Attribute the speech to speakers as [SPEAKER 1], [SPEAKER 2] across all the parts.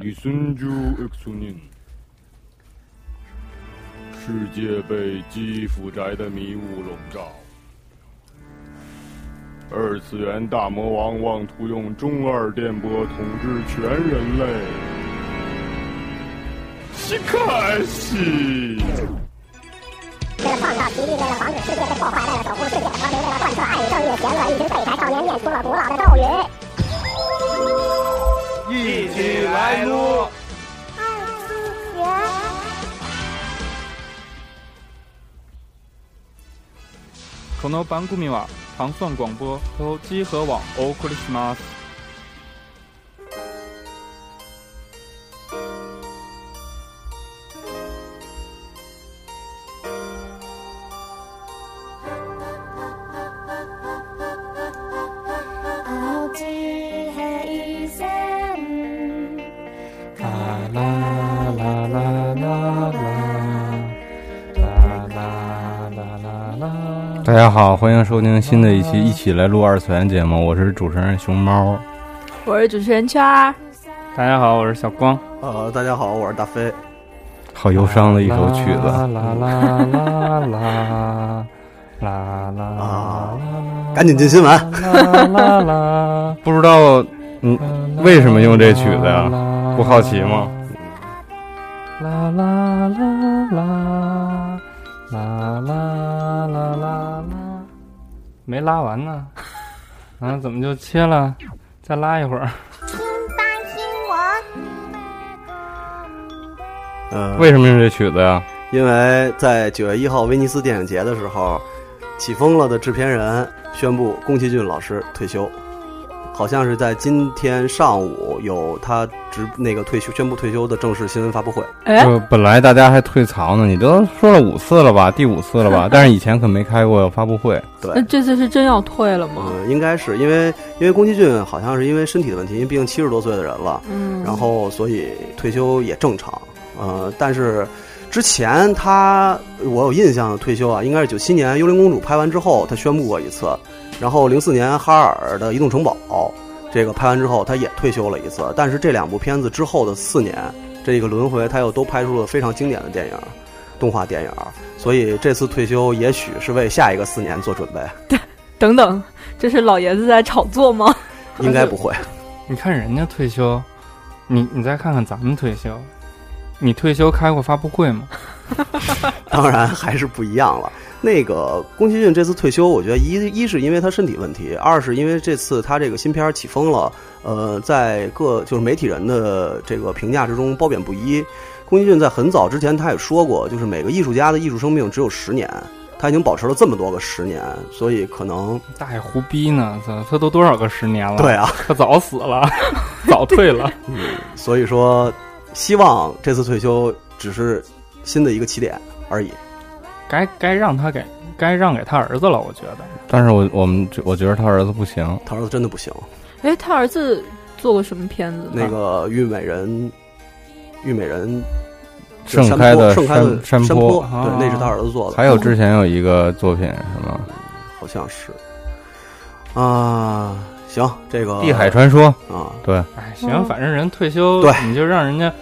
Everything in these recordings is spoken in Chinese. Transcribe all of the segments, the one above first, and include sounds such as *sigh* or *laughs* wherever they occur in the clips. [SPEAKER 1] 이순주 액수는世界被基辅宅的迷雾笼罩，二次元大魔王妄图用中二电波统治全人类。西卡西，
[SPEAKER 2] 在放大极力为了防止世界被破坏，为了守护世界和平，为了贯彻爱与正义的邪恶，一群废柴少年念出了古老的咒语。
[SPEAKER 3] 一起来撸。
[SPEAKER 2] 二次元，
[SPEAKER 3] この番組は唐宋广播と集合网お送りします。
[SPEAKER 4] 青地平線
[SPEAKER 5] 啦啦啦啦啦啦啦啦啦啦啦。
[SPEAKER 6] 大家好，欢迎收听新的一期《一起来录二次元》节目，我是主持人熊猫。
[SPEAKER 7] 我是主持人圈儿，
[SPEAKER 3] 大家好，我是小光。
[SPEAKER 8] 呃，大家好，我是大飞。
[SPEAKER 6] 好忧伤的一首曲
[SPEAKER 5] 啦
[SPEAKER 6] 子，
[SPEAKER 5] 啦啦啦啦啦啦啦
[SPEAKER 8] 啊！赶紧进新闻，
[SPEAKER 5] 啦啦啦！
[SPEAKER 6] 不知道嗯为什么用这曲子呀？
[SPEAKER 5] 呀
[SPEAKER 6] 不好奇吗？
[SPEAKER 5] 啦啦啦啦啦啦啦啦啦！
[SPEAKER 3] 没拉完呢，啊，怎么就切了？再拉一会儿。
[SPEAKER 8] 嗯、
[SPEAKER 6] 为什么用这曲子呀？
[SPEAKER 8] 因为在九月一号威尼斯电影节的时候，起风了的制片人宣布宫崎骏老师退休，好像是在今天上午有他直那个退休宣布退休的正式新闻发布会。
[SPEAKER 7] 哎，
[SPEAKER 6] 就本来大家还退槽呢，你都说了五次了吧，第五次了吧？ *laughs* 但是以前可没开过发布会，
[SPEAKER 8] 对，
[SPEAKER 7] 那这次是真要退了吗？
[SPEAKER 8] 嗯，应该是因为因为宫崎骏好像是因为身体的问题，因为毕竟七十多岁的人了，
[SPEAKER 7] 嗯，
[SPEAKER 8] 然后所以退休也正常。呃，但是之前他我有印象的退休啊，应该是九七年《幽灵公主》拍完之后，他宣布过一次，然后零四年哈尔的《移动城堡》这个拍完之后，他也退休了一次。但是这两部片子之后的四年，这个轮回他又都拍出了非常经典的电影。动画电影，所以这次退休也许是为下一个四年做准备，
[SPEAKER 7] 等等，这是老爷子在炒作吗？
[SPEAKER 8] 应该不会。
[SPEAKER 3] 你看人家退休，你你再看看咱们退休，你退休开过发布会 *laughs* 吗？
[SPEAKER 8] 当然还是不一样了。那个宫崎骏这次退休，我觉得一一是因为他身体问题，二是因为这次他这个新片儿起风了，呃，在各就是媒体人的这个评价之中褒贬不一。宫崎骏在很早之前他也说过，就是每个艺术家的艺术生命只有十年，他已经保持了这么多个十年，所以可能
[SPEAKER 3] 大爷胡逼呢，他他都多少个十年了？
[SPEAKER 8] 对，啊，
[SPEAKER 3] 他早死了， *laughs* 早退了。
[SPEAKER 8] 所以说希望这次退休只是新的一个起点而已。
[SPEAKER 3] *laughs* 该该让他给该让给他儿子了，我觉得。
[SPEAKER 6] 但是我我们我觉得他儿子不行，
[SPEAKER 8] 他儿子真的不行，
[SPEAKER 7] *laughs* 哎，他儿子做过什么片子？
[SPEAKER 8] 那，个虞美人，虞美人
[SPEAKER 6] 盛开的
[SPEAKER 8] 盛开的
[SPEAKER 6] 山
[SPEAKER 8] 山
[SPEAKER 6] 坡
[SPEAKER 8] 对
[SPEAKER 3] 啊，
[SPEAKER 8] 那是他儿子做的，
[SPEAKER 6] 还有之前有一个作品什么
[SPEAKER 8] 好像是啊，行，这个
[SPEAKER 6] 《地海传说》，
[SPEAKER 8] 啊，
[SPEAKER 6] 对，
[SPEAKER 3] 哎，行，反正人退休，
[SPEAKER 8] 对
[SPEAKER 3] 你就让人家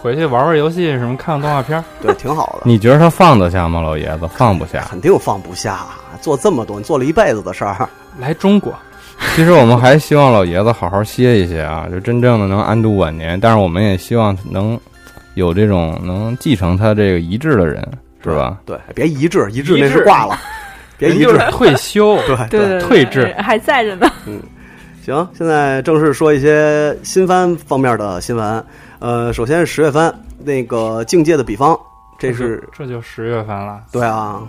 [SPEAKER 3] 回去玩玩游戏，什么看看动画片儿。
[SPEAKER 8] 对，挺好的，
[SPEAKER 6] 你觉得他放得下吗？老爷子放不下。
[SPEAKER 8] 肯定放不下，啊做这么多，你做了一辈子的事儿，
[SPEAKER 3] *laughs* 来中国，
[SPEAKER 6] 其实我们还希望老爷子好好歇一歇啊，就真正的能安度晚年。但是我们也希望能有这种能继承他这个遗志的人，是吧？？
[SPEAKER 8] 对，别一致，一致
[SPEAKER 3] 一致
[SPEAKER 8] 那是挂了，别
[SPEAKER 3] 人
[SPEAKER 8] 一
[SPEAKER 3] 就
[SPEAKER 8] 致哎
[SPEAKER 3] 是，退
[SPEAKER 8] *laughs*
[SPEAKER 3] 休。
[SPEAKER 8] 对
[SPEAKER 7] 对对，对
[SPEAKER 3] 退制
[SPEAKER 7] 还在着呢。
[SPEAKER 3] *laughs*
[SPEAKER 8] 行，现在正式说一些新番方面的新闻，呃，首先是十月番，那个《境界的比方》，
[SPEAKER 3] *laughs*
[SPEAKER 8] 这是
[SPEAKER 3] 这就十月份了，
[SPEAKER 8] 对啊，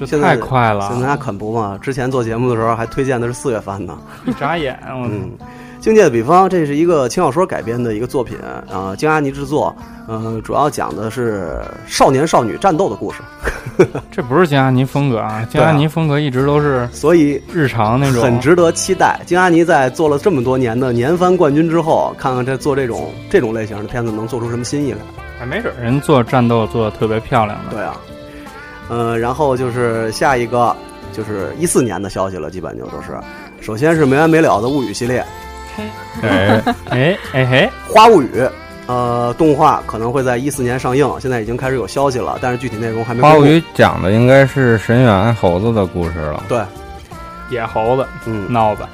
[SPEAKER 3] 这
[SPEAKER 8] 现在
[SPEAKER 3] 太快了
[SPEAKER 8] 现，在还肯不嘛？之前做节目的时候还推荐的是四月番呢。
[SPEAKER 3] 一眨眼，我操
[SPEAKER 8] 嗯，《境界的比方》这是一个轻小说改编的一个作品啊、呃京阿尼制作，呃，主要讲的是少年少女战斗的故事，
[SPEAKER 3] 这不是金阿尼风格啊！金阿尼风格一直都是
[SPEAKER 8] 所以
[SPEAKER 3] 日常那种，
[SPEAKER 8] 很值得期待。京阿尼在做了这么多年的年番冠军之后，看看这做这种这种类型的片子能做出什么新意来。
[SPEAKER 3] 哎，没准人做战斗做的特别漂亮的。
[SPEAKER 8] 对啊，呃，然后就是下一个就是一四年的消息了，基本就都是，首先是没完没了的物语系列，
[SPEAKER 6] 哎，
[SPEAKER 3] 哎哎嘿，
[SPEAKER 8] 《花物语》呃，动画可能会在一四年上映，现在已经开始有消息了，但是具体内容还没
[SPEAKER 6] 花
[SPEAKER 8] 公
[SPEAKER 6] 无
[SPEAKER 8] 布。
[SPEAKER 6] 鱼讲的应该是神远猴子的故事了。
[SPEAKER 8] 对，
[SPEAKER 3] 野猴子
[SPEAKER 8] 嗯，
[SPEAKER 3] 闹吧，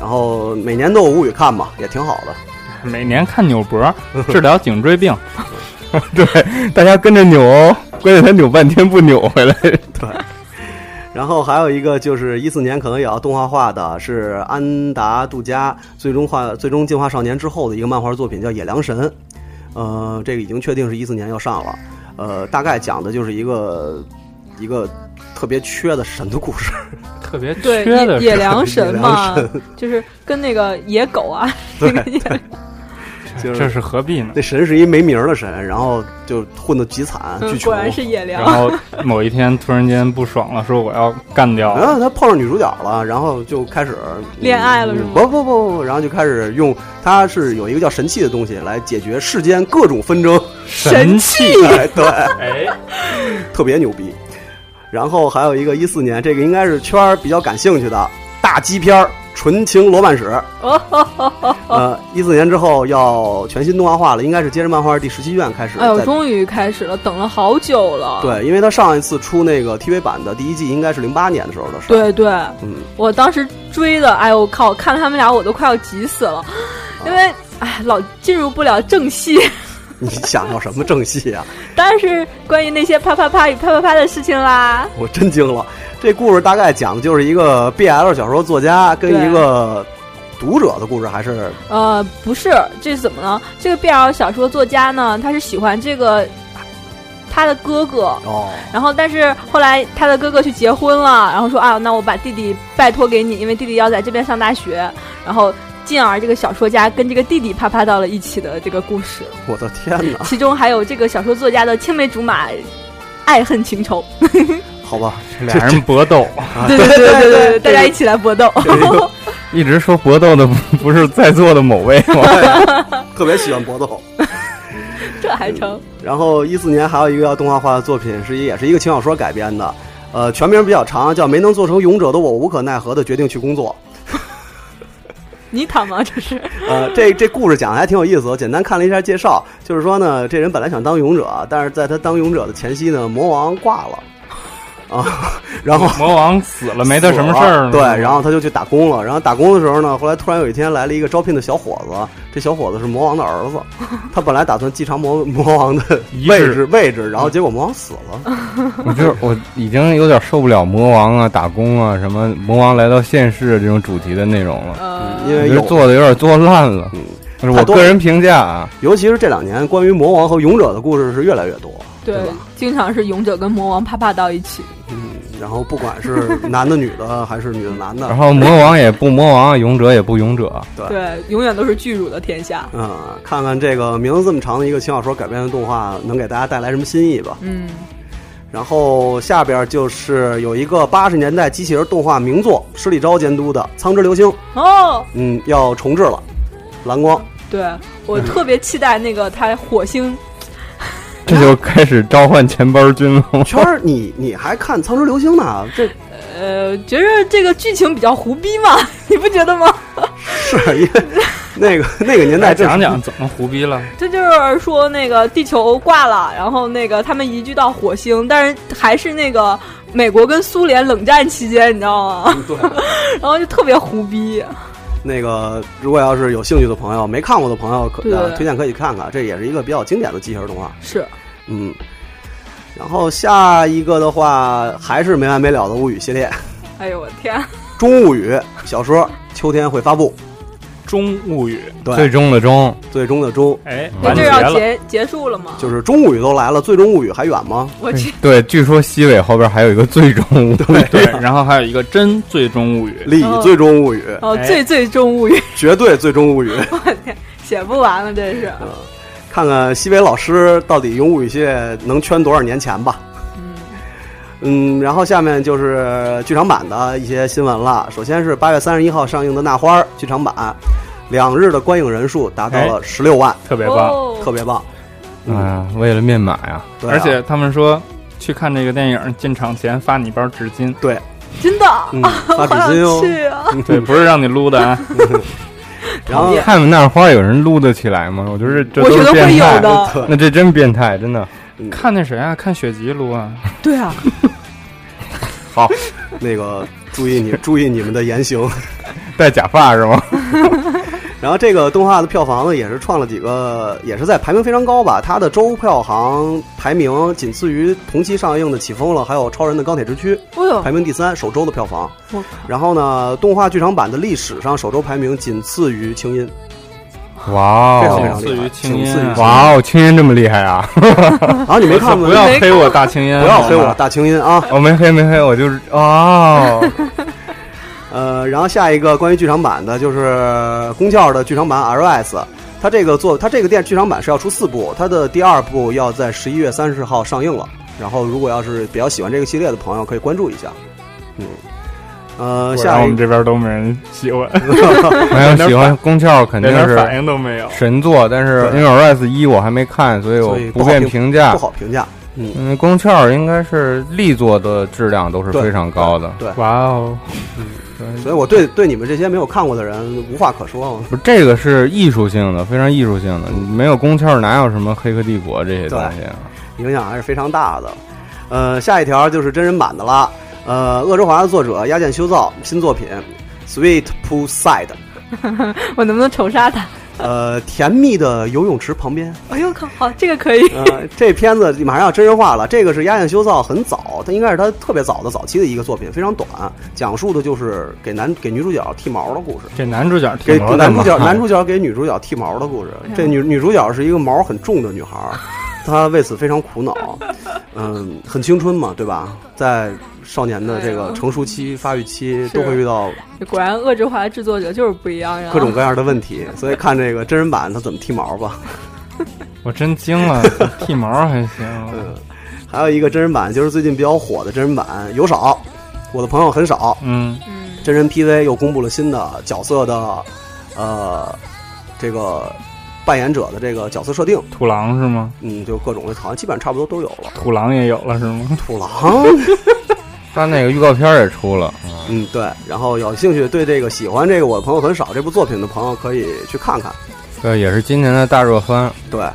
[SPEAKER 8] 然后每年都有吴语看吧，也挺好的。
[SPEAKER 3] 每年看扭脖，治疗颈椎病，
[SPEAKER 6] 大家跟着扭哦，关键他扭半天不扭回来。
[SPEAKER 8] 然后还有一个就是一四年可能也要动画化的是安达杜加最终化最终进化少年之后的一个漫画作品叫《野良神》，呃，这个已经确定是一四年要上了，呃，大概讲的就是一个一个特别缺的神的故事，
[SPEAKER 3] 特别
[SPEAKER 7] 对，
[SPEAKER 3] 缺的
[SPEAKER 7] 野野
[SPEAKER 3] 是 *laughs*
[SPEAKER 7] 良
[SPEAKER 8] 野
[SPEAKER 7] 神
[SPEAKER 8] 良
[SPEAKER 7] 嘛，就是跟那个野狗啊， *laughs* 那个野
[SPEAKER 8] 就是
[SPEAKER 3] 这是何必呢？
[SPEAKER 8] 那神是一没名儿的神，然后就混得极惨，巨
[SPEAKER 7] 嗯，
[SPEAKER 8] 穷
[SPEAKER 7] 果。然是野
[SPEAKER 3] 然
[SPEAKER 7] 良。
[SPEAKER 3] 后某一天突然间不爽了，说我要干掉
[SPEAKER 8] 然后啊他碰上女主角了，然后就开始嗯
[SPEAKER 7] 恋爱了是吗
[SPEAKER 8] 不不不不，然后就开始用，他是有一个叫神器的东西来解决世间各种纷争，
[SPEAKER 3] 神器，
[SPEAKER 8] 哎，对，
[SPEAKER 3] 哎，
[SPEAKER 8] 特别牛逼。然后还有一个一四年，这个应该是圈儿比较感兴趣的大鸡片儿《纯情罗曼史》。
[SPEAKER 7] 哦
[SPEAKER 8] 呃，一四年之后要全新动画化了，应该是接着漫画第十七卷开始。
[SPEAKER 7] 哎呦，
[SPEAKER 8] 再
[SPEAKER 7] 终于开始了，等了好久了。
[SPEAKER 8] 对，因为他上一次出那个 TV 版的第一季，应该是零八年的时候的事。，
[SPEAKER 7] 对对，
[SPEAKER 8] 嗯，
[SPEAKER 7] 我当时追的，哎呦我靠，看他们俩我都快要急死
[SPEAKER 3] 啊
[SPEAKER 7] 了，因为哎老进入不了正戏， *laughs*
[SPEAKER 8] 你想要什么正戏啊？
[SPEAKER 7] 当然是关于那些啪啪啪与啪啪啪的事情啦。
[SPEAKER 8] *laughs* 我真惊了。这故事大概讲的就是一个 BL 小说作家跟
[SPEAKER 7] 对
[SPEAKER 8] 一个读者的故事，还是
[SPEAKER 7] 呃，不是，这是怎么了？这个 BL 小说作家呢，他是喜欢这个他的哥哥，
[SPEAKER 8] 哦，
[SPEAKER 7] 然后但是后来他的哥哥去结婚了，然后说啊，那我把弟弟拜托给你，因为弟弟要在这边上大学，然后进而这个小说家跟这个弟弟啪啪到了一起的这个故事，
[SPEAKER 8] 我的天哪！
[SPEAKER 7] 其中还有这个小说作家的青梅竹马。爱恨情仇，
[SPEAKER 8] 好吧，
[SPEAKER 3] 俩人搏斗，
[SPEAKER 7] 对对对对对，大家
[SPEAKER 8] 这
[SPEAKER 7] 一起来搏斗。
[SPEAKER 6] 一直说搏斗的不不是在座的某位吗？
[SPEAKER 8] *laughs* 特别喜欢搏斗。
[SPEAKER 7] 这还成？
[SPEAKER 8] 然后一四年还有一个要动画化的作品，是一也是一个轻小说改编的，呃，全名比较长，叫《没能做成勇者的我无可奈何的决定去工作》。
[SPEAKER 7] 你他妈这是
[SPEAKER 8] 呃， *laughs* 这这故事讲的还挺有意思，我简单看了一下介绍，就是说呢，这人本来想当勇者，但是在他当勇者的前夕呢，魔王挂了。 *laughs* 啊，然后
[SPEAKER 3] 魔王死了没他什么事儿呢？
[SPEAKER 8] 对，然后他就去打工了。然后打工的时候呢，后来突然有一天来了一个招聘的小伙子，这小伙子是魔王的儿子，他本来打算继承魔魔王的
[SPEAKER 3] 遗
[SPEAKER 8] 位
[SPEAKER 3] 志
[SPEAKER 8] 置位置，然后结果魔王死了。
[SPEAKER 6] 我这我已经有点受不了魔王啊、打工啊、什么魔王来到现世这种主题的内容了，
[SPEAKER 7] 呃，
[SPEAKER 8] 因
[SPEAKER 6] 我觉
[SPEAKER 8] 为
[SPEAKER 6] 得
[SPEAKER 8] 有
[SPEAKER 6] 做的有点做烂了。但是
[SPEAKER 8] 太
[SPEAKER 6] 我
[SPEAKER 8] 多
[SPEAKER 6] 个人评价啊，
[SPEAKER 8] 尤其是这两年，关于魔王和勇者的故事是越来越多。
[SPEAKER 7] 对
[SPEAKER 8] 对吧，
[SPEAKER 7] 经常是勇者跟魔王啪啪到一起。
[SPEAKER 8] 嗯，然后不管是男的、女的，还是女的、男
[SPEAKER 6] 然
[SPEAKER 3] *laughs*
[SPEAKER 8] 的，
[SPEAKER 6] 后魔王也不魔王，勇者也不勇者，啊
[SPEAKER 7] 对，永远都是巨乳的天下。
[SPEAKER 8] 嗯，看看这个名字这么长的一个轻小说改编的动画，能给大家带来什么新意吧？
[SPEAKER 7] 嗯，
[SPEAKER 8] 然后下边就是有一个八十年代机器人动画名作，施里昭监督的《苍之流星》，
[SPEAKER 7] 哦，
[SPEAKER 8] 嗯，要重置了。蓝光，
[SPEAKER 7] 对我特别期待那个他火星，
[SPEAKER 6] 这就 *laughs* 开始召唤钱包君了吗。
[SPEAKER 8] 圈儿，你你还看《苍之流星》呢？这
[SPEAKER 7] 呃，觉着这个剧情比较胡逼嘛， *laughs* 你不觉得吗？
[SPEAKER 8] 是因为那个那个年代
[SPEAKER 3] 来
[SPEAKER 8] 这是
[SPEAKER 3] 讲讲怎么胡逼了？
[SPEAKER 7] 这就是说那个地球挂了，然后那个他们移居到火星，但是还是那个美国跟苏联冷战期间，你知道吗？
[SPEAKER 8] 嗯对，
[SPEAKER 7] *laughs* 然后就特别胡逼。
[SPEAKER 8] 那个，如果要是有兴趣的朋友，没看过的朋友可
[SPEAKER 7] 对
[SPEAKER 8] 呃推荐可以看看，这也是一个比较经典的机器人动画。
[SPEAKER 7] 是，
[SPEAKER 8] 嗯，然后下一个的话还是没完没了的物语系列，
[SPEAKER 7] 哎呦我天，
[SPEAKER 8] 《中物语》小说秋天会发布，
[SPEAKER 3] 《中物语
[SPEAKER 8] 对，
[SPEAKER 6] 最终的终，》
[SPEAKER 8] 最终的终。
[SPEAKER 3] 哎，
[SPEAKER 7] 那
[SPEAKER 3] 完
[SPEAKER 7] 这
[SPEAKER 3] 结
[SPEAKER 7] 要
[SPEAKER 3] 了，
[SPEAKER 7] 结结束了吗？
[SPEAKER 8] 就是哎中物语都来了，最终物语还远吗？
[SPEAKER 7] 我去，
[SPEAKER 6] 对，据说西尾后边还有一个最终物语，
[SPEAKER 3] 对，然后还有一个真最终物语，
[SPEAKER 8] 李
[SPEAKER 7] 哦
[SPEAKER 8] 最终物语，
[SPEAKER 7] 哦，
[SPEAKER 3] 哎
[SPEAKER 7] 最最终物语
[SPEAKER 8] 绝对最终
[SPEAKER 3] *laughs*
[SPEAKER 8] 物语。
[SPEAKER 7] 写不完了，这是。
[SPEAKER 8] 看看西北老师到底用物语系列能圈多少年前吧。嗯，然后下面就是剧场版的一些新闻了。首先是八月三十一号上映的《那花儿》剧场版，两日的观影人数达到
[SPEAKER 3] 哎
[SPEAKER 8] 了十六万，
[SPEAKER 3] 特别棒。
[SPEAKER 7] 哦，
[SPEAKER 8] 特别棒。嗯，
[SPEAKER 6] 啊，为了面马呀，
[SPEAKER 8] 对啊
[SPEAKER 3] 而且他们说去看这个电影，进场前发你包纸
[SPEAKER 8] *laughs*
[SPEAKER 3] 巾，
[SPEAKER 7] 真的，
[SPEAKER 8] 嗯，发
[SPEAKER 7] 好
[SPEAKER 8] 纸巾
[SPEAKER 7] 想
[SPEAKER 8] 哦，
[SPEAKER 7] 去啊！
[SPEAKER 3] 对，不是让你撸的啊。
[SPEAKER 8] *laughs* 然后
[SPEAKER 6] 看看那花有人撸得起来吗？我觉得这
[SPEAKER 7] 我
[SPEAKER 6] 都
[SPEAKER 7] 觉
[SPEAKER 6] 是
[SPEAKER 7] 得会
[SPEAKER 6] 变
[SPEAKER 7] 有
[SPEAKER 6] 态，
[SPEAKER 7] 的。
[SPEAKER 6] 那这真变态，真的。
[SPEAKER 3] *laughs* 看那谁啊？看雪姬撸啊？
[SPEAKER 7] 对啊，
[SPEAKER 8] 那个注意你注意你们的言行。 *laughs*
[SPEAKER 6] 戴假发是吗？
[SPEAKER 8] 然后这个动画的票房呢，也是创了几个，也是在排名非常高吧。它的周票房排名仅次于同期上映的《起风了》，还有《超人的钢铁之躯》，
[SPEAKER 7] 哎呦，
[SPEAKER 8] 排名第三，首周的票房。
[SPEAKER 7] 我靠，
[SPEAKER 8] 然后呢，动画剧场版的历史上首周排名仅次于《清音
[SPEAKER 6] 哇
[SPEAKER 8] 非常非
[SPEAKER 6] 哦，
[SPEAKER 8] 常厉害，
[SPEAKER 3] 仅次于
[SPEAKER 8] 仅次于
[SPEAKER 3] 青音
[SPEAKER 8] 青
[SPEAKER 3] 啊
[SPEAKER 6] *laughs*
[SPEAKER 8] 音
[SPEAKER 6] 哇哦，青烟这么厉害啊！
[SPEAKER 8] 啊！你没看吗？
[SPEAKER 3] 不要黑我大青烟，
[SPEAKER 8] 不要黑我，大清音啊！
[SPEAKER 6] 我哦没黑没黑，我就是哦，
[SPEAKER 8] 呃，然后下一个关于剧场版的就是宫壳的剧场版 RS，它这个做它这个电剧场版是要出四部，它的第二部要在十一月三十号上映了。然后如果要是比较喜欢这个系列的朋友，可以关注一下。嗯，呃，
[SPEAKER 3] 果然
[SPEAKER 8] 下
[SPEAKER 3] 我
[SPEAKER 8] 一
[SPEAKER 3] 们
[SPEAKER 8] 个
[SPEAKER 3] 这边都没人喜欢，
[SPEAKER 8] 《
[SPEAKER 6] 没有喜欢宫壳肯定
[SPEAKER 3] 连点反
[SPEAKER 6] 是
[SPEAKER 3] 应都没有。
[SPEAKER 6] 神作，但是因
[SPEAKER 8] 对
[SPEAKER 6] 为 RS 一我还没看，所以我
[SPEAKER 8] 所以不
[SPEAKER 6] 不
[SPEAKER 8] 好
[SPEAKER 6] 便
[SPEAKER 8] 评
[SPEAKER 6] 评价
[SPEAKER 8] 不。好评价，
[SPEAKER 6] 嗯，宫壳应该是力作的质量都是
[SPEAKER 8] 对
[SPEAKER 6] 非常高的。
[SPEAKER 8] 对，
[SPEAKER 3] 哇哦，
[SPEAKER 8] 所以我对对你们这些没有看过的人无话可说。
[SPEAKER 6] 不是，这个是艺术性的，非常艺术性的。没有宫壳哪有什么《黑客帝国》这些东西啊？
[SPEAKER 8] 影响还是非常大的。呃，下一条就是真人版的啦。呃，恶之华的作者押见修造新作品《Sweet Poolside》，
[SPEAKER 7] 我能不能仇杀他？
[SPEAKER 8] 呃，甜蜜的游泳池旁边。
[SPEAKER 7] 哎呦靠，好，这个可以。
[SPEAKER 8] 呃，这片子马上要真人化了。这个是押见修造很早，它应该是他特别早的早期的一个作品，非常短，讲述的就是给男给女主角剃毛的故事。
[SPEAKER 3] 这男主角
[SPEAKER 8] 给
[SPEAKER 3] 挺
[SPEAKER 8] 给
[SPEAKER 3] 萌
[SPEAKER 8] 男
[SPEAKER 3] 的
[SPEAKER 8] 主
[SPEAKER 3] 嘛
[SPEAKER 8] 角，男主角给女主角剃毛的故事。这女女主角是一个毛很重的女孩儿，她为此非常苦恼。嗯，很青春嘛，对吧？在少年的这个成熟期、发育期，
[SPEAKER 7] 是
[SPEAKER 8] 都会遇到
[SPEAKER 7] *laughs* 果然，恶之华的制作者就是不一样呀。
[SPEAKER 8] 各种各样的问题，所以看这个真人版她怎么剃毛吧。
[SPEAKER 3] 我真惊
[SPEAKER 8] *laughs*
[SPEAKER 3] 了，剃毛还行。
[SPEAKER 8] 嗯，还有一个真人版就是最近比较火的真人版，有少，我的朋友很少。
[SPEAKER 3] 嗯，
[SPEAKER 7] 嗯，
[SPEAKER 8] 真人 PV 又公布了新的角色的，呃，这个扮演者的这个角色设定，
[SPEAKER 3] 土狼是吗？
[SPEAKER 8] 嗯，就各种的，好像基本上差不多都有了。
[SPEAKER 3] 土狼也有了是吗？
[SPEAKER 8] 土狼，
[SPEAKER 6] 他那个预告片儿也出了，
[SPEAKER 8] *laughs* 嗯，对。然后有兴趣对这个喜欢这个我的朋友很少这部作品的朋友，可以去看看。
[SPEAKER 6] 对，也是今年的大热番。
[SPEAKER 8] 对，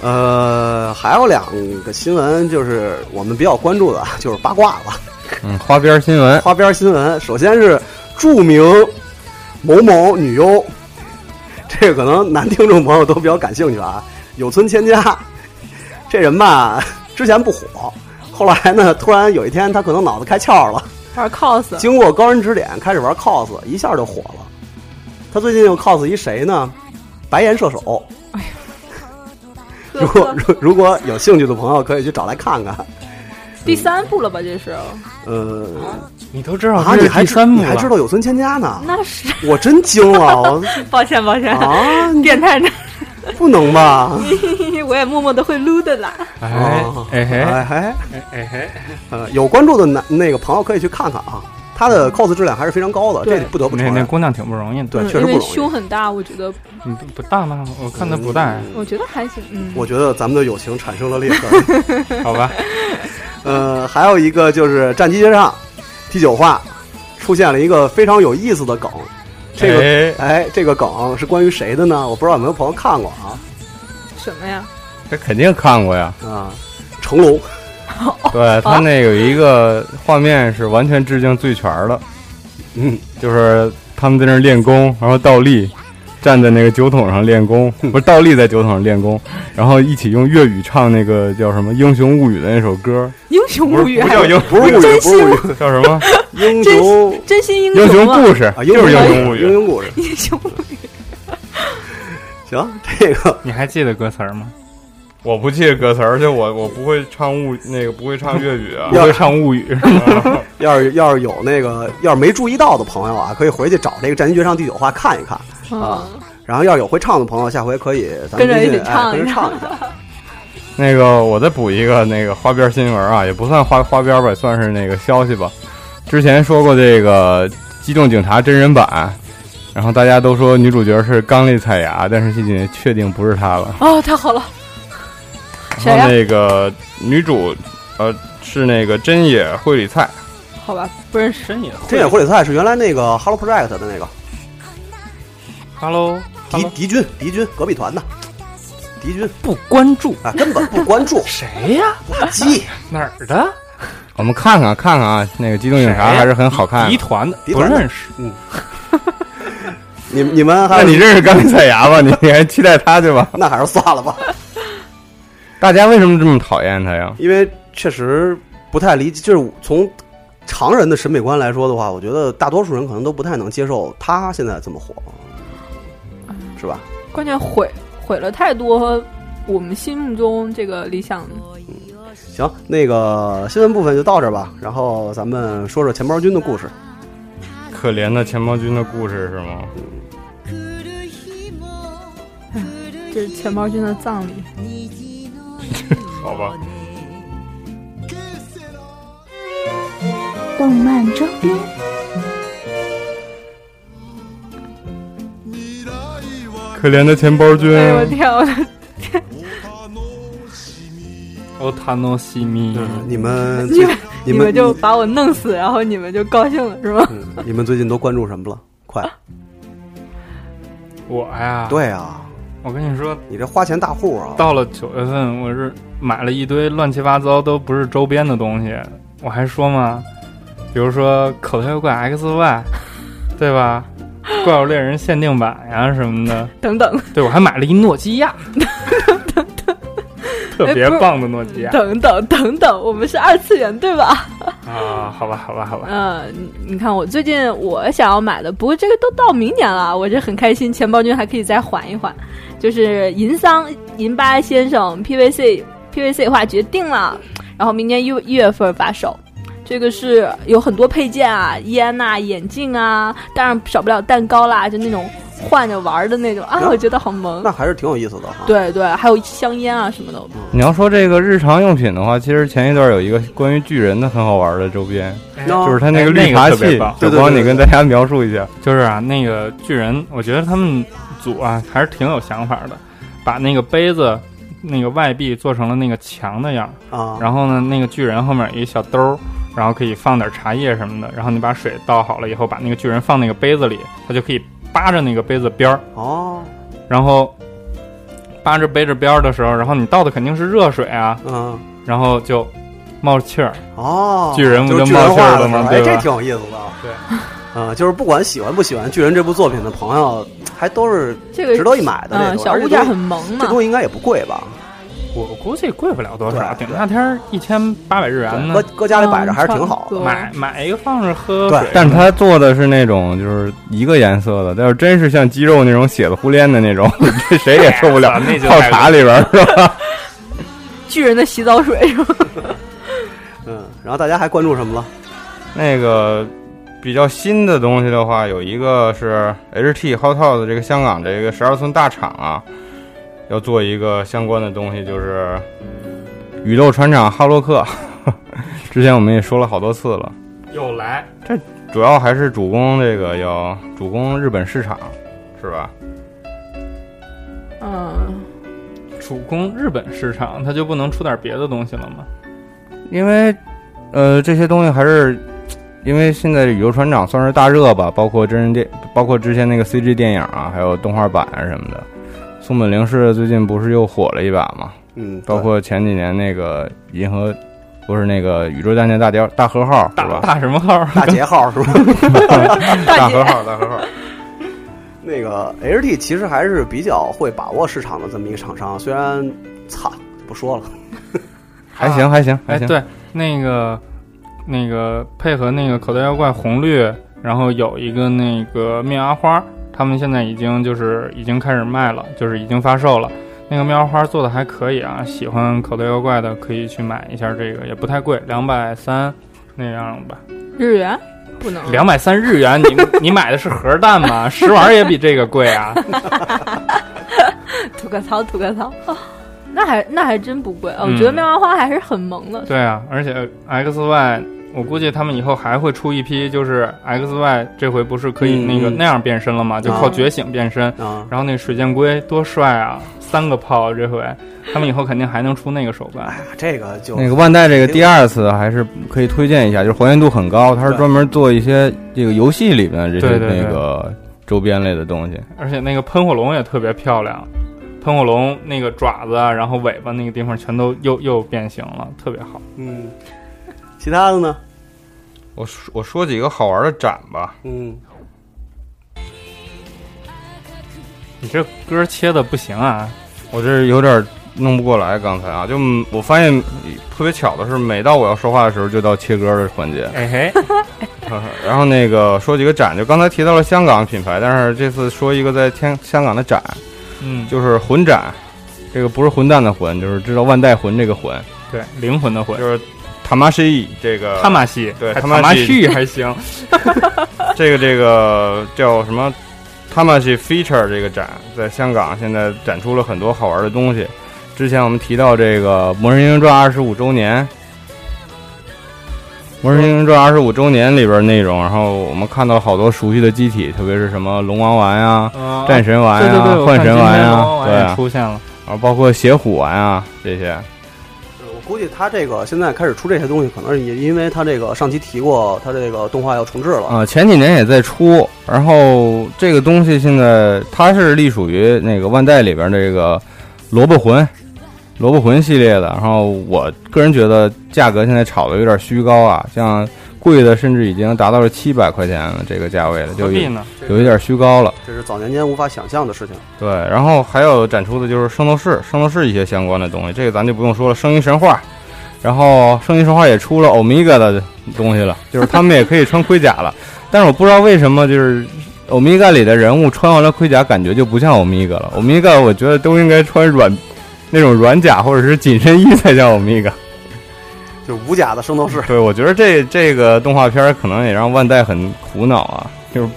[SPEAKER 8] 呃，还有两个新闻就是我们比较关注的，就是八卦了，
[SPEAKER 6] 嗯，花边新闻，
[SPEAKER 8] 花边新闻。首先是著名某某女优，这个可能男听众朋友都比较感兴趣啊。有村千佳，这人吧，之前不火，后来呢，突然有一天他可能脑子开窍了。
[SPEAKER 7] 玩 cos，
[SPEAKER 8] 经过高人指点，开始玩 cos，一下就火了。他最近又 cos 一谁呢？白岩射手。如果如如果有兴趣的朋友，可以去找来看看。
[SPEAKER 7] 第三部了吧？这是，
[SPEAKER 8] 呃，
[SPEAKER 3] 你都知道
[SPEAKER 8] 啊，
[SPEAKER 3] 这
[SPEAKER 8] 你
[SPEAKER 3] 是
[SPEAKER 8] 还
[SPEAKER 3] 第
[SPEAKER 8] 知
[SPEAKER 3] 三幕
[SPEAKER 8] 你还知
[SPEAKER 3] 了，
[SPEAKER 8] 道有村千佳呢？
[SPEAKER 7] 那是
[SPEAKER 8] 我真惊了！我
[SPEAKER 7] 抱歉抱歉， *laughs*
[SPEAKER 8] 啊，
[SPEAKER 7] 变态呢？
[SPEAKER 8] 不能吧？
[SPEAKER 7] 我也默默的会撸的啦。
[SPEAKER 3] 哎
[SPEAKER 8] 哦
[SPEAKER 3] 哎嘿
[SPEAKER 8] 哎哎，
[SPEAKER 3] 哎嘿，
[SPEAKER 8] 呃，有关注的男那个朋友可以去看看啊，他的 cos 质量还是非常高的，
[SPEAKER 7] 对
[SPEAKER 8] 这不得不
[SPEAKER 3] 那
[SPEAKER 8] 承
[SPEAKER 3] 那
[SPEAKER 8] 认。
[SPEAKER 3] 姑娘挺不容易的，
[SPEAKER 8] 对，
[SPEAKER 7] 嗯
[SPEAKER 8] 啊确实
[SPEAKER 7] 因
[SPEAKER 8] 不
[SPEAKER 7] 为
[SPEAKER 8] 容
[SPEAKER 7] 胸
[SPEAKER 8] 易。
[SPEAKER 7] 很大，我觉得，
[SPEAKER 3] 嗯不不大吗？我看她不
[SPEAKER 8] *laughs*
[SPEAKER 3] 大，
[SPEAKER 7] 我觉得还行。嗯，
[SPEAKER 8] 我觉得咱们的友情产生了裂痕。 *laughs*
[SPEAKER 3] 好吧？
[SPEAKER 8] 呃，还有一个就是《战机街上》第九话出现了一个非常有意思的梗，这个
[SPEAKER 3] 个
[SPEAKER 8] 哎，这个梗是关于谁的呢？我不知道有没有朋友看过啊
[SPEAKER 7] 什么呀？
[SPEAKER 6] 这肯定看过呀。
[SPEAKER 8] 啊，成龙哦
[SPEAKER 6] 对他那有一个画面是完全致敬《醉拳》的，
[SPEAKER 8] 嗯，
[SPEAKER 6] 就是他们在那儿练功，然后倒立，站在那个酒桶上练功，
[SPEAKER 8] 嗯
[SPEAKER 6] 不是倒立在酒桶上练功，然后一起用粤语唱那个叫什么《英雄物语》的那首歌，
[SPEAKER 7] 英雄无语，还
[SPEAKER 6] 英
[SPEAKER 8] 不是物语，不是物语，
[SPEAKER 6] 叫什么《
[SPEAKER 8] 英雄
[SPEAKER 7] 真心英
[SPEAKER 6] 英雄
[SPEAKER 7] 雄啊！
[SPEAKER 6] 故事
[SPEAKER 8] 啊，》，英
[SPEAKER 6] 就
[SPEAKER 8] 雄
[SPEAKER 6] 是《英
[SPEAKER 8] 英
[SPEAKER 6] 雄物语
[SPEAKER 8] 英》。雄啊故事。
[SPEAKER 7] *laughs* 英雄无语，
[SPEAKER 8] 行，这个
[SPEAKER 3] 你还记得歌词儿吗？
[SPEAKER 6] 我不记得歌词，而且我我不会唱物那个不会唱粤语啊
[SPEAKER 3] 不会唱物语是吗？
[SPEAKER 8] 要是要是有那个要是没注意到的朋友啊，可以回去找这个《战机绝唱》第九话看一看。啊
[SPEAKER 7] 嗯
[SPEAKER 8] 然后要是有会唱的朋友，下回可以咱们
[SPEAKER 7] 跟着
[SPEAKER 8] 最近
[SPEAKER 7] 一起
[SPEAKER 8] 哎
[SPEAKER 7] 唱
[SPEAKER 8] 跟
[SPEAKER 7] 一
[SPEAKER 8] 着
[SPEAKER 7] 下
[SPEAKER 8] 唱一下。
[SPEAKER 6] *laughs* 那个，我再补一个那个花边新闻啊，也不算花花边吧，也算是那个消息吧。之前说过这个《机动警察》真人版，然后大家都说女主角是刚力彩芽，但是现在确定不是她了。
[SPEAKER 7] 哦，太好了，谁
[SPEAKER 6] 然
[SPEAKER 7] 呀
[SPEAKER 6] 后那个女主，呃，是那个真野惠里菜，
[SPEAKER 7] 好吧，不认识。
[SPEAKER 3] 真也会
[SPEAKER 8] 这野惠里菜是原来那个《Hello Project》的那个，
[SPEAKER 3] Hello，
[SPEAKER 8] 敌敌军，敌军，隔壁团的敌军
[SPEAKER 3] 不关注
[SPEAKER 8] 啊，根本不关
[SPEAKER 7] *laughs*
[SPEAKER 8] 注
[SPEAKER 3] 谁呀、
[SPEAKER 8] 垃圾。
[SPEAKER 3] 哪儿的？
[SPEAKER 6] 我们看看看看啊，那个《机动警察》
[SPEAKER 3] 谁呀
[SPEAKER 6] 还是很好看
[SPEAKER 3] 敌
[SPEAKER 6] 的。
[SPEAKER 3] 团的，
[SPEAKER 8] 敌
[SPEAKER 3] 不
[SPEAKER 8] 团的
[SPEAKER 3] 认识。
[SPEAKER 8] 你你们还
[SPEAKER 6] 那你认识钢铁彩牙吗？你还期待他去吧？
[SPEAKER 8] 那还是算了吧，
[SPEAKER 6] 大家为什么这么讨厌他呀？
[SPEAKER 8] 因为确实不太理解，就是从常人的审美观来说的话，我觉得大多数人可能都不太能接受他现在这么火，
[SPEAKER 7] 嗯
[SPEAKER 8] 是吧？
[SPEAKER 7] 关键毁毁了太多我们心目中这个理想。
[SPEAKER 8] 行，那个新闻部分就到这儿吧，然后咱们说说钱包君的故事。
[SPEAKER 6] 可怜的钱包君的故事是吗？
[SPEAKER 7] 这是钱包君的葬礼。
[SPEAKER 6] 好吧，
[SPEAKER 4] 动漫周边。
[SPEAKER 6] 可怜的钱包君
[SPEAKER 7] 哎呦我天，我的
[SPEAKER 3] 哦，他诺西米，
[SPEAKER 8] 你们
[SPEAKER 7] 你们
[SPEAKER 8] 你
[SPEAKER 7] 你
[SPEAKER 8] 们
[SPEAKER 7] 们就把我弄死，然后你们就高兴了是吗？
[SPEAKER 8] 嗯你们最近都关注什么了？ *laughs* 快，
[SPEAKER 3] 我呀，，
[SPEAKER 8] 对啊，
[SPEAKER 3] 我跟你说，
[SPEAKER 8] 你这花钱大户啊，
[SPEAKER 3] 到了九月份，我是买了一堆乱七八糟都不是周边的东西，我还说嘛，比如说口袋妖怪 XY，对吧？怪物猎人限定版呀什么的，
[SPEAKER 7] *laughs* 等等
[SPEAKER 3] 对我还买了一诺基亚，特别棒的诺基亚
[SPEAKER 7] *laughs* 等等等等，我们是二次元对吧？
[SPEAKER 3] 啊！好吧，好吧，好吧，
[SPEAKER 7] 嗯、你你看我最近我想要买的，不过这个都到明年了，我这很开心，钱包君还可以再缓一缓。就是银桑银巴先生 PVC PVC 化决定了，然后明年一一月份发售。这个是呃有很多配件啊，烟呐、眼镜啊，当然少不了蛋糕啦，就那种换着玩儿的那种啊，我觉得好萌
[SPEAKER 8] 那。还是挺有意思的哈。
[SPEAKER 7] 对对，还有香烟啊什么的，
[SPEAKER 6] 你要说这个日常用品的话，其实前一段有一个关于巨人的很好玩的周边，
[SPEAKER 8] 哦
[SPEAKER 6] 就是他那个
[SPEAKER 3] 哎那
[SPEAKER 6] 绿
[SPEAKER 3] 个
[SPEAKER 6] 茶
[SPEAKER 3] 特别
[SPEAKER 6] 器
[SPEAKER 3] 棒。
[SPEAKER 6] 小
[SPEAKER 8] 对对
[SPEAKER 6] 光，
[SPEAKER 8] 对
[SPEAKER 6] 你
[SPEAKER 8] 对
[SPEAKER 6] 跟大家描述一下。
[SPEAKER 3] 就是啊，那个巨人，我觉得他们组啊还是挺有想法的，把那个杯子那个外壁做成了那个墙的样儿。
[SPEAKER 8] 啊，
[SPEAKER 3] 然后呢，那个巨人后面有一小兜儿，然后可以放点茶叶什么的。然后你把水倒好了以后，把那个巨人放那个杯子里，他就可以扒着那个杯子边儿，
[SPEAKER 8] 哦，
[SPEAKER 3] 然后扒着杯子边儿的时候，然后你倒的肯定是热水
[SPEAKER 6] *laughs*
[SPEAKER 3] 啊，
[SPEAKER 8] 嗯，
[SPEAKER 3] 然后就冒气儿。
[SPEAKER 8] 哦，
[SPEAKER 3] 巨人不
[SPEAKER 8] 就
[SPEAKER 3] 就
[SPEAKER 8] 是巨人
[SPEAKER 3] 冒气
[SPEAKER 8] 化
[SPEAKER 3] 儿
[SPEAKER 8] 的
[SPEAKER 3] 了
[SPEAKER 8] 时候
[SPEAKER 3] 吗
[SPEAKER 8] 哎，
[SPEAKER 3] 对吧
[SPEAKER 8] 这挺有意思的。
[SPEAKER 3] 对，
[SPEAKER 8] 啊，就是不管喜欢不喜欢巨人这部作品的朋友，还都是
[SPEAKER 7] 这个
[SPEAKER 8] 值得一买的
[SPEAKER 7] 嗯，
[SPEAKER 8] 这种。
[SPEAKER 7] 小
[SPEAKER 8] 而且
[SPEAKER 7] 物
[SPEAKER 8] 这
[SPEAKER 7] 件
[SPEAKER 8] 东
[SPEAKER 7] 很萌
[SPEAKER 8] 这
[SPEAKER 7] 嘛。
[SPEAKER 8] 东西应该也不贵吧？
[SPEAKER 3] 我估计贵不了多 *laughs* 少，啊
[SPEAKER 8] 对
[SPEAKER 3] 顶大天儿一千八百日元
[SPEAKER 8] 对
[SPEAKER 3] 呢
[SPEAKER 8] 搁。搁家里摆着还是挺好的。
[SPEAKER 7] 嗯
[SPEAKER 3] 买买一个放着喝
[SPEAKER 8] 对
[SPEAKER 3] 水，
[SPEAKER 6] 但是他做的是那种就是一个颜色的，但是真是像鸡肉那种血的糊连的那种， *laughs* 这谁也受不了。
[SPEAKER 3] 哎那就
[SPEAKER 6] 泡
[SPEAKER 3] 太
[SPEAKER 6] 茶里边儿是吧？
[SPEAKER 7] 巨人的洗澡水是吧？
[SPEAKER 8] 嗯，然后大家还关注什么了？
[SPEAKER 6] 那个比较新的东西的话，有一个是 HT Hot Hot 的这个香港这个十二寸大厂啊，要做一个相关的东西，就是宇宙船长哈洛克。 *laughs* 之前我们也说了好多次了，
[SPEAKER 3] 又来。
[SPEAKER 6] 主要还是主攻这个要主攻日本市场，是吧？
[SPEAKER 7] 嗯，
[SPEAKER 3] 主攻日本市场，他就不能出点别的东西了吗？
[SPEAKER 6] 因为呃这些东西还是因为现在宇宙船长算是大热吧，包括真人电，包括之前那个 CG 电影啊，还有动画版啊什么的。松本零士最近不是又火了一把嘛？
[SPEAKER 8] 嗯，对
[SPEAKER 6] 包括前几年那个银河，不是那个宇宙战舰大雕大和号是
[SPEAKER 3] 大
[SPEAKER 6] 吧？
[SPEAKER 3] 大什么号？
[SPEAKER 8] 大杰号是吧？
[SPEAKER 6] 大
[SPEAKER 7] 大
[SPEAKER 6] 和
[SPEAKER 7] 姐，
[SPEAKER 6] 号大和号，
[SPEAKER 8] 那个 HT 其实还是比较会把握市场的这么一个厂商，虽然惨不说了，
[SPEAKER 6] *laughs* 还行还行还
[SPEAKER 3] 哎，
[SPEAKER 6] 行。
[SPEAKER 3] 对，那个那个配合那个口袋妖怪红绿，然后有一个那个面芽花，他们现在已经就是已经开始卖了，就是已经发售了。那个面芽花做的还可以啊，喜欢口袋妖怪的可以去买一下，这个也不太贵，两百三那样吧，
[SPEAKER 7] 日元不能。
[SPEAKER 3] 两百三日元。你 *laughs* 你买的是盒蛋吗？食玩也比这个贵啊。
[SPEAKER 7] 吐个槽，吐个槽。啊 *laughs* 那还那还真不贵啊！
[SPEAKER 3] 嗯
[SPEAKER 7] 我觉得妙蛙花还是很萌的。
[SPEAKER 3] *laughs* 对啊，而且 XY，我估计他们以后还会出一批，就是 XY 这回不是可以
[SPEAKER 8] 嗯
[SPEAKER 3] 那个、
[SPEAKER 8] 嗯
[SPEAKER 3] 那样变身了吗？就靠觉醒变身。
[SPEAKER 8] 啊，
[SPEAKER 3] 然后那水箭龟多帅啊，三个炮这回，他们以后肯定还能出那个手办
[SPEAKER 8] 哎。呀，这个就
[SPEAKER 6] 那个万代这个第二次还是可以推荐一下，就是还原度很高，它是专门做一些这个游戏里面的这
[SPEAKER 3] 对
[SPEAKER 6] 些
[SPEAKER 3] 对对
[SPEAKER 6] 那个周边类的东西。
[SPEAKER 3] 而且那个喷火龙也特别漂亮，喷火龙那个爪子啊，然后尾巴那个地方全都又又变形了，特别好。
[SPEAKER 8] 嗯，其他的呢？
[SPEAKER 6] 我说我说几个好玩的展吧，
[SPEAKER 8] 嗯，
[SPEAKER 3] 你这歌切的不行啊！
[SPEAKER 6] 我这有点弄不过来。刚才啊，就嗯我发现特别巧的是，每到我要说话的时候，就到切歌的环节。
[SPEAKER 3] 哎嘿，
[SPEAKER 6] 然后那个说几个展，就刚才提到了香港品牌，但是这次说一个在天香港的展，
[SPEAKER 3] 嗯，就
[SPEAKER 6] 就是魂展，这个不是混蛋的混，就是知道万代魂这个魂，
[SPEAKER 3] 对，灵魂的魂，
[SPEAKER 6] 就是塔玛西这个
[SPEAKER 3] 他妈西，
[SPEAKER 6] 对
[SPEAKER 3] 还
[SPEAKER 6] 他
[SPEAKER 3] 他
[SPEAKER 6] 妈
[SPEAKER 3] 妈
[SPEAKER 6] 西
[SPEAKER 3] 西还行。
[SPEAKER 6] 这个这个叫什么 Tamashi Feature 这个展，在香港现在展出了很多好玩的东西。之前我们提到这个《魔神英雄传》二十五周年，《魔神英雄传》二十五周年里边内容，然后我们看到了好多熟悉的机体，特别是什么龙王丸呀、
[SPEAKER 3] 嗯
[SPEAKER 6] 战神丸
[SPEAKER 3] 对
[SPEAKER 6] 哎呀、
[SPEAKER 3] 对对，我
[SPEAKER 6] 幻
[SPEAKER 3] 看
[SPEAKER 6] 神
[SPEAKER 3] 今
[SPEAKER 6] 丸
[SPEAKER 3] 天
[SPEAKER 6] 呀、
[SPEAKER 3] 猫王
[SPEAKER 6] 对
[SPEAKER 3] 也
[SPEAKER 6] 啊，
[SPEAKER 3] 出现了。
[SPEAKER 6] 然后包括邪虎丸啊这些。
[SPEAKER 8] 呃我估计他这个现在开始出这些东西，可能也因为他这个上期提过，他这个动画要重置
[SPEAKER 3] 嗯
[SPEAKER 8] 了。
[SPEAKER 6] 啊，前几年也在出，然后这个东西现在它是隶属于那个万代里边这个萝卜魂，萝卜魂系列的。然后我个人觉得价格现在炒的有点虚高啊，像贵的甚至已经达到了七百块钱了这个价位了，
[SPEAKER 3] 何
[SPEAKER 6] 就
[SPEAKER 3] 必
[SPEAKER 6] 有
[SPEAKER 3] 呢？
[SPEAKER 6] 有一点虚高了。
[SPEAKER 8] 这是早年间无法想象的事情。
[SPEAKER 6] 对，然后还有展出的就是圣斗士，圣斗士一些相关的东西，这个咱就不用说了。圣衣神话，然后圣衣神话也出了欧米伽的东西了，就是他们也可以穿盔甲了。 *laughs* 但是我不知道为什么，就是欧米伽里的人物穿完了盔甲，感觉就不像欧米伽了。欧米伽我觉得都应该穿软那种软甲或者是紧身衣才叫欧
[SPEAKER 3] *laughs*
[SPEAKER 6] 米伽。
[SPEAKER 8] 就是无甲的圣斗士，
[SPEAKER 6] 对，我觉得这这个动画片儿可能也让万代很苦恼啊，就是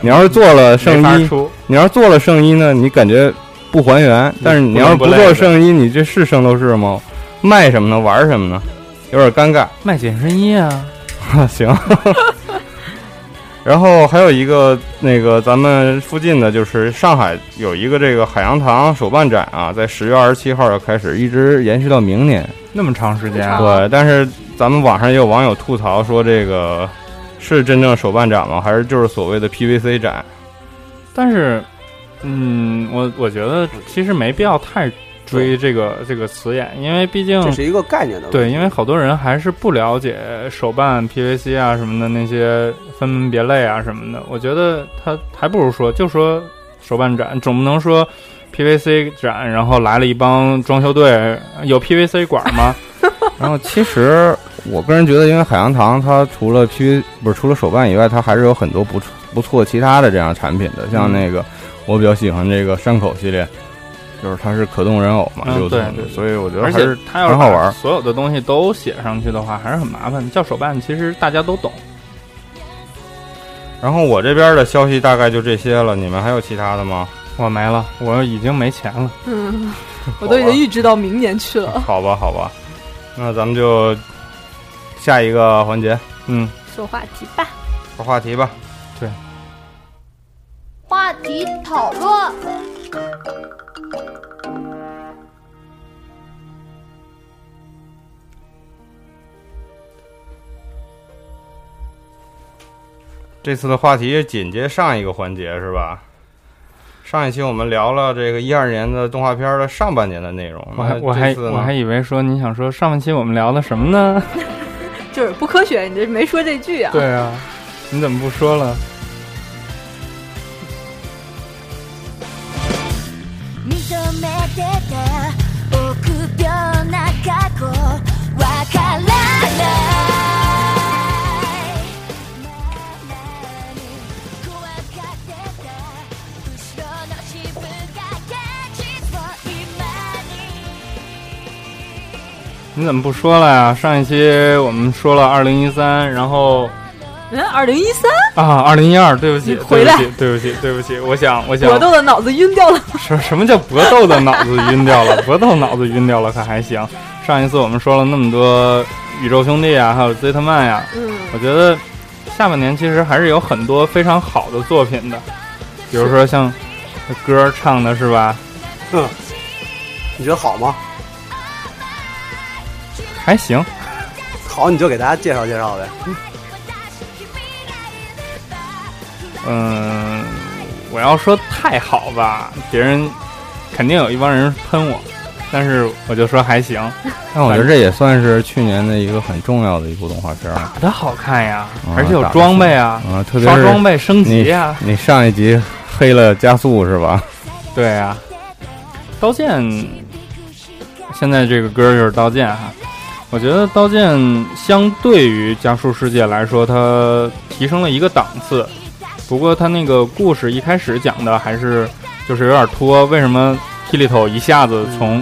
[SPEAKER 6] 你要是做了圣
[SPEAKER 3] 没法
[SPEAKER 6] 衣，
[SPEAKER 3] 出，
[SPEAKER 6] 你要是做了圣衣呢，你感觉不还原；但是你要是不做圣衣，你这是圣斗士吗？卖什么呢？玩什么呢？有点尴尬。 *laughs*
[SPEAKER 3] 卖紧身衣啊！
[SPEAKER 6] 行。 *laughs* 然后还有一个那个咱们附近的就是上海有一个这个海洋堂手办展啊，在十月二十七号要开始，一直延续到明年。
[SPEAKER 3] 那么长时间啊，
[SPEAKER 6] 对，但是咱们网上也有网友吐槽说，这个是真正手办展吗？还是就是所谓的 PVC 展？
[SPEAKER 3] 但是，嗯，我我觉得其实没必要太追这个这个词眼，因为毕竟
[SPEAKER 8] 这是一个概念的问
[SPEAKER 3] 嗯
[SPEAKER 8] 题。
[SPEAKER 3] 对，因为好多人还是不了解手办、PVC 啊什么的那些分门别类啊什么的。我觉得他还不如说就说手办展，总不能说 PVC 展，然后来了一帮装修队，有 PVC 管吗？
[SPEAKER 6] 然后其实我个人觉得，因为海洋堂它除了 P 不是除了手办以外，它还是有很多不错不错其他的这样产品的，像
[SPEAKER 3] 嗯
[SPEAKER 6] 那个我比较喜欢这个山口系列，就是它是可动人偶嘛，
[SPEAKER 3] 嗯
[SPEAKER 6] 流动的
[SPEAKER 3] 对对对
[SPEAKER 6] 所以我觉得
[SPEAKER 3] 而
[SPEAKER 6] 还
[SPEAKER 3] 且
[SPEAKER 6] 是
[SPEAKER 3] 他要
[SPEAKER 6] 很好玩
[SPEAKER 3] 把所有的东西都写上去的话，还是很麻烦。叫手办其实大家都懂，
[SPEAKER 6] 然后我这边的消息大概就这些了，你们还有其他的吗？
[SPEAKER 3] 我没了，我已经没钱了。
[SPEAKER 7] 嗯，
[SPEAKER 3] 啊
[SPEAKER 7] 我都已经预知到明年去
[SPEAKER 3] 哦
[SPEAKER 7] 了。
[SPEAKER 6] 好吧，好吧，那咱们就下一个环节
[SPEAKER 3] 嗯，
[SPEAKER 7] *laughs* 说话题吧，
[SPEAKER 6] 说话题吧。
[SPEAKER 4] 话题讨论。
[SPEAKER 6] 这次的话题紧接上一个环节是吧？上一期我们聊了这个一二年的动画片的上半年的内容，
[SPEAKER 3] 我还
[SPEAKER 6] 那
[SPEAKER 3] 我还
[SPEAKER 6] 哎这次呢
[SPEAKER 3] 我还以为说你想说上半期我们聊的什么呢？ *laughs*
[SPEAKER 7] 就是不科学，你这没说这句啊？
[SPEAKER 3] 对啊，你怎么不说了？
[SPEAKER 4] 認めてて臆病な過去わからないなのに怖がってた後ろの自分が現実を今
[SPEAKER 3] 你怎么不说了呀？上一期我们说了二零一三，然后
[SPEAKER 7] 嗯，二零一三，
[SPEAKER 3] 啊，二零一二，对不起，
[SPEAKER 7] 你回
[SPEAKER 3] 对
[SPEAKER 7] 来
[SPEAKER 3] 不起，对不起，对不起，我想，我想
[SPEAKER 7] 搏，斗的脑子晕掉了。
[SPEAKER 3] 什什么叫搏斗的脑子晕掉了？ *laughs* 搏斗脑子晕掉了可还行。上一次我们说了那么多宇宙兄弟啊，还有 Zeta Man 呀、
[SPEAKER 7] 嗯，
[SPEAKER 3] 我觉得下半年其实还是有很多非常好的作品的，比如说像歌唱的是吧，
[SPEAKER 8] 你觉得好吗？
[SPEAKER 3] 还行。
[SPEAKER 8] 好，你就给大家介绍介绍呗。
[SPEAKER 3] 嗯，我要说太好吧，别人肯定有一帮人喷我，但是我就说还行，
[SPEAKER 6] 但我觉得这也算是去年的一个很重要的一部动画片儿，
[SPEAKER 3] 打的好看呀，
[SPEAKER 6] 嗯
[SPEAKER 3] 而且有装备啊，
[SPEAKER 6] 啊，特别
[SPEAKER 3] 刷装
[SPEAKER 6] 是
[SPEAKER 3] 备升级啊呀，
[SPEAKER 6] 你上一集黑了加速是吧？
[SPEAKER 3] 对啊，刀剑现在这个歌就是刀剑哈。我觉得《刀剑》相对于《加速世界》来说，它提升了一个档次。不过它那个故事一开始讲的还是就是有点拖，为什么 k i l i 一下子从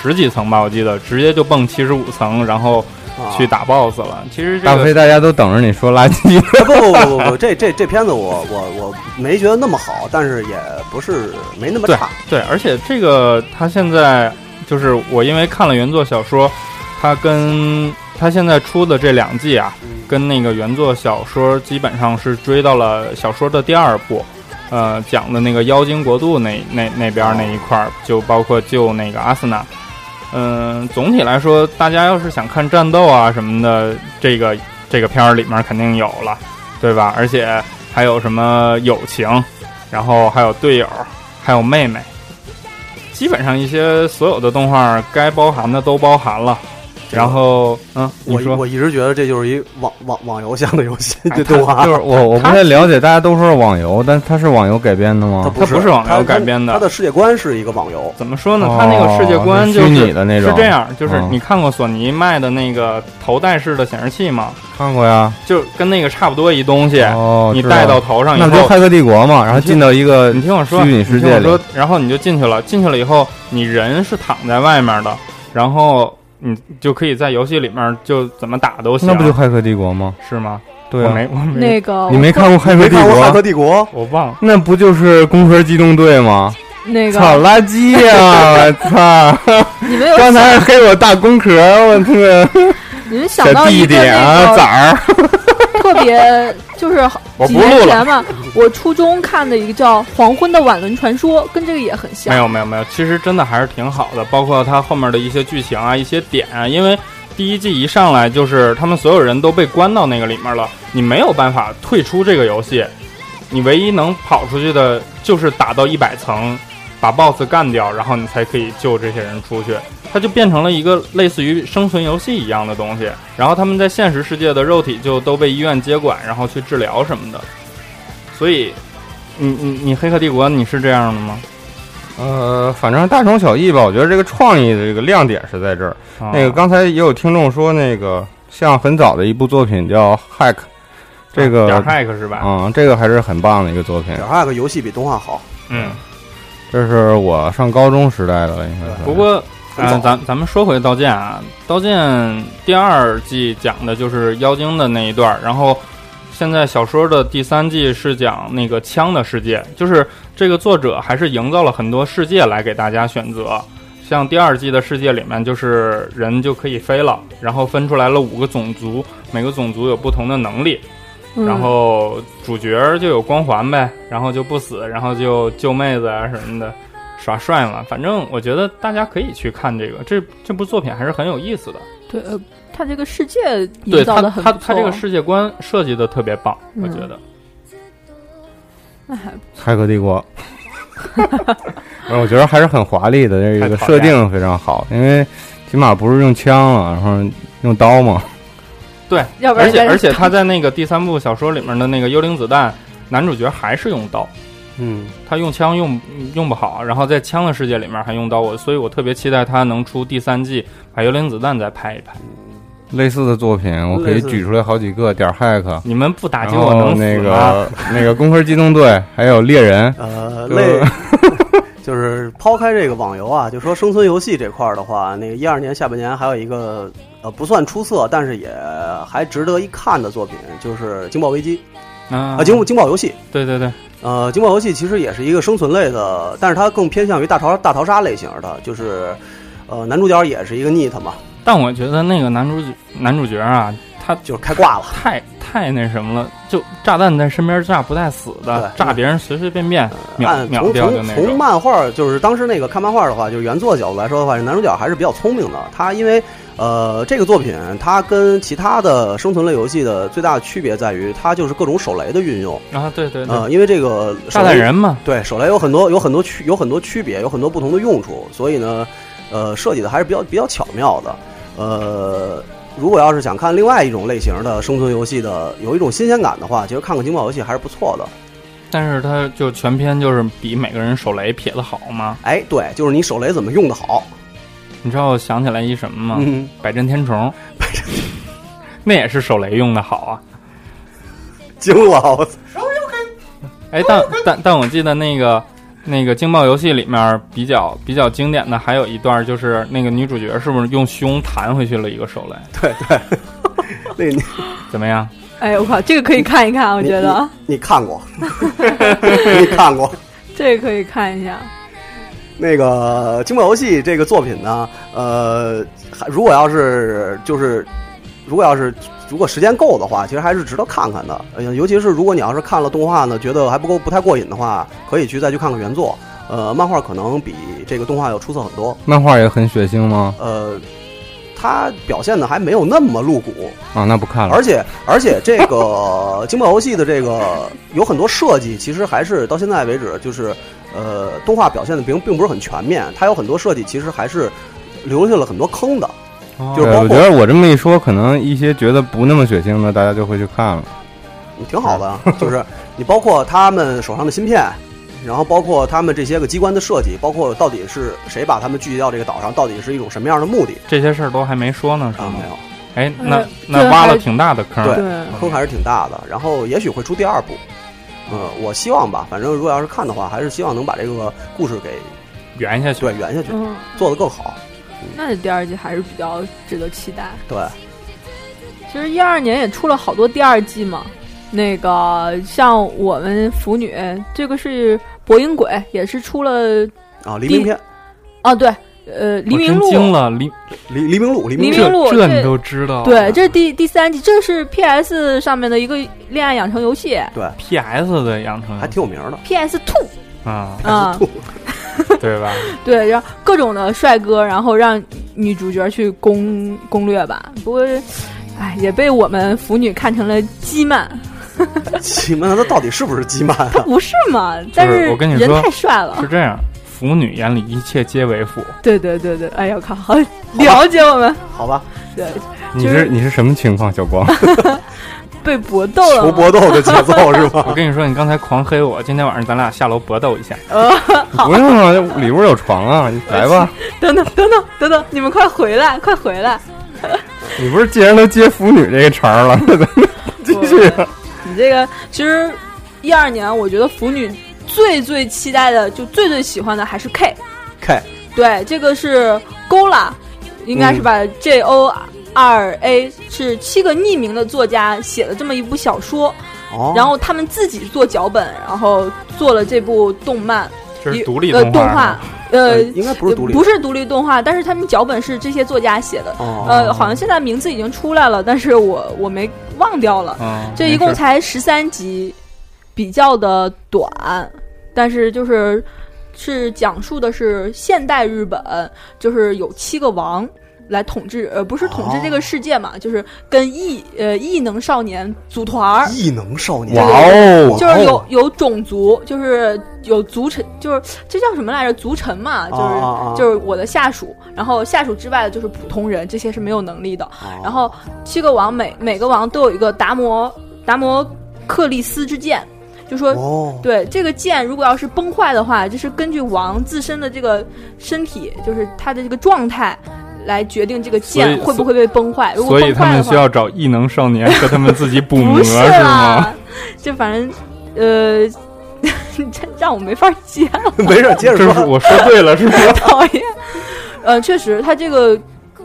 [SPEAKER 3] 十十几层吧，我记得直接就蹦七十五层，然后
[SPEAKER 8] 啊
[SPEAKER 3] 去打 BOSS 了。其实这
[SPEAKER 6] 大
[SPEAKER 3] 个
[SPEAKER 6] 飞大家都等着你说垃圾，
[SPEAKER 8] 哎不不不不不，这这这片子我我我没觉得那么好，但是也不是没那么差。
[SPEAKER 3] 对，而且这个它现在就是我因为看了原作小说，它跟它现在出的这两季啊，
[SPEAKER 8] 嗯
[SPEAKER 3] 跟那个原作小说基本上是追到了小说的第二部，呃，讲的那个妖精国度那那那边儿那一块儿，就包括救那个阿斯纳。嗯、总体来说，大家要是想看战斗啊什么的，这个这个片儿里面肯定有了，对吧？而且还有什么友情，然后还有队友，还有妹妹，基本上一些所有的动画该包含的都包含了。然后，嗯，你
[SPEAKER 8] 我
[SPEAKER 3] 说
[SPEAKER 8] 我一直觉得这就是一网网网游向的游戏，
[SPEAKER 3] 哎
[SPEAKER 8] 这
[SPEAKER 3] 它
[SPEAKER 8] 动画
[SPEAKER 6] 啊就是我我不太了解，大家都说是网游，但它是网游改编的
[SPEAKER 8] 它
[SPEAKER 6] 吗？
[SPEAKER 3] 它不
[SPEAKER 8] 是
[SPEAKER 3] 是网
[SPEAKER 8] 它
[SPEAKER 3] 游改编的
[SPEAKER 8] 它的世界观是一个网游。
[SPEAKER 3] 怎么说呢？
[SPEAKER 6] 哦
[SPEAKER 3] 它那个世界观就是
[SPEAKER 6] 虚拟的那种
[SPEAKER 3] 是这样，就是
[SPEAKER 6] 嗯
[SPEAKER 3] 你看过索尼卖的那个头戴式的显示器吗？
[SPEAKER 6] 看过呀，
[SPEAKER 3] 就跟那个差不多一东西，
[SPEAKER 6] 哦，
[SPEAKER 3] 你
[SPEAKER 6] 知道
[SPEAKER 3] 戴到头上以
[SPEAKER 6] 那不就
[SPEAKER 3] 后，
[SPEAKER 6] 骇客帝国嘛？然后进到一个
[SPEAKER 3] 你听我说，
[SPEAKER 6] 虚拟
[SPEAKER 3] 你
[SPEAKER 6] 世
[SPEAKER 3] 听
[SPEAKER 6] 界
[SPEAKER 3] 我
[SPEAKER 6] 里
[SPEAKER 3] 说，然后你就进去了，进去了以后，你人是躺在外面的，然后你就可以在游戏里面就怎么打都行，
[SPEAKER 6] 那不就骇客帝国吗？
[SPEAKER 3] 是吗？
[SPEAKER 6] 对
[SPEAKER 3] 我
[SPEAKER 6] 啊，
[SPEAKER 3] 没我 *laughs* 没
[SPEAKER 7] 那个
[SPEAKER 6] 你没看过骇
[SPEAKER 8] 没
[SPEAKER 6] 客帝
[SPEAKER 8] 看过《
[SPEAKER 6] 国
[SPEAKER 8] 骇客？帝国》？
[SPEAKER 3] 我忘了。
[SPEAKER 6] 那不就是工科机动队吗？
[SPEAKER 7] 那
[SPEAKER 6] 操
[SPEAKER 7] 个
[SPEAKER 6] 垃圾呀！我
[SPEAKER 7] *laughs*
[SPEAKER 6] 操！
[SPEAKER 7] 你们有
[SPEAKER 6] 刚才黑我大工壳，我那个
[SPEAKER 7] 你们想
[SPEAKER 6] 小
[SPEAKER 7] 到一
[SPEAKER 6] 弟弟
[SPEAKER 7] 个
[SPEAKER 6] 啊，
[SPEAKER 7] 那个
[SPEAKER 6] 崽儿，
[SPEAKER 7] 特
[SPEAKER 3] *laughs*
[SPEAKER 7] 别就是
[SPEAKER 3] 我
[SPEAKER 7] 几
[SPEAKER 3] 不录了
[SPEAKER 7] 年前嘛，我初中看的一个叫《黄昏的晚轮传说》，跟这个也很像。
[SPEAKER 3] 没有没有没有，其实真的还是挺好的，包括它后面的一些剧情啊、一些点啊，因为第一季一上来就是他们所有人都被关到那个里面了，你没有办法退出这个游戏，你唯一能跑出去的就是打到一百层，把 BOSS 干掉，然后你才可以救这些人出去。它就变成了一个类似于生存游戏一样的东西，然后他们在现实世界的肉体就都被医院接管，然后去治疗什么的。所以，你你你《黑客帝国》你是这样的吗？
[SPEAKER 6] 呃，反正大同小异吧。我觉得这个创意的这个亮点是在这儿。
[SPEAKER 3] 啊
[SPEAKER 6] 那个刚才也有听众说，那个像很早的一部作品叫《Hack》，这
[SPEAKER 3] 啊点
[SPEAKER 6] 个
[SPEAKER 3] 儿 hack 是吧？
[SPEAKER 6] 嗯，这个还是很棒的一个作品
[SPEAKER 8] 小，孩个游戏比动画好，
[SPEAKER 3] 嗯，
[SPEAKER 6] 这是我上高中时代的了，应该是。
[SPEAKER 3] 不过，
[SPEAKER 8] 很
[SPEAKER 3] 呃，
[SPEAKER 8] 早
[SPEAKER 3] 咱咱们说回《刀剑》啊，《刀剑》第二季讲的就是妖精的那一段儿，然后现在小说的第三季是讲那个枪的世界，就是这个作者还是营造了很多世界来给大家选择。像第二季的世界里面，就是人就可以飞了，然后分出来了五个种族，每个种族有不同的能力，
[SPEAKER 7] 嗯
[SPEAKER 3] 然后主角儿就有光环呗，然后就不死，然后就救妹子啊什么的，耍帅嘛。反正我觉得大家可以去看这个，这这部作品还是很有意思的。
[SPEAKER 7] 对，呃它这个世界
[SPEAKER 3] 对
[SPEAKER 7] 营造
[SPEAKER 3] 他
[SPEAKER 7] 的很
[SPEAKER 3] 他
[SPEAKER 7] 不
[SPEAKER 3] 他
[SPEAKER 7] 错哦
[SPEAKER 3] 这个世界观设计的特别棒，
[SPEAKER 7] 嗯
[SPEAKER 3] 我觉得。
[SPEAKER 7] 那还
[SPEAKER 6] 骇客帝国。呃我觉得还是很华丽的，这个
[SPEAKER 3] 太讨
[SPEAKER 6] 设
[SPEAKER 3] 厌
[SPEAKER 6] 定非常好，因为起码不是用枪了，然后用刀嘛。
[SPEAKER 7] 要不然
[SPEAKER 3] 而且
[SPEAKER 7] 人家
[SPEAKER 3] 而且他在那个第三部小说里面的那个幽灵子弹，男主角还是用刀，
[SPEAKER 8] 嗯，
[SPEAKER 3] 他用枪用用不好，然后在枪的世界里面还用刀，我所以我特别期待他能出第三季，把幽灵子弹再拍一拍。
[SPEAKER 6] 类似的作品，我可以
[SPEAKER 8] 类似
[SPEAKER 6] 举出来好几个，点儿 hack，
[SPEAKER 3] 你们不打击
[SPEAKER 6] 然
[SPEAKER 3] 我
[SPEAKER 6] 后
[SPEAKER 3] 能
[SPEAKER 6] 那
[SPEAKER 3] 死吗？啊
[SPEAKER 6] 个那个工科机动队，还有猎人，
[SPEAKER 8] 呃，
[SPEAKER 6] 对
[SPEAKER 8] 类 *laughs*
[SPEAKER 3] *laughs*
[SPEAKER 8] 就是抛开这个网游啊，就说生存游戏这块儿的话，那个一二年下半年还有一个呃不算出色，但是也还值得一看的作品，就是《惊爆危机》
[SPEAKER 3] 啊
[SPEAKER 8] 啊，《惊惊爆游戏》。
[SPEAKER 3] 对对对，
[SPEAKER 8] 呃，惊爆游戏其实也是一个生存类的，但是它更偏向于大逃大逃杀类型的，就是呃男主角也是一个 NIT 嘛，
[SPEAKER 3] 但我觉得那个男主角男主角啊，他
[SPEAKER 8] 就是开挂了。
[SPEAKER 3] 太太那什么了，就炸弹在身边炸不带死的，
[SPEAKER 8] 对嗯
[SPEAKER 3] 炸别人随随便便秒
[SPEAKER 8] 按
[SPEAKER 3] 秒
[SPEAKER 8] 从
[SPEAKER 3] 掉就
[SPEAKER 8] 从
[SPEAKER 3] 那
[SPEAKER 8] 从
[SPEAKER 3] 种。
[SPEAKER 8] 漫画就是当时那个看漫画的话，就是原作角度来说的话，男主角还是比较聪明的。他因为呃这个作品，它跟其他的生存类游戏的最大的区别在于，它就是各种手雷的运用。
[SPEAKER 3] 啊，对对对，
[SPEAKER 8] 呃，因为这个手
[SPEAKER 3] 炸
[SPEAKER 8] 雷
[SPEAKER 3] 弹人嘛，
[SPEAKER 8] 对手雷有很多有很多区有很多区别，有很多不同的用处，所以呢，呃，设计的还是比较比较巧妙的。呃，如果要是想看另外一种类型的生存游戏的，有一种新鲜感的话，其实看看警报游戏还是不错的。
[SPEAKER 3] 但是他就全篇就是比每个人手雷撇的好嘛。
[SPEAKER 8] 哎，对，就是你手雷怎么用的好，
[SPEAKER 3] 你知道我想起来一什么吗？
[SPEAKER 8] 嗯，
[SPEAKER 3] 百战天虫， *laughs* 那也是手雷用的好啊。
[SPEAKER 8] 惊了，我操
[SPEAKER 3] 哎，但但但我记得那个那个惊爆游戏里面比较比较经典的还有一段，就是那个女主角是不是用胸弹回去了一个手雷？
[SPEAKER 8] 那你
[SPEAKER 3] 怎么样？
[SPEAKER 7] 哎呦我靠，这个可以看一看，我觉得
[SPEAKER 8] 你看过， *laughs* 你看过。
[SPEAKER 7] 这个可以看一下。
[SPEAKER 8] 那个《经贸游戏》这个作品呢，呃，还如果要是就是，如果要是如果时间够的话，其实还是值得看看的。呃，尤其是如果你要是看了动画呢，觉得还不够不太过瘾的话，可以去再去看看原作。呃，漫画可能比这个动画要出色很多。
[SPEAKER 6] 漫画也很血腥吗？
[SPEAKER 8] 呃，它表现的还没有那么露骨，
[SPEAKER 6] 啊，那不看了。
[SPEAKER 8] 而且而且这个经贸游戏的这个有很多设计，其实还是到现在为止，就是呃，动画表现的并并不是很全面，它有很多设计其实还是留下了很多坑的，就是
[SPEAKER 6] 对，
[SPEAKER 8] 包
[SPEAKER 6] 我觉得
[SPEAKER 8] 括
[SPEAKER 6] 我这么一说，可能一些觉得不那么血腥的，大家就会去看了。
[SPEAKER 8] 挺好的啊，就是你包括他们手上的芯片。然后包括他们这些个机关的设计，包括到底是谁把他们聚集到这个岛上，到底是一种什么样的目的
[SPEAKER 3] 这些事儿都还没说呢，是
[SPEAKER 8] 啊？
[SPEAKER 3] 吗
[SPEAKER 8] 没？有，
[SPEAKER 3] 哎，那
[SPEAKER 7] 呃
[SPEAKER 3] 那
[SPEAKER 7] 对
[SPEAKER 3] 挖了
[SPEAKER 7] 还
[SPEAKER 3] 挺大的坑。
[SPEAKER 8] 对
[SPEAKER 7] 对，
[SPEAKER 8] 坑还是挺大的。然后也许会出第二部，嗯，我希望吧。反正如果要是看的话，还是希望能把这个故事给
[SPEAKER 3] 圆下去
[SPEAKER 8] 对。圆下去。
[SPEAKER 7] 嗯，
[SPEAKER 8] 做得更好。
[SPEAKER 7] 那这第二季还是比较值得期待。
[SPEAKER 8] 对，
[SPEAKER 7] 其实一二年也出了好多第二季嘛，那个像我们腐女，这个是博音鬼，也是出了
[SPEAKER 8] 啊，黎明篇，
[SPEAKER 7] 哦，对，呃，黎
[SPEAKER 3] 我
[SPEAKER 7] 明
[SPEAKER 3] 真
[SPEAKER 7] 路，
[SPEAKER 3] 惊了，黎
[SPEAKER 8] 黎黎明路，黎明
[SPEAKER 7] 黎明
[SPEAKER 8] 路，
[SPEAKER 7] 路
[SPEAKER 3] 这
[SPEAKER 7] 这
[SPEAKER 3] 你都知道？
[SPEAKER 7] 对，这是第第三季，这是 PS 上面的一个恋爱养成游戏
[SPEAKER 3] ，PS 的养成
[SPEAKER 8] 还挺有名的。
[SPEAKER 7] ，PS Two
[SPEAKER 3] 啊，
[SPEAKER 7] 啊，
[SPEAKER 3] 对
[SPEAKER 8] *laughs*
[SPEAKER 3] 吧？
[SPEAKER 7] 对，然后各种的帅哥，然后让女主角去攻攻略吧。不过，哎，也被我们腐女看成了
[SPEAKER 3] *laughs*
[SPEAKER 7] 基曼，
[SPEAKER 8] 奇曼他到底是不是基曼
[SPEAKER 7] 他
[SPEAKER 8] 啊？
[SPEAKER 7] 不是嘛？但
[SPEAKER 3] 是我跟你
[SPEAKER 7] 人
[SPEAKER 3] 说
[SPEAKER 7] 太帅了
[SPEAKER 3] *laughs* 是，这样，腐女眼里一切皆为
[SPEAKER 8] *laughs*
[SPEAKER 3] 腐。
[SPEAKER 7] 对对对对，哎呀，我靠，好了解我们，
[SPEAKER 8] 好吧，
[SPEAKER 7] 对，
[SPEAKER 6] 你
[SPEAKER 7] 就是
[SPEAKER 6] 是你是什么情况，
[SPEAKER 3] *laughs*
[SPEAKER 6] 小光？
[SPEAKER 7] 被搏斗了
[SPEAKER 8] 求
[SPEAKER 7] 嘛，
[SPEAKER 8] 搏斗的节奏是
[SPEAKER 7] *laughs*
[SPEAKER 8] 吧？
[SPEAKER 3] 我跟你说，你刚才狂黑我，今天晚上咱俩下楼搏斗一下。
[SPEAKER 6] 不用啊，里边有床啊，你来吧。
[SPEAKER 7] 等等等等等等，你们快回来，快回来！
[SPEAKER 6] 你不是既然都接腐女这个茬儿 *laughs* 了，那咱们继
[SPEAKER 8] *laughs*
[SPEAKER 6] 续啊。
[SPEAKER 7] 你这个其实一二年，我觉得腐女最最期待的，就最最喜欢的还是 K。
[SPEAKER 8] K
[SPEAKER 7] 对，这个是 Gola，应该是吧、j
[SPEAKER 8] 嗯
[SPEAKER 7] O R A 是七个匿名的作家写的这么一部小说，
[SPEAKER 8] 哦，
[SPEAKER 7] 然后他们自己做脚本，然后做了这部动漫，
[SPEAKER 3] 这是
[SPEAKER 7] 一
[SPEAKER 3] 独立
[SPEAKER 7] 呃
[SPEAKER 3] 动
[SPEAKER 7] 动
[SPEAKER 3] 画
[SPEAKER 7] 画
[SPEAKER 3] 吗，，
[SPEAKER 7] 呃。
[SPEAKER 8] 哎应该不是独立，
[SPEAKER 7] 不是独立动画，但是他们脚本是这些作家写的。
[SPEAKER 8] 哦，
[SPEAKER 7] 呃，好像现在名字已经出来了，但是我我没忘掉了。
[SPEAKER 3] 嗯，
[SPEAKER 7] 这
[SPEAKER 3] 没
[SPEAKER 7] 一共
[SPEAKER 3] 事
[SPEAKER 7] 才十三集，比较的短，但是就是是讲述的是现代日本，就是有七个王来统治，呃，不是统治这
[SPEAKER 3] 哦
[SPEAKER 7] 个世界嘛，就是跟异呃异能少年组团儿。
[SPEAKER 8] 异能少年，
[SPEAKER 6] 哇哦，
[SPEAKER 7] 就是有有种族，就是有族臣，就是这叫什么来着？族臣嘛，就是、
[SPEAKER 3] 哦
[SPEAKER 8] 啊啊啊
[SPEAKER 7] 就是我的下属，然后下属之外的就是普通人，这些是没有能力的。
[SPEAKER 8] 哦，
[SPEAKER 7] 然后七个王每每个王都有一个达摩达摩克利斯之剑，就说、
[SPEAKER 8] 哦，
[SPEAKER 7] 对这个剑如果要是崩坏的话，就是根据王自身的这个身体，就是他的这个状态。来决定这个
[SPEAKER 3] 所
[SPEAKER 7] 剑
[SPEAKER 3] 以
[SPEAKER 7] 会不会被崩坏。如果
[SPEAKER 3] 所以
[SPEAKER 7] 崩
[SPEAKER 3] 他
[SPEAKER 7] 坏的
[SPEAKER 3] 们需
[SPEAKER 7] 话，
[SPEAKER 3] 要找异能少年和他们自己补
[SPEAKER 7] *laughs* 不
[SPEAKER 3] 魔，
[SPEAKER 7] 是
[SPEAKER 3] 是吗？
[SPEAKER 7] 啦， *laughs* 就反正呃， *laughs* 这让我没法接了，
[SPEAKER 8] *laughs* 没事，接着
[SPEAKER 3] 这是
[SPEAKER 8] 说。
[SPEAKER 3] 我说对了，是吗？
[SPEAKER 7] *laughs* 讨厌。呃，确实，他这个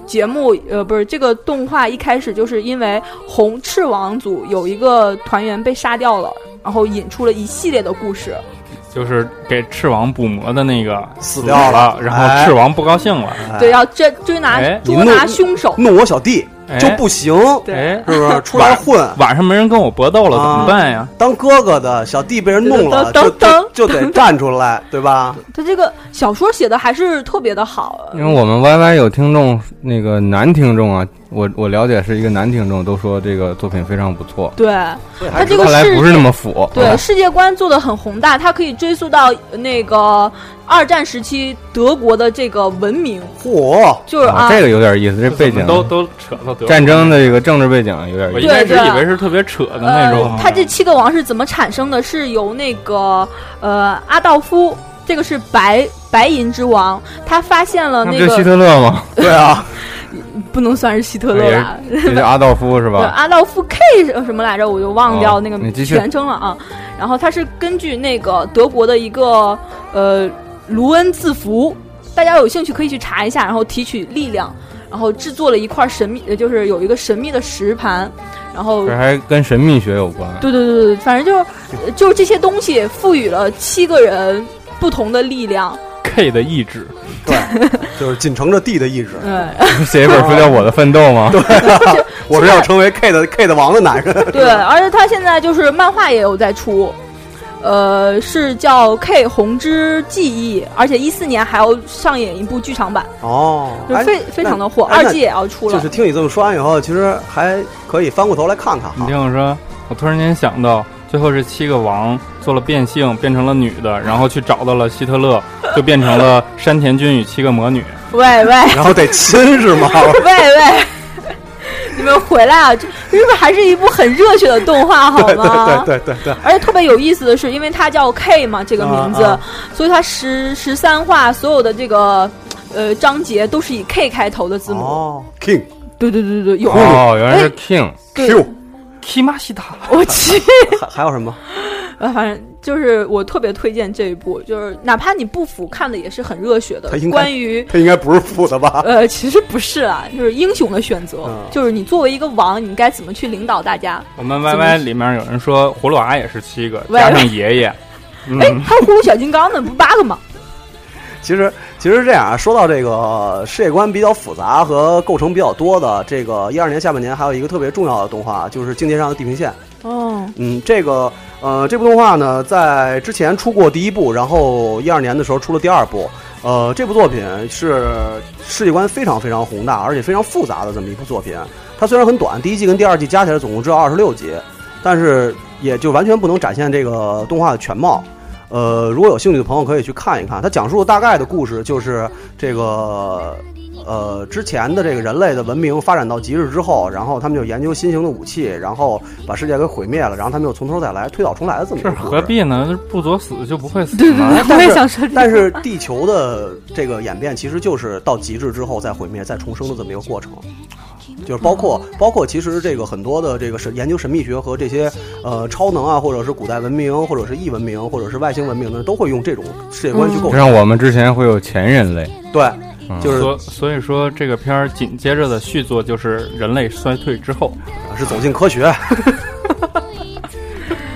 [SPEAKER 7] 节目呃不是这个动画一开始就是因为红赤王组有一个团员被杀掉了，然后引出了一系列的故事。
[SPEAKER 3] 就是给赤王补魔的那个
[SPEAKER 8] 死
[SPEAKER 3] 死
[SPEAKER 8] 掉了
[SPEAKER 3] 然后赤王不高兴了，
[SPEAKER 8] 哎
[SPEAKER 7] 对，要追追拿
[SPEAKER 3] 哎
[SPEAKER 7] 捉拿凶手。
[SPEAKER 6] 嗯
[SPEAKER 8] 弄我小弟，
[SPEAKER 3] 哎
[SPEAKER 8] 就不行，
[SPEAKER 3] 哎，
[SPEAKER 8] 是
[SPEAKER 7] *laughs*
[SPEAKER 8] 不是？出来混，
[SPEAKER 3] 晚上没人跟我搏斗了，怎
[SPEAKER 8] 啊
[SPEAKER 3] 么办呀？
[SPEAKER 8] 当哥哥的小弟被人弄了，
[SPEAKER 7] 当
[SPEAKER 8] 就
[SPEAKER 7] 当
[SPEAKER 8] 就就得站出
[SPEAKER 7] *laughs*
[SPEAKER 8] 来，对吧？
[SPEAKER 7] 他这个小说写的还是特别的好，
[SPEAKER 6] 因为我们 YY 有听众，那个男听众啊，我我了解是一个男听众，都说这个作品非常不错。
[SPEAKER 7] 对
[SPEAKER 8] 所以还
[SPEAKER 7] 他
[SPEAKER 8] 是
[SPEAKER 7] 这个
[SPEAKER 6] 看来不
[SPEAKER 7] 世
[SPEAKER 6] 是那么腐，啊
[SPEAKER 7] 对世界观做的很宏大，它可以追溯到呃那个二战时期德国的这个文明，
[SPEAKER 8] 嚯，
[SPEAKER 7] 就是啊，
[SPEAKER 6] 啊，这个有点意思，这背景
[SPEAKER 3] 都都扯到德国
[SPEAKER 6] 战争的这个政治背景有点
[SPEAKER 3] 我
[SPEAKER 6] 意
[SPEAKER 3] 一
[SPEAKER 6] 思。
[SPEAKER 3] 开始
[SPEAKER 7] 对对
[SPEAKER 3] 以为是特别扯的那种。
[SPEAKER 7] 呃。他这七个王是怎么产生的？是由那个呃阿道夫，这个是白白银之王，他发现了
[SPEAKER 6] 那不
[SPEAKER 7] 那
[SPEAKER 6] 就希
[SPEAKER 7] 个
[SPEAKER 6] 特勒吗？
[SPEAKER 8] 对啊，
[SPEAKER 7] 不能算是希特勒吧？
[SPEAKER 6] 这就阿道夫是
[SPEAKER 7] 对，
[SPEAKER 6] 吧？
[SPEAKER 7] 阿道夫 K 是什么来着？我就忘掉
[SPEAKER 6] 哦
[SPEAKER 7] 那个
[SPEAKER 6] 你继续
[SPEAKER 7] 全称了啊。然后他是根据那个德国的一个呃卢恩字符，大家有兴趣可以去查一下，然后提取力量，然后制作了一块神秘，呃就是有一个神秘的石盘，然后
[SPEAKER 6] 这还跟神秘学有关。 *laughs*
[SPEAKER 7] 对对对对，反正就是就是这些东西赋予了七个人不同的力量。
[SPEAKER 3] K 的意志，
[SPEAKER 8] 就是仅承着弟的意志，
[SPEAKER 7] 嗯，
[SPEAKER 6] 写一本书叫《我的奋斗》吗？
[SPEAKER 8] 我是要成为 K 的 K 的王的男人。
[SPEAKER 7] *laughs* 对，而且他现在就是漫画也有在出，呃，是叫《K 红之记忆》，而且一四年还要上演一部剧场版，
[SPEAKER 8] 哦，
[SPEAKER 7] 就
[SPEAKER 8] 哎
[SPEAKER 7] 非、非常的火，
[SPEAKER 8] 哎
[SPEAKER 7] 二
[SPEAKER 8] 那
[SPEAKER 7] 季也要出
[SPEAKER 8] 就
[SPEAKER 7] 了
[SPEAKER 8] 是。听你这么说完以后，其实还可以翻过头来看看
[SPEAKER 3] 你
[SPEAKER 8] 哈。
[SPEAKER 3] 听我说，我突然间想到，最后这七个王做了变性，变成了女的，然后去找到了希特勒，就变成了山田君与七个魔女。
[SPEAKER 7] 喂喂
[SPEAKER 8] 然后得亲是 *laughs* 吗？
[SPEAKER 7] *laughs* 喂喂，你们回来啊！这日本还是一部很热血的动画，好吗？
[SPEAKER 8] 对对对对对对，
[SPEAKER 7] 而且特别有意思的是，因为它叫 K 嘛，这个名字，
[SPEAKER 8] 啊啊
[SPEAKER 7] 所以它十十三话所有的这个呃章节都是以 K 开头的字母。
[SPEAKER 8] 哦，King
[SPEAKER 7] 对对对对，有、
[SPEAKER 6] 哦，原来是 King。
[SPEAKER 7] 对
[SPEAKER 8] Q，
[SPEAKER 3] k i m a s h i t a
[SPEAKER 7] *laughs* 我去， *laughs*
[SPEAKER 8] 还还有什么？
[SPEAKER 7] 呃反正就是我特别推荐这一部，就是哪怕你不服，看的也是很热血的
[SPEAKER 8] 它应。该啊
[SPEAKER 7] 关于
[SPEAKER 8] 他应该不是负的吧？
[SPEAKER 7] 呃，其实不是啊，就是英雄的选择，
[SPEAKER 8] 嗯
[SPEAKER 7] 就是你作为一个王，你该怎么去领导大家。
[SPEAKER 3] 我们
[SPEAKER 7] 怎么
[SPEAKER 3] YY 里面有人说葫芦娃也是七个，
[SPEAKER 7] 喂
[SPEAKER 3] 加上爷爷，嗯
[SPEAKER 7] 哎、，还有葫芦小金刚呢，不八个吗？
[SPEAKER 8] 其实其实这样啊，说到这个世界观比较复杂和构成比较多的这个一二年下半年，还有一个特别重要的动画就是《境界上的地平线》。
[SPEAKER 7] 哦，
[SPEAKER 8] 嗯，这个呃，这部动画呢，在之前出过第一部，然后一二年的时候出了第二部。呃，这部作品是世界观非常非常宏大，而且非常复杂的这么一部作品。它虽然很短，第一季跟第二季加起来总共只有二十六集，但是也就完全不能展现这个动画的全貌。呃，如果有兴趣的朋友可以去看一看。它讲述大概的故事就是这个呃，之前的这个人类的文明发展到极致之后，然后他们就研究新型的武器，然后把世界给毁灭了，然后他们又从头再来，推倒重来的这么一
[SPEAKER 3] 这
[SPEAKER 8] 个
[SPEAKER 3] 是
[SPEAKER 8] 故事
[SPEAKER 3] 何？必呢？就是不作死就不会死
[SPEAKER 7] 对对
[SPEAKER 3] 嘛
[SPEAKER 7] 对，
[SPEAKER 8] 啊但
[SPEAKER 7] 嗯我也
[SPEAKER 8] 是
[SPEAKER 7] 想说这个。
[SPEAKER 8] *laughs* 但是地球的这个演变其实就是到极致之后再毁灭、再重生的这么一个过程，就是包括包括其实这个很多的这个神研究神秘学和这些呃超能啊，或者是古代文明，或者是异文明，或者是外星文明的，都会用这种世界观去构
[SPEAKER 6] 就
[SPEAKER 8] 成。
[SPEAKER 6] 像我们之前会有前人类，
[SPEAKER 8] 对，
[SPEAKER 6] 嗯
[SPEAKER 8] 就是
[SPEAKER 3] 所所以说，这个片儿紧接着的续作就是人类衰退之后，
[SPEAKER 8] 是走进科学。 *laughs*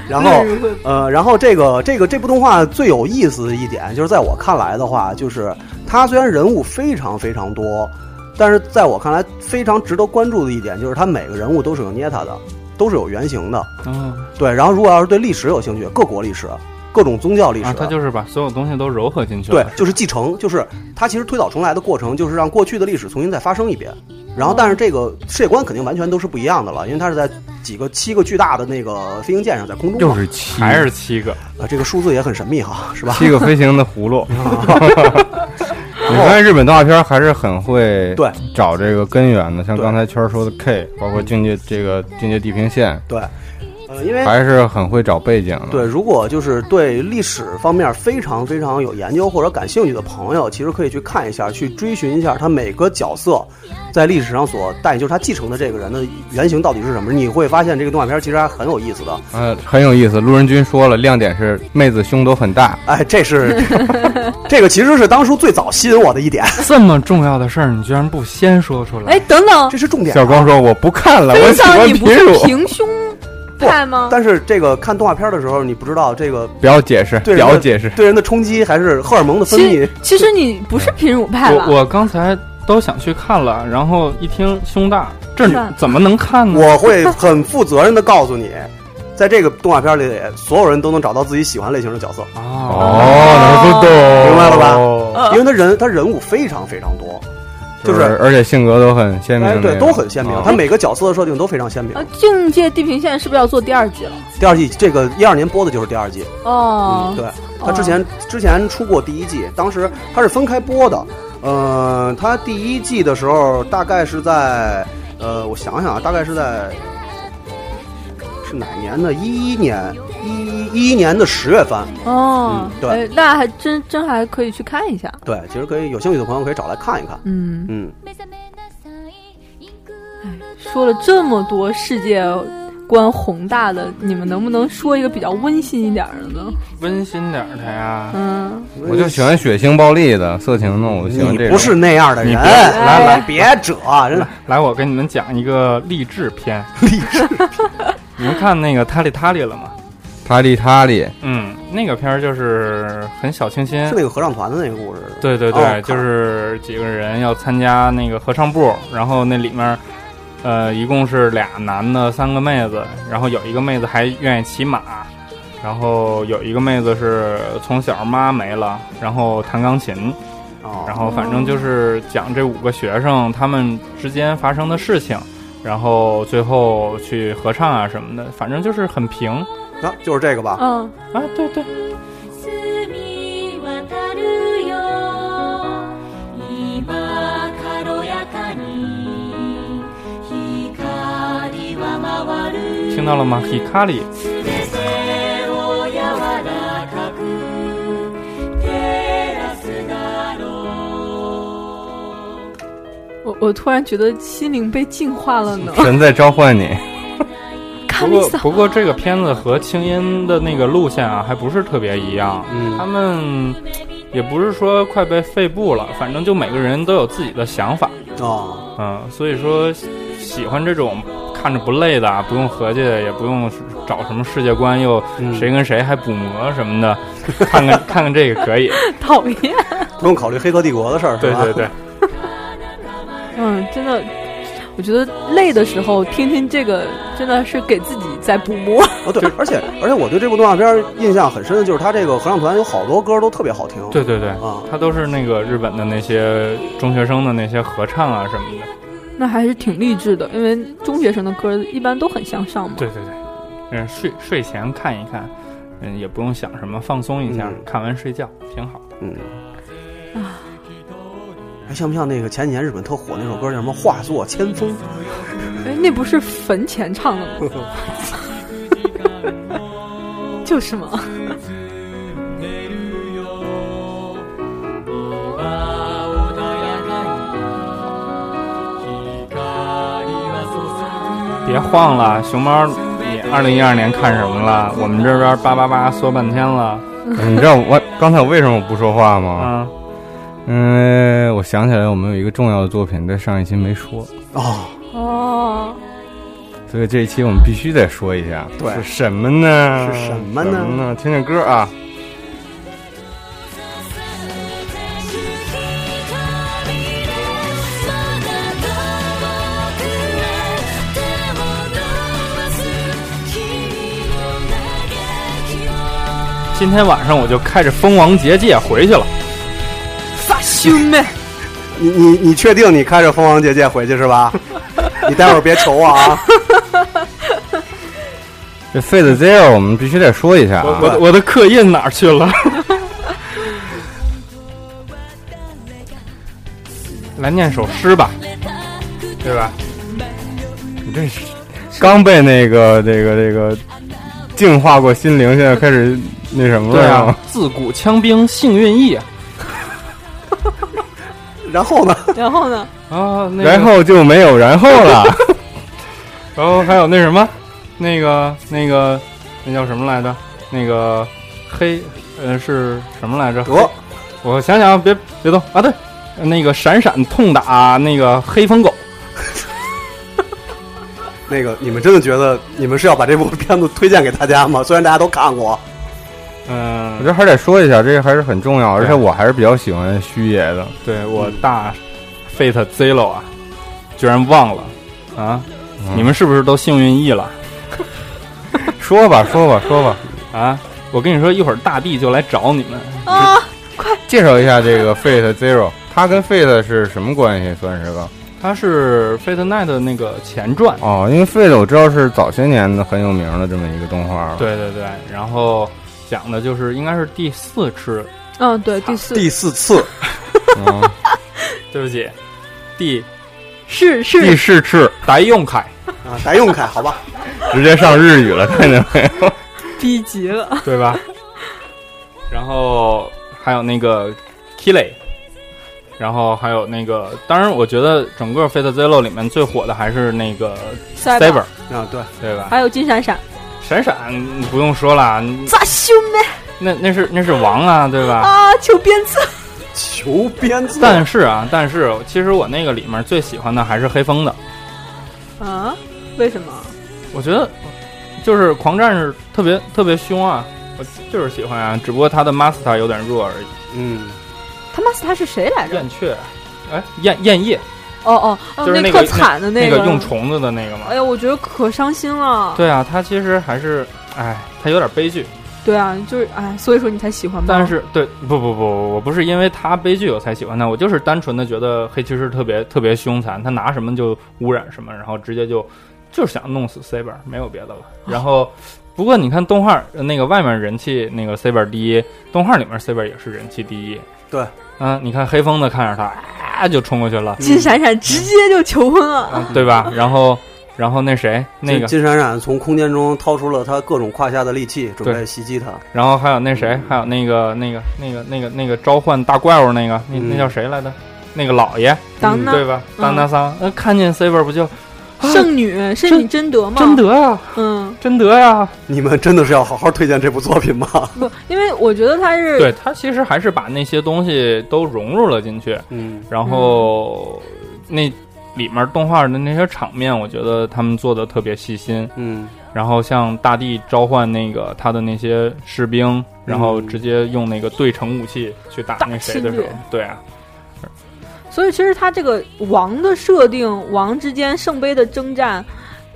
[SPEAKER 8] 然后，呃，然后这个这个这部动画最有意思的一点，就是在我看来的话，就是它虽然人物非常非常多，但是在我看来非常值得关注的一点，就是它每个人物都是有捏它的，都是有原型的。
[SPEAKER 3] 嗯
[SPEAKER 8] 对，然后如果要是对历史有兴趣，各国历史、各种宗教历史，
[SPEAKER 3] 啊，他就是把所有东西都糅合进去了。
[SPEAKER 8] 对，就是继承，就是它其实推倒重来的过程，就是让过去的历史重新再发生一遍。然后，但是这个世界观肯定完全都是不一样的了，因为它是在几个七个巨大的那个飞行舰上在空中嘛，
[SPEAKER 6] 是七
[SPEAKER 3] 还是七个，
[SPEAKER 8] 啊，这个数字也很神秘哈，是吧？
[SPEAKER 6] 七个飞行的葫
[SPEAKER 8] *laughs*
[SPEAKER 6] 芦。你发现日本动画片还是很会
[SPEAKER 8] 对
[SPEAKER 6] 找这个根源的，像
[SPEAKER 8] 对
[SPEAKER 6] 刚才圈儿说的 K，包括境界这个境界地平线，
[SPEAKER 8] 对，呃，因为
[SPEAKER 6] 还是很会找背景的。
[SPEAKER 8] 对，如果就是对历史方面非常非常有研究或者感兴趣的朋友，其实可以去看一下，去追寻一下他每个角色在历史上所带，就是他继承的这个人的原型到底是什么。你会发现这个动画片其实还很有意思的。
[SPEAKER 6] 呃，很有意思。路人君说了，亮点是妹子胸都很大，
[SPEAKER 8] 哎，这是这个其实是当初最早吸引我的一点，
[SPEAKER 3] 这么重要的事儿，你居然不先说出来？
[SPEAKER 7] 哎，等等
[SPEAKER 8] 这，是重点、
[SPEAKER 6] 小光说我不看了，我
[SPEAKER 7] 分
[SPEAKER 6] 喜欢
[SPEAKER 7] 享你
[SPEAKER 6] 皮
[SPEAKER 7] 不是
[SPEAKER 6] 乳。
[SPEAKER 7] 平胸派
[SPEAKER 6] 啊
[SPEAKER 7] 吗？
[SPEAKER 8] 但是这个看动画片的时候，你不知道这个
[SPEAKER 6] 不要解释，
[SPEAKER 8] 对
[SPEAKER 6] 不
[SPEAKER 8] 人
[SPEAKER 6] 要
[SPEAKER 8] 的
[SPEAKER 6] 解释。
[SPEAKER 8] 对人的冲击还是荷尔蒙的分
[SPEAKER 7] 其
[SPEAKER 8] 泌
[SPEAKER 7] 实。其实你不是品乳派吧？
[SPEAKER 3] 我我刚才都想去看了，然后一听胸大，这
[SPEAKER 7] 算
[SPEAKER 3] 怎么能看呢？
[SPEAKER 8] *laughs* 我会很负责任的告诉你，在这个动画片里，所有人都能找到自己喜欢类型的角色，
[SPEAKER 3] 哦，
[SPEAKER 6] 哦，能不懂，
[SPEAKER 8] 明白了
[SPEAKER 6] 吧？
[SPEAKER 7] 呃啊
[SPEAKER 8] 因为他人他人物非常非常多，就是
[SPEAKER 6] 而且性格都很鲜明
[SPEAKER 8] 哎
[SPEAKER 6] 那种，
[SPEAKER 8] 对都很鲜明
[SPEAKER 6] 哦，
[SPEAKER 8] 他每个角色的设定都非常鲜明
[SPEAKER 7] 呃。，境界地平线是不是要做第二季了？
[SPEAKER 8] 第二季这个一二年播的就是第二季，
[SPEAKER 7] 哦
[SPEAKER 8] 嗯，，对，他之前之前出过第一季，当时他是分开播的，呃，他第一季的时候大概是在呃，我想想啊，大概是在是哪年呢？一一年，一一一年的十月份。
[SPEAKER 7] 哦
[SPEAKER 8] 嗯，对
[SPEAKER 7] 哎，那还真真还可以去看一下。
[SPEAKER 8] 对，其实可以有兴趣的朋友可以找来看一看。
[SPEAKER 7] 嗯，
[SPEAKER 8] 嗯，
[SPEAKER 7] 说了这么多世界观宏大的，你们能不能说一个比较温馨一点儿的呢？
[SPEAKER 3] 温馨点儿的呀。
[SPEAKER 7] 嗯，
[SPEAKER 6] 我就喜欢血腥暴力的、色情的，我喜欢
[SPEAKER 8] 嗯你
[SPEAKER 6] 这种。
[SPEAKER 8] 不是那样的人，
[SPEAKER 3] 你别
[SPEAKER 8] 来
[SPEAKER 7] 嗯来来
[SPEAKER 8] 别扯，真的
[SPEAKER 3] 来，我给你们讲一个励志片。励志， *laughs* 你们看那个《塔里塔里》了吗？
[SPEAKER 6] 塔里塔里，
[SPEAKER 3] 嗯，那个片儿就是很小清新
[SPEAKER 8] 是。那个合唱团的那个故事。
[SPEAKER 3] 对对
[SPEAKER 8] 哦
[SPEAKER 3] 对，
[SPEAKER 8] 看
[SPEAKER 3] 就是几个人要参加那个合唱部，然后那里面，呃，一共是俩男的，三个妹子，然后有一个妹子还愿意骑马，然后有一个妹子是从小妈没了，然后弹钢琴，
[SPEAKER 8] 哦，
[SPEAKER 3] 然后反正就是讲这五个学生他们之间发生的事情，然后最后去合唱啊什么的，反正就是很平
[SPEAKER 8] 啊，就是这个吧。
[SPEAKER 7] 嗯，
[SPEAKER 3] 啊，对对，听到了吗？Hikari，
[SPEAKER 7] 我我突然觉得心灵被净化了呢。
[SPEAKER 6] *laughs* 神在召唤
[SPEAKER 8] *laughs*
[SPEAKER 6] 你。
[SPEAKER 7] 卡
[SPEAKER 3] 不
[SPEAKER 7] 米
[SPEAKER 3] 过
[SPEAKER 7] 萨，
[SPEAKER 3] 不过这个片子和清音的那个路线啊还不是特别一样，他
[SPEAKER 8] 嗯，
[SPEAKER 3] 们也不是说快被废部了，反正就每个人都有自己的想法，
[SPEAKER 8] 哦，
[SPEAKER 3] 嗯，所以说喜喜欢这种看着不累的啊，不用合计，也不用找什么世界观又
[SPEAKER 8] 嗯
[SPEAKER 3] 谁跟谁还补魔什么的，看看 *laughs* 看看这个可以，
[SPEAKER 7] 讨厌。
[SPEAKER 8] 不用考虑《黑客帝国》的事儿，
[SPEAKER 3] 对
[SPEAKER 8] 是吧
[SPEAKER 3] 对对，
[SPEAKER 7] *laughs* 嗯，真的，我觉得累的时候听听这个，真的是给自己在补墨。
[SPEAKER 8] 哦，对，而且而且我对这部动画片印象很深的就是它这个合唱团有好多歌都特别好听。
[SPEAKER 3] 对对对，
[SPEAKER 8] 啊，
[SPEAKER 3] 他都是那个日本的那些中学生的那些合唱啊什么的，
[SPEAKER 7] *laughs* 那还是挺励志的，因为中学生的歌一般都很向上嘛。
[SPEAKER 3] 对对对，嗯，睡睡前看一看，嗯，也不用想什么，放松一下，
[SPEAKER 8] 嗯
[SPEAKER 3] 看完睡觉挺好的。
[SPEAKER 8] 嗯，
[SPEAKER 7] 啊，
[SPEAKER 8] 还像不像那个前几年日本特火那首歌叫什么《化作千风》？
[SPEAKER 7] 哎，那不是坟前唱的
[SPEAKER 8] *laughs*
[SPEAKER 7] 吗？就是嘛。
[SPEAKER 3] 别晃了，熊猫，你二零一二年看什么了？我们这边叭叭叭说半天了，
[SPEAKER 6] 你知道我刚才我为什么不说话吗？
[SPEAKER 3] 啊，
[SPEAKER 6] 因为我想起来我们有一个重要的作品在上一期没说，
[SPEAKER 8] 哦，
[SPEAKER 7] 哦，
[SPEAKER 6] 所以这一期我们必须得说一下。
[SPEAKER 8] 对
[SPEAKER 6] 是什么呢？
[SPEAKER 8] 是什么呢
[SPEAKER 6] 什么呢？听听歌啊。
[SPEAKER 3] 今天晚上我就开着蜂王结界回去了。
[SPEAKER 7] 发兄妹，
[SPEAKER 8] 你你你确定你开着蜂王结界回去是 *laughs* 吧？你待会儿别求我啊！
[SPEAKER 6] 这 Fate Zero 我们必须得说一下
[SPEAKER 3] 我
[SPEAKER 6] 啊。
[SPEAKER 3] 我的我的刻印哪儿去了？ *laughs* 来念首诗吧，对吧？
[SPEAKER 6] 你这是刚被那个这个这个净化过心灵，现在开始那什么了
[SPEAKER 3] 对
[SPEAKER 6] 呀？
[SPEAKER 3] 啊，自古枪兵幸运意
[SPEAKER 8] *laughs*
[SPEAKER 3] 啊
[SPEAKER 8] 然后呢？
[SPEAKER 7] 然后呢？
[SPEAKER 3] 啊。那个
[SPEAKER 6] *laughs* 然后就没有然后了。 *laughs*
[SPEAKER 3] 然后还有那什么，那个那个那叫什么来着？那个黑呃是什么来着？
[SPEAKER 8] *laughs* 得
[SPEAKER 3] 我想想啊，别别动啊！对，那个闪闪痛打那个黑风狗，
[SPEAKER 8] 那个，你们真的觉得你们是要把这部片子推荐给大家吗？虽然大家都看过，
[SPEAKER 3] 嗯、
[SPEAKER 6] 我觉得还得说一下，这个还是很重要，而且
[SPEAKER 3] 对
[SPEAKER 6] 我还是比较喜欢虚野的。
[SPEAKER 3] 对我大、 Fate Zero 啊，居然忘了啊！
[SPEAKER 6] 嗯
[SPEAKER 3] 你们是不是都幸运意了
[SPEAKER 6] 说吧说吧说吧，
[SPEAKER 3] 啊？我跟你说，一会儿大地就来找你们。
[SPEAKER 7] 啊，
[SPEAKER 6] 介绍一下这个 Fate Zero，它跟 Fate 是什么关系？算是个
[SPEAKER 3] 它是 Fate Night 的那个前传，
[SPEAKER 6] 哦，因为 Fate 我知道是早些年的很有名的这么一个动画了。，
[SPEAKER 3] 对对对，然后讲的就是应该是第四次，
[SPEAKER 7] 嗯，对，第四
[SPEAKER 8] 第四次
[SPEAKER 6] *laughs* 嗯，
[SPEAKER 3] 对不起，第
[SPEAKER 7] 是
[SPEAKER 6] 第
[SPEAKER 7] 是
[SPEAKER 6] 四次
[SPEAKER 3] 白用凯，
[SPEAKER 8] 啊，白用凯，好吧，
[SPEAKER 6] 直接上日 *laughs* 语了，看见没？
[SPEAKER 7] 逼急了，
[SPEAKER 3] 对吧？然后还有那个 Kile，然后还有那个，当然我觉得整个 Fate Zero 里面最火的还是那个 Saber，
[SPEAKER 8] 啊，对，
[SPEAKER 3] 对吧？
[SPEAKER 7] 还有金闪闪，
[SPEAKER 3] 闪闪你不用说了，你
[SPEAKER 7] 咋凶呢？
[SPEAKER 3] 那那是那是王啊，对吧？
[SPEAKER 7] 啊，求鞭策，
[SPEAKER 8] 求鞭策，
[SPEAKER 3] 但是啊，但是其实我那个里面最喜欢的还是黑风的，
[SPEAKER 7] 啊，为什么？
[SPEAKER 3] 我觉得就是狂战士特别特别凶啊，我就是喜欢啊，只不过他的 master 有点弱而已。
[SPEAKER 8] 嗯，
[SPEAKER 7] 他妈死他是谁来着？
[SPEAKER 3] 燕雀，哎，燕燕夜
[SPEAKER 7] 哦哦，哦
[SPEAKER 3] 就是那个
[SPEAKER 7] 特惨的
[SPEAKER 3] 那
[SPEAKER 7] 个
[SPEAKER 3] 用虫子的那个嘛
[SPEAKER 7] 哎。呀，我觉得可伤心了。
[SPEAKER 3] 对啊，他其实还是，哎，他有点悲剧。
[SPEAKER 7] 对啊，就是哎，所以说你才喜欢吧。
[SPEAKER 3] 但是，对，不不不，我不是因为他悲剧我才喜欢他，我就是单纯的觉得黑骑士特别特别凶残，他拿什么就污染什么，然后直接就就是想弄死 Saber，没有别的了。然后，不过你看动画呃那个外面人气那个 Saber 第一，动画里面 Saber 也是人气第一。
[SPEAKER 8] 对，
[SPEAKER 3] 嗯、你看黑风的看着他啊就冲过去了，
[SPEAKER 7] 金闪闪直接就求婚了，
[SPEAKER 3] 啊对吧？然后，然后那谁那个
[SPEAKER 8] 金金闪闪从空间中掏出了他各种胯下的利器，准备
[SPEAKER 3] 对
[SPEAKER 8] 袭击他。
[SPEAKER 3] 然后还有那谁，还有那个那个那个那个那个召唤大怪物那个，那
[SPEAKER 8] 嗯
[SPEAKER 3] 那叫谁来的？那个老爷，
[SPEAKER 7] 当呢
[SPEAKER 3] 对吧？
[SPEAKER 7] 嗯
[SPEAKER 3] 丹纳桑，那看见 Saber 不就
[SPEAKER 7] 圣
[SPEAKER 3] 啊
[SPEAKER 7] 女，圣女贞德嘛，
[SPEAKER 3] 贞，德呀，
[SPEAKER 7] 嗯，
[SPEAKER 3] 贞德呀？
[SPEAKER 8] 你们真的是要好好推荐这部作品吗？
[SPEAKER 3] *laughs*
[SPEAKER 7] 不，因为我觉得他是
[SPEAKER 3] 对他其实还是把那些东西都融入了进去，
[SPEAKER 8] 嗯，
[SPEAKER 3] 然后
[SPEAKER 7] 嗯
[SPEAKER 3] 那里面动画的那些场面，我觉得他们做的特别细心。
[SPEAKER 8] 嗯，
[SPEAKER 3] 然后像大地召唤那个他的那些士兵，然后直接用那个对称武器去打那谁的时候
[SPEAKER 7] 大侵略，
[SPEAKER 3] 对啊，
[SPEAKER 7] 所以其实他这个王的设定，王之间圣杯的征战，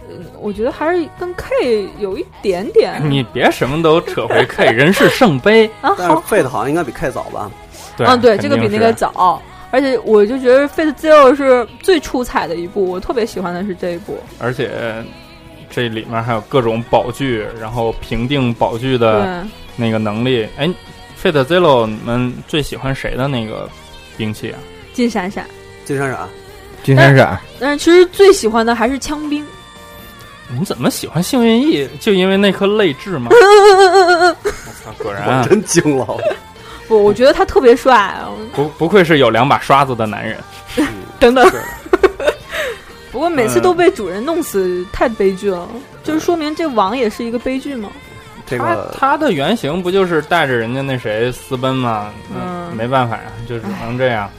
[SPEAKER 7] 嗯，我觉得还是跟 K 有一点点
[SPEAKER 3] *laughs* 你别什么都扯回 K，人嗯是圣杯，啊
[SPEAKER 7] 啊，
[SPEAKER 8] 但是
[SPEAKER 7] 好，
[SPEAKER 8] Fate 好像应该比 K 早吧？
[SPEAKER 3] 对
[SPEAKER 7] 嗯，对，这个比那个早。而且我就觉得《Fate Zero》是最出彩的一部，我特别喜欢的是这一部。
[SPEAKER 3] 而且这里面还有各种宝具，然后评定宝具的
[SPEAKER 7] 对，
[SPEAKER 3] 那个能力。哎，Fate Zero，你们最喜欢谁的那个兵器啊？
[SPEAKER 7] 金闪闪。
[SPEAKER 8] 金闪闪，
[SPEAKER 6] 金闪闪，
[SPEAKER 7] 但是其实最喜欢的还是枪兵。
[SPEAKER 3] 你怎么喜欢幸运翼？就因为那颗泪痣吗？
[SPEAKER 7] 嗯
[SPEAKER 3] 我操，果然
[SPEAKER 8] 我
[SPEAKER 3] 啊、
[SPEAKER 8] 真
[SPEAKER 3] *laughs*
[SPEAKER 8] 惊了。
[SPEAKER 7] 不，我觉得他特别帅。啊
[SPEAKER 3] 不不愧是有两把刷子的男人。
[SPEAKER 7] 等等
[SPEAKER 8] 是的。
[SPEAKER 7] *laughs* 不过每次
[SPEAKER 3] 嗯
[SPEAKER 7] 都被主人弄死，太悲剧了。就是说明这王也是一个悲剧嘛。
[SPEAKER 8] 这
[SPEAKER 3] 他
[SPEAKER 8] 个
[SPEAKER 3] 他的原型不就是带着人家那谁私奔吗？
[SPEAKER 7] 嗯
[SPEAKER 3] 没办法呀、就只能这样。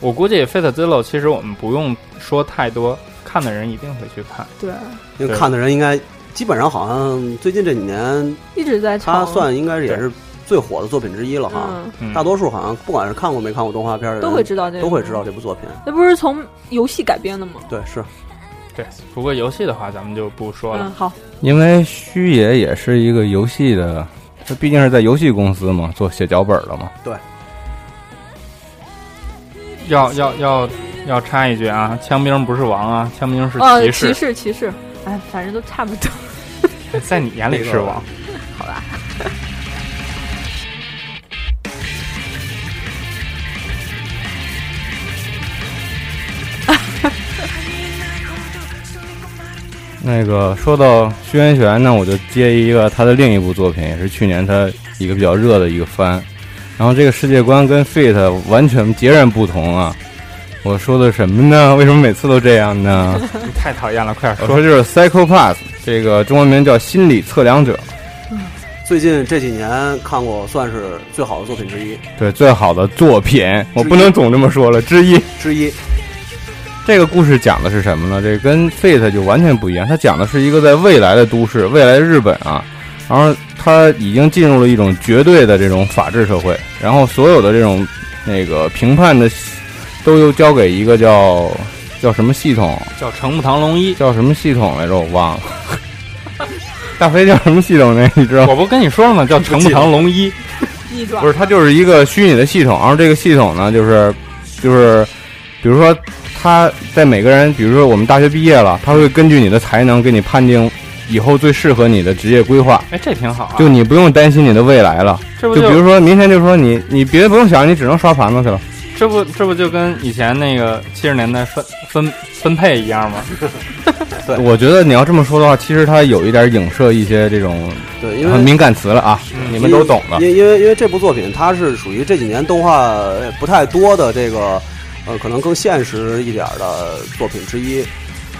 [SPEAKER 3] 我估计《Fate Zero》其实我们不用说太多，看的人一定会去看。
[SPEAKER 7] 对，
[SPEAKER 8] 因为看的人应该基本上好像最近这几年，
[SPEAKER 7] 一直在吵。
[SPEAKER 8] 他算应该是也是最火的作品之一了哈。
[SPEAKER 7] 嗯，
[SPEAKER 3] 嗯、
[SPEAKER 8] 大多数好像不管是看过没看过动画片的人，
[SPEAKER 7] 都会知道这个，
[SPEAKER 8] 都会知道。这部作品。
[SPEAKER 7] 那不是从游戏改编的吗？
[SPEAKER 8] 对，是
[SPEAKER 3] 对，不过游戏的话咱们就不说了。
[SPEAKER 7] 嗯，好，
[SPEAKER 6] 因为虚野也是一个游戏的，他毕竟是在游戏公司嘛，做写脚本的嘛。
[SPEAKER 3] 要要要要插一句啊，枪兵不是王啊，枪兵是
[SPEAKER 7] 呃，
[SPEAKER 3] 骑
[SPEAKER 7] 骑
[SPEAKER 3] 士，
[SPEAKER 7] 士，骑士，哎，反正都差不多。 *laughs*
[SPEAKER 3] 在你眼里是王。
[SPEAKER 6] 那个说到虚渊玄呢，我就接一个他的另一部作品，也是去年他一个比较热的一个番。然后这个世界观跟 Fate 完全截然不同啊！我说的什么呢？为什么每次都这样呢？
[SPEAKER 3] 你太讨厌了，快点
[SPEAKER 6] 我
[SPEAKER 3] 说。
[SPEAKER 6] 说就是 Psychopath，这个中文名叫心理测量者，
[SPEAKER 8] 最近这几年看过算是最好的作品之一
[SPEAKER 6] 对最好的作品，我不能总这么说了，之一。
[SPEAKER 8] 之一。
[SPEAKER 6] 这个故事讲的是什么呢？这跟 Fate 就完全不一样，它讲的是一个在未来的都市，未来的日本啊，然后它已经进入了一种绝对的这种法治社会，然后所有的这种那个评判的都由交给一个叫叫什么系统，
[SPEAKER 3] 叫《成木堂龙一》。
[SPEAKER 6] 叫什么系统来着？我忘了。 *laughs* 大飞叫什么系统呢？你知道吗？
[SPEAKER 3] 我不跟你说了吗？叫《成木堂龙一》。
[SPEAKER 7] 逆转
[SPEAKER 6] 不是，它就是一个虚拟的系统，然后这个系统呢，就是就是，比如说它在每个人，比如说我们大学毕业了，它会根据你的才能给你判定以后最适合你的职业规划，
[SPEAKER 3] 哎，这挺好啊。
[SPEAKER 6] 就你不用担心你的未来了。
[SPEAKER 3] 这不
[SPEAKER 6] 就比如说明天就说你你别不用想，你只能刷盘子去了。
[SPEAKER 3] 这不这不就跟以前那个七十年代分分分配一样吗？
[SPEAKER 6] 我觉得你要这么说的话，其实它有一点影射一些这种
[SPEAKER 8] 对，因为
[SPEAKER 6] 很敏感词了啊，你们都懂的。
[SPEAKER 8] 因因为因为这部作品它是属于这几年动画呃不太多的这个，呃，可能更现实一点儿的作品之一，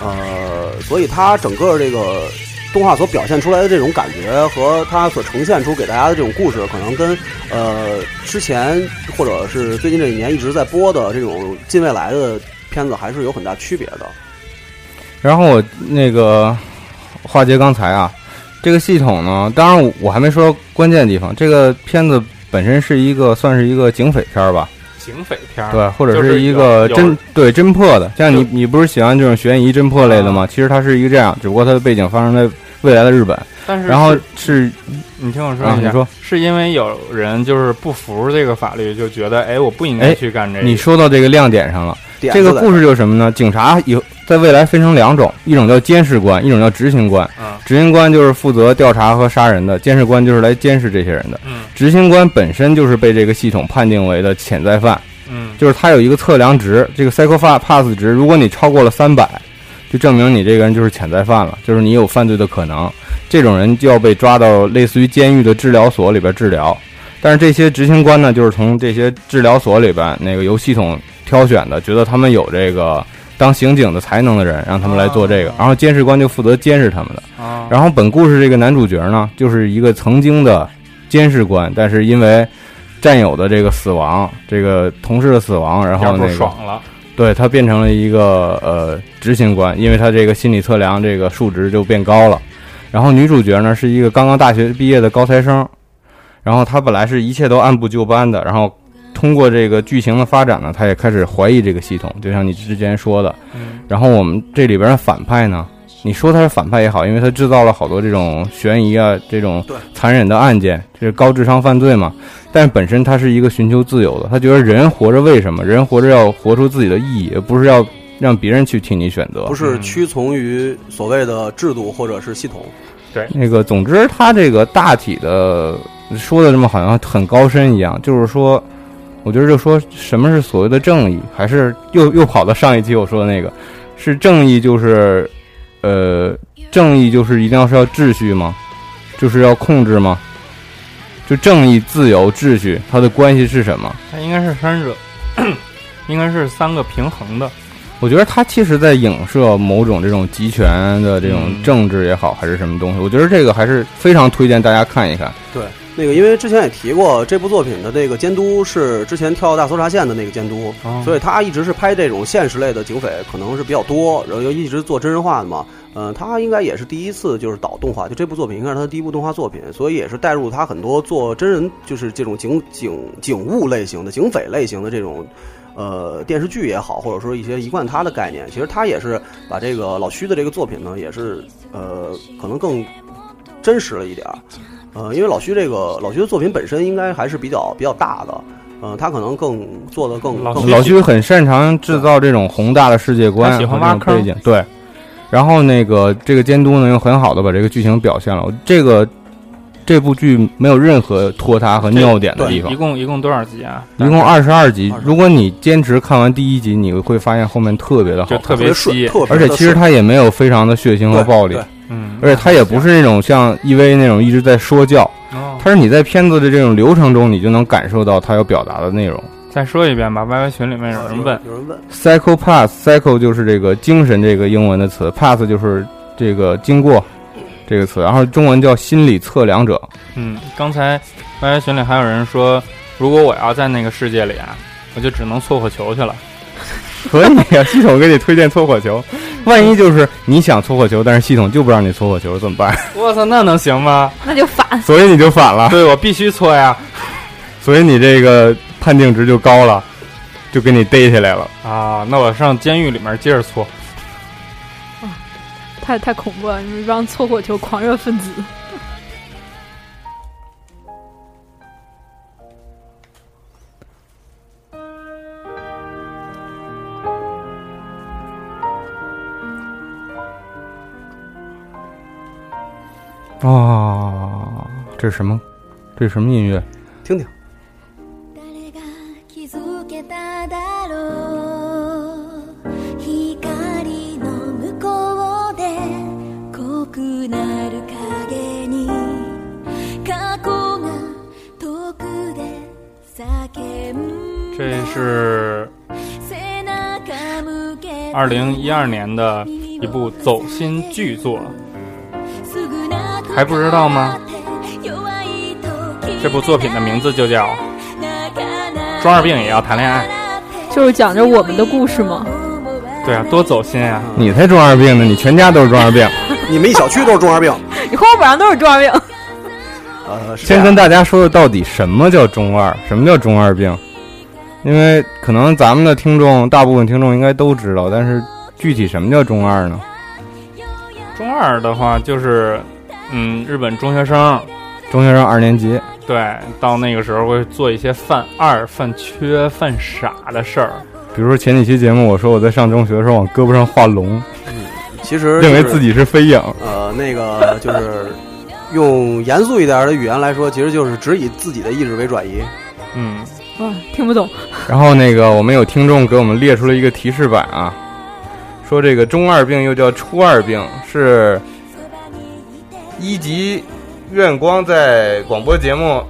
[SPEAKER 8] 呃，所以它整个这个动画所表现出来的这种感觉和它所呈现出给大家的这种故事，可能跟呃之前或者是最近这几年一直在播的这种近未来的片子还是有很大区别的。
[SPEAKER 6] 然后我那个化解刚才啊，这个系统呢，当然我还没说关键的地方。这个片子本身是一个算是一个警匪片儿吧，
[SPEAKER 3] 警匪片儿，
[SPEAKER 6] 对，或者
[SPEAKER 3] 啊就是是
[SPEAKER 6] 一个
[SPEAKER 3] 有
[SPEAKER 6] 侦对侦破的。像你
[SPEAKER 3] 就
[SPEAKER 6] 你不是喜欢这种悬疑侦破类的
[SPEAKER 3] 啊
[SPEAKER 6] 吗？其实它是一个这样，只不过它的背景发生在未来的日本。
[SPEAKER 3] 但是
[SPEAKER 6] 然后
[SPEAKER 3] 嗯是
[SPEAKER 6] 是
[SPEAKER 3] 你听我说
[SPEAKER 6] 啊，
[SPEAKER 3] 一
[SPEAKER 6] 你
[SPEAKER 3] 下，
[SPEAKER 6] 说
[SPEAKER 3] 是因为有人就是不服这个法律，就觉得哎，我不应该
[SPEAKER 6] 哎
[SPEAKER 3] 去干这个。
[SPEAKER 6] 你说到这个亮点上了。
[SPEAKER 8] 点
[SPEAKER 6] 这
[SPEAKER 8] 子
[SPEAKER 6] 个
[SPEAKER 8] 在
[SPEAKER 6] 故事就是什么呢？警察有在未来分成两种，一种叫监视官，一种叫执行官。
[SPEAKER 8] 啊
[SPEAKER 3] 嗯
[SPEAKER 6] 执行官就是负责调查和杀人的，监视官就是来监视这些人的。
[SPEAKER 3] 嗯
[SPEAKER 6] 执行官本身就是被这个系统判定为的潜在犯，
[SPEAKER 3] 嗯，
[SPEAKER 6] 就是他有一个测量值，这个 psychopath 值，如果你超过了三百，就证明你这个人就是潜在犯了，就是你有犯罪的可能。这种人就要被抓到类似于监狱的治疗所里边治疗。但是这些执行官呢，就是从这些治疗所里边那个由系统挑选的，觉得他们有这个当刑警的才能的人，让他们来做这个。然后监视官就负责监视他们的。
[SPEAKER 3] 啊，
[SPEAKER 6] 然后本故事这个男主角呢，就是一个曾经的监视官，但是因为战友的这个死亡，这个同事的死亡，然
[SPEAKER 3] 要
[SPEAKER 6] 后
[SPEAKER 3] 不
[SPEAKER 6] 那个
[SPEAKER 3] 爽了，
[SPEAKER 6] 对他变成了一个呃执行官，因为他这个心理测量这个数值就变高了。然后女主角呢是一个刚刚大学毕业的高材生，然后她本来是一切都按部就班的，然后通过这个剧情的发展呢，她也开始怀疑这个系统，就像你之前说的，
[SPEAKER 3] 嗯
[SPEAKER 6] 然后我们这里边的反派呢，你说他是反派也好，因为他制造了好多这种悬疑啊、这种
[SPEAKER 8] 对
[SPEAKER 6] 残忍的案件，这是高智商犯罪嘛。但是本身他是一个寻求自由的，他觉得人活着为什么？人活着要活出自己的意义，而不是要让别人去替你选择
[SPEAKER 8] 不。是
[SPEAKER 3] 嗯
[SPEAKER 8] 屈从于所谓的制度或者是系统。
[SPEAKER 6] 那个，总之他这个大体的说的这么好像很高深一样，就是说，我觉得就说什么是所谓的正义，还是又又跑到上一期我说的那个，是正义就是，呃，正义就是一定要是要秩序吗？就是要控制吗？就正义、自由、秩序，它的关系是什么？
[SPEAKER 3] 它应该是三者， *clears throat* 应该是三个平衡的。
[SPEAKER 6] 我觉得它其实在影射某种这种集权的这种
[SPEAKER 3] 嗯
[SPEAKER 6] 政治也好，还是什么东西。我觉得这个还是非常推荐大家看一看。
[SPEAKER 8] 那个，因为之前也提过，这部作品的那个监督是之前跳大搜查线的那个监督，所以他一直是拍这种现实类的警匪，可能是比较多，然后又一直做真人化的嘛。嗯、他应该也是第一次就是导动画，就这部作品应该是他的第一部动画作品，所以也是带入他很多做真人，就是这种警警警务类型的、警匪类型的这种。呃，电视剧也好，或者说一些一贯他的概念，其实他也是把这个老徐的这个作品呢，也是呃，可能更真实了一点儿。呃，因为老徐这个老徐的作品本身应该还是比较比较大的，呃，他可能更做的更
[SPEAKER 3] 老
[SPEAKER 8] 更
[SPEAKER 6] 老徐很擅长制造这种宏大的世界观，
[SPEAKER 3] 他喜欢挖
[SPEAKER 6] 和这种背景，对。然后那个这个监督呢，又很好的把这个剧情表现了。这个这部剧没有任何拖沓和尿点的地方
[SPEAKER 3] 一，共一共多少集啊？
[SPEAKER 6] 一共二十二集
[SPEAKER 8] 22。
[SPEAKER 6] 如果你坚持看完第一集，你会发现后面特别的好
[SPEAKER 3] 就
[SPEAKER 6] 看，
[SPEAKER 3] 特别
[SPEAKER 8] 别顺
[SPEAKER 3] 稀，，
[SPEAKER 8] 特别
[SPEAKER 6] 而且
[SPEAKER 8] 地
[SPEAKER 6] 其实
[SPEAKER 8] 顺
[SPEAKER 6] 它也没有非常的血腥和
[SPEAKER 8] 对
[SPEAKER 6] 暴力
[SPEAKER 8] 对，
[SPEAKER 3] 嗯，
[SPEAKER 6] 而且它也不是那种像 EV 那种一直在说教，
[SPEAKER 3] 哦。
[SPEAKER 6] 它是你在片子的这种流程中，你就能感受到它要表达的内容。
[SPEAKER 3] 再说一遍吧，YY 群里面有人问，
[SPEAKER 8] 有人问，
[SPEAKER 6] psycho pass psycho 就是这个精神这个英文的词，pass 就是这个经过这个词，然后中文叫心理测量者。
[SPEAKER 3] 嗯，刚才 YY 群里还有人说，如果我要在那个世界里啊，我就只能搓火球去了。
[SPEAKER 6] 可以啊，系统给你推荐搓火球，万一就是你想搓火球，但是系统就不让你搓火球怎么办？ *laughs*
[SPEAKER 3] 我操，那能行吗？
[SPEAKER 7] 那就反
[SPEAKER 6] 所以你就反了，
[SPEAKER 3] 对我必须搓呀！
[SPEAKER 6] 所以你这个判定值就高了。就给你逮起来了。
[SPEAKER 3] 啊，那我上监狱里面接着搓。
[SPEAKER 7] 太太恐怖了，你们一帮搓火球狂热分子。
[SPEAKER 6] 哦，这是什么？这是什么音乐？
[SPEAKER 8] 听听，
[SPEAKER 4] 誰が気づけただろう光の向こうで濃くなる影に過去が遠くで叫んだ
[SPEAKER 3] 这是
[SPEAKER 4] 背中向け
[SPEAKER 3] 二零一二年的一部走心巨作，还不知道吗？这部作品的名字就叫《装二病也要谈恋爱》。
[SPEAKER 7] 就是讲着我们的故事嘛。
[SPEAKER 3] 对啊，多走心啊！
[SPEAKER 6] 你才中二病呢！你全家都是中二病。
[SPEAKER 8] 呃你们一小区都是中二病。
[SPEAKER 7] *laughs* 你后边上都是装病，
[SPEAKER 8] 呃，是这
[SPEAKER 6] 先
[SPEAKER 8] 样
[SPEAKER 6] 跟大家说说到底什么叫中二，什么叫中二病，因为可能咱们的听众大部分听众应该都知道，但是具体什么叫中二呢？
[SPEAKER 3] 中二的话就是，嗯，日本中学生
[SPEAKER 6] 中学生二年级，
[SPEAKER 3] 对到那个时候会做一些犯二、犯缺、犯傻的事儿。
[SPEAKER 6] 比如说前几期节目我说我在上中学的时候往胳膊上画龙，
[SPEAKER 8] 其实
[SPEAKER 6] 认为
[SPEAKER 8] 就是
[SPEAKER 6] 自己是飞影，
[SPEAKER 8] 呃，那个就是用严肃一点的语言来说，其实就是只以自己的意志为转移。
[SPEAKER 3] 嗯，
[SPEAKER 7] 哇，听不懂。
[SPEAKER 6] 然后那个我们有听众给我们列出了一个提示版啊，说这个中二病又叫初二病，是一级院光在广播节目，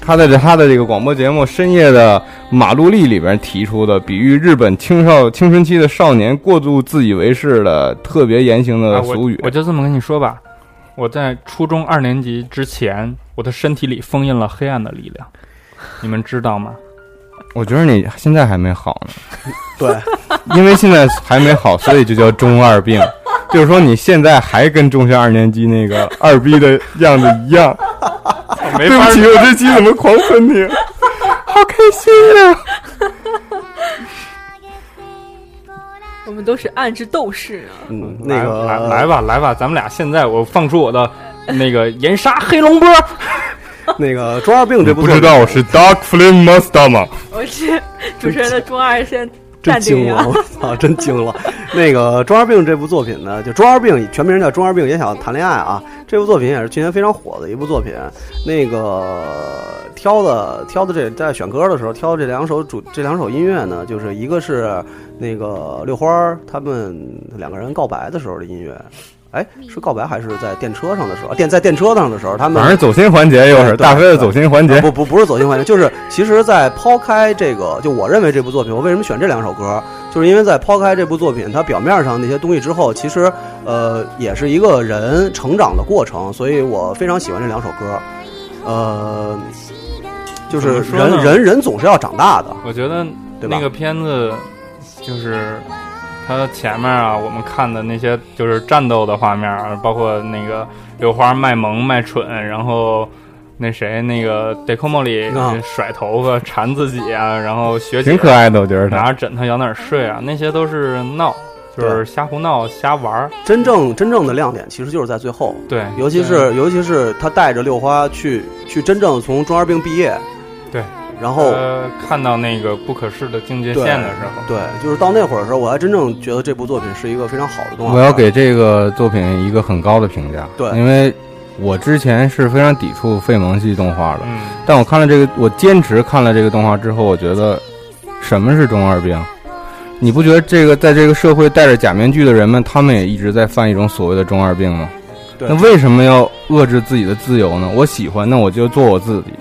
[SPEAKER 6] 他在这他的这个广播节目《深夜的马路丽》里边提出的，比喻日本青少青春期的少年过度自以为是的特别言行
[SPEAKER 3] 啊
[SPEAKER 6] 的
[SPEAKER 3] 我
[SPEAKER 6] 呃俗语。
[SPEAKER 3] 我就这么跟你说吧，我在初中二年级之前，我的身体里封印了黑暗的力量，你们知道吗？
[SPEAKER 6] 我觉得你现在还没好
[SPEAKER 8] 对，
[SPEAKER 6] 呢， *laughs* 因为现在还没好，所以就叫中二病。 *laughs* 就是说你现在还跟中学二年级那个二逼的样子一样。
[SPEAKER 3] *laughs* 没
[SPEAKER 6] 对
[SPEAKER 3] 法
[SPEAKER 6] 不起，我这期怎么狂喷你？好开心啊呀、
[SPEAKER 7] *laughs*
[SPEAKER 3] *laughs*
[SPEAKER 7] 我们都是暗之斗士啊！
[SPEAKER 8] 嗯，那
[SPEAKER 3] *laughs* 来
[SPEAKER 8] 个
[SPEAKER 3] 来来吧，来吧，咱们俩现在我放出我的那个岩沙黑龙波，
[SPEAKER 8] *laughs* 那个中二病这部
[SPEAKER 6] 不
[SPEAKER 8] 作
[SPEAKER 6] 知
[SPEAKER 8] 品
[SPEAKER 6] 道我是 Dark Flame Master 吗？
[SPEAKER 7] 我是主持人的中二先
[SPEAKER 8] 真
[SPEAKER 7] 淡定
[SPEAKER 8] 惊
[SPEAKER 7] 一
[SPEAKER 8] 了，
[SPEAKER 7] 下。
[SPEAKER 8] 我操，真惊了。 *laughs* 那个《中二病》这部作品呢，就《中二病》全名叫《中二病也想谈恋爱》啊。这部作品也是去年非常火的一部作品。那个挑的挑的这在选歌的时候挑的这两首主这两首音乐呢，就是一个是那个六花儿他们两个人告白的时候的音乐，哎，是告白还是在电车上的时候？啊电在电车上的时候，他们
[SPEAKER 6] 反正走心环节又
[SPEAKER 8] 对
[SPEAKER 6] 是
[SPEAKER 8] 对
[SPEAKER 6] 大飞的走心环节
[SPEAKER 8] 啊。不不不是走心环节，就是其实，在抛开这个，就我认为这部作品，我为什么选这两首歌，就是因为在抛开这部作品它表面上那些东西之后，其实呃也是一个人成长的过程，所以我非常喜欢这两首歌，呃，就是
[SPEAKER 3] 怎么说
[SPEAKER 8] 人
[SPEAKER 3] 呢
[SPEAKER 8] 人人总是要长大的，
[SPEAKER 3] 我觉得
[SPEAKER 8] 对吧
[SPEAKER 3] 那个片子就是它前面啊，我们看的那些就是战斗的画面啊，包括那个柳花卖萌卖蠢，然后那谁那个 d e c o m o 里
[SPEAKER 8] 啊
[SPEAKER 3] 甩头发缠自己啊，然后学姐
[SPEAKER 6] 挺可爱的，我觉得
[SPEAKER 3] 拿
[SPEAKER 6] 他。
[SPEAKER 3] 着枕头摇哪儿睡啊，那些都是闹，就是瞎胡闹瞎玩儿。
[SPEAKER 8] 真正真正的亮点其实就是在最后，
[SPEAKER 3] 对，
[SPEAKER 8] 尤其是尤其是他带着六花去去真正从中二病毕业，
[SPEAKER 3] 对，
[SPEAKER 8] 然后。
[SPEAKER 3] 呃看到那个不可视的境界
[SPEAKER 8] 对
[SPEAKER 3] 线的时候。
[SPEAKER 8] 对，就是到那会儿的时候，我还真正觉得这部作品是一个非常好的动画片。
[SPEAKER 6] 我要给这个作品一个很高的评价，
[SPEAKER 8] 对
[SPEAKER 6] 因为我之前是非常抵触费蒙系动画的，
[SPEAKER 3] 嗯，
[SPEAKER 6] 但我看了这个，我坚持看了这个动画之后，我觉得什么是中二病？你不觉得这个在这个社会戴着假面具的人们，他们也一直在犯一种所谓的中二病吗？
[SPEAKER 8] 对
[SPEAKER 6] 那为什么要遏制自己的自由呢？我喜欢，那我就做我自己，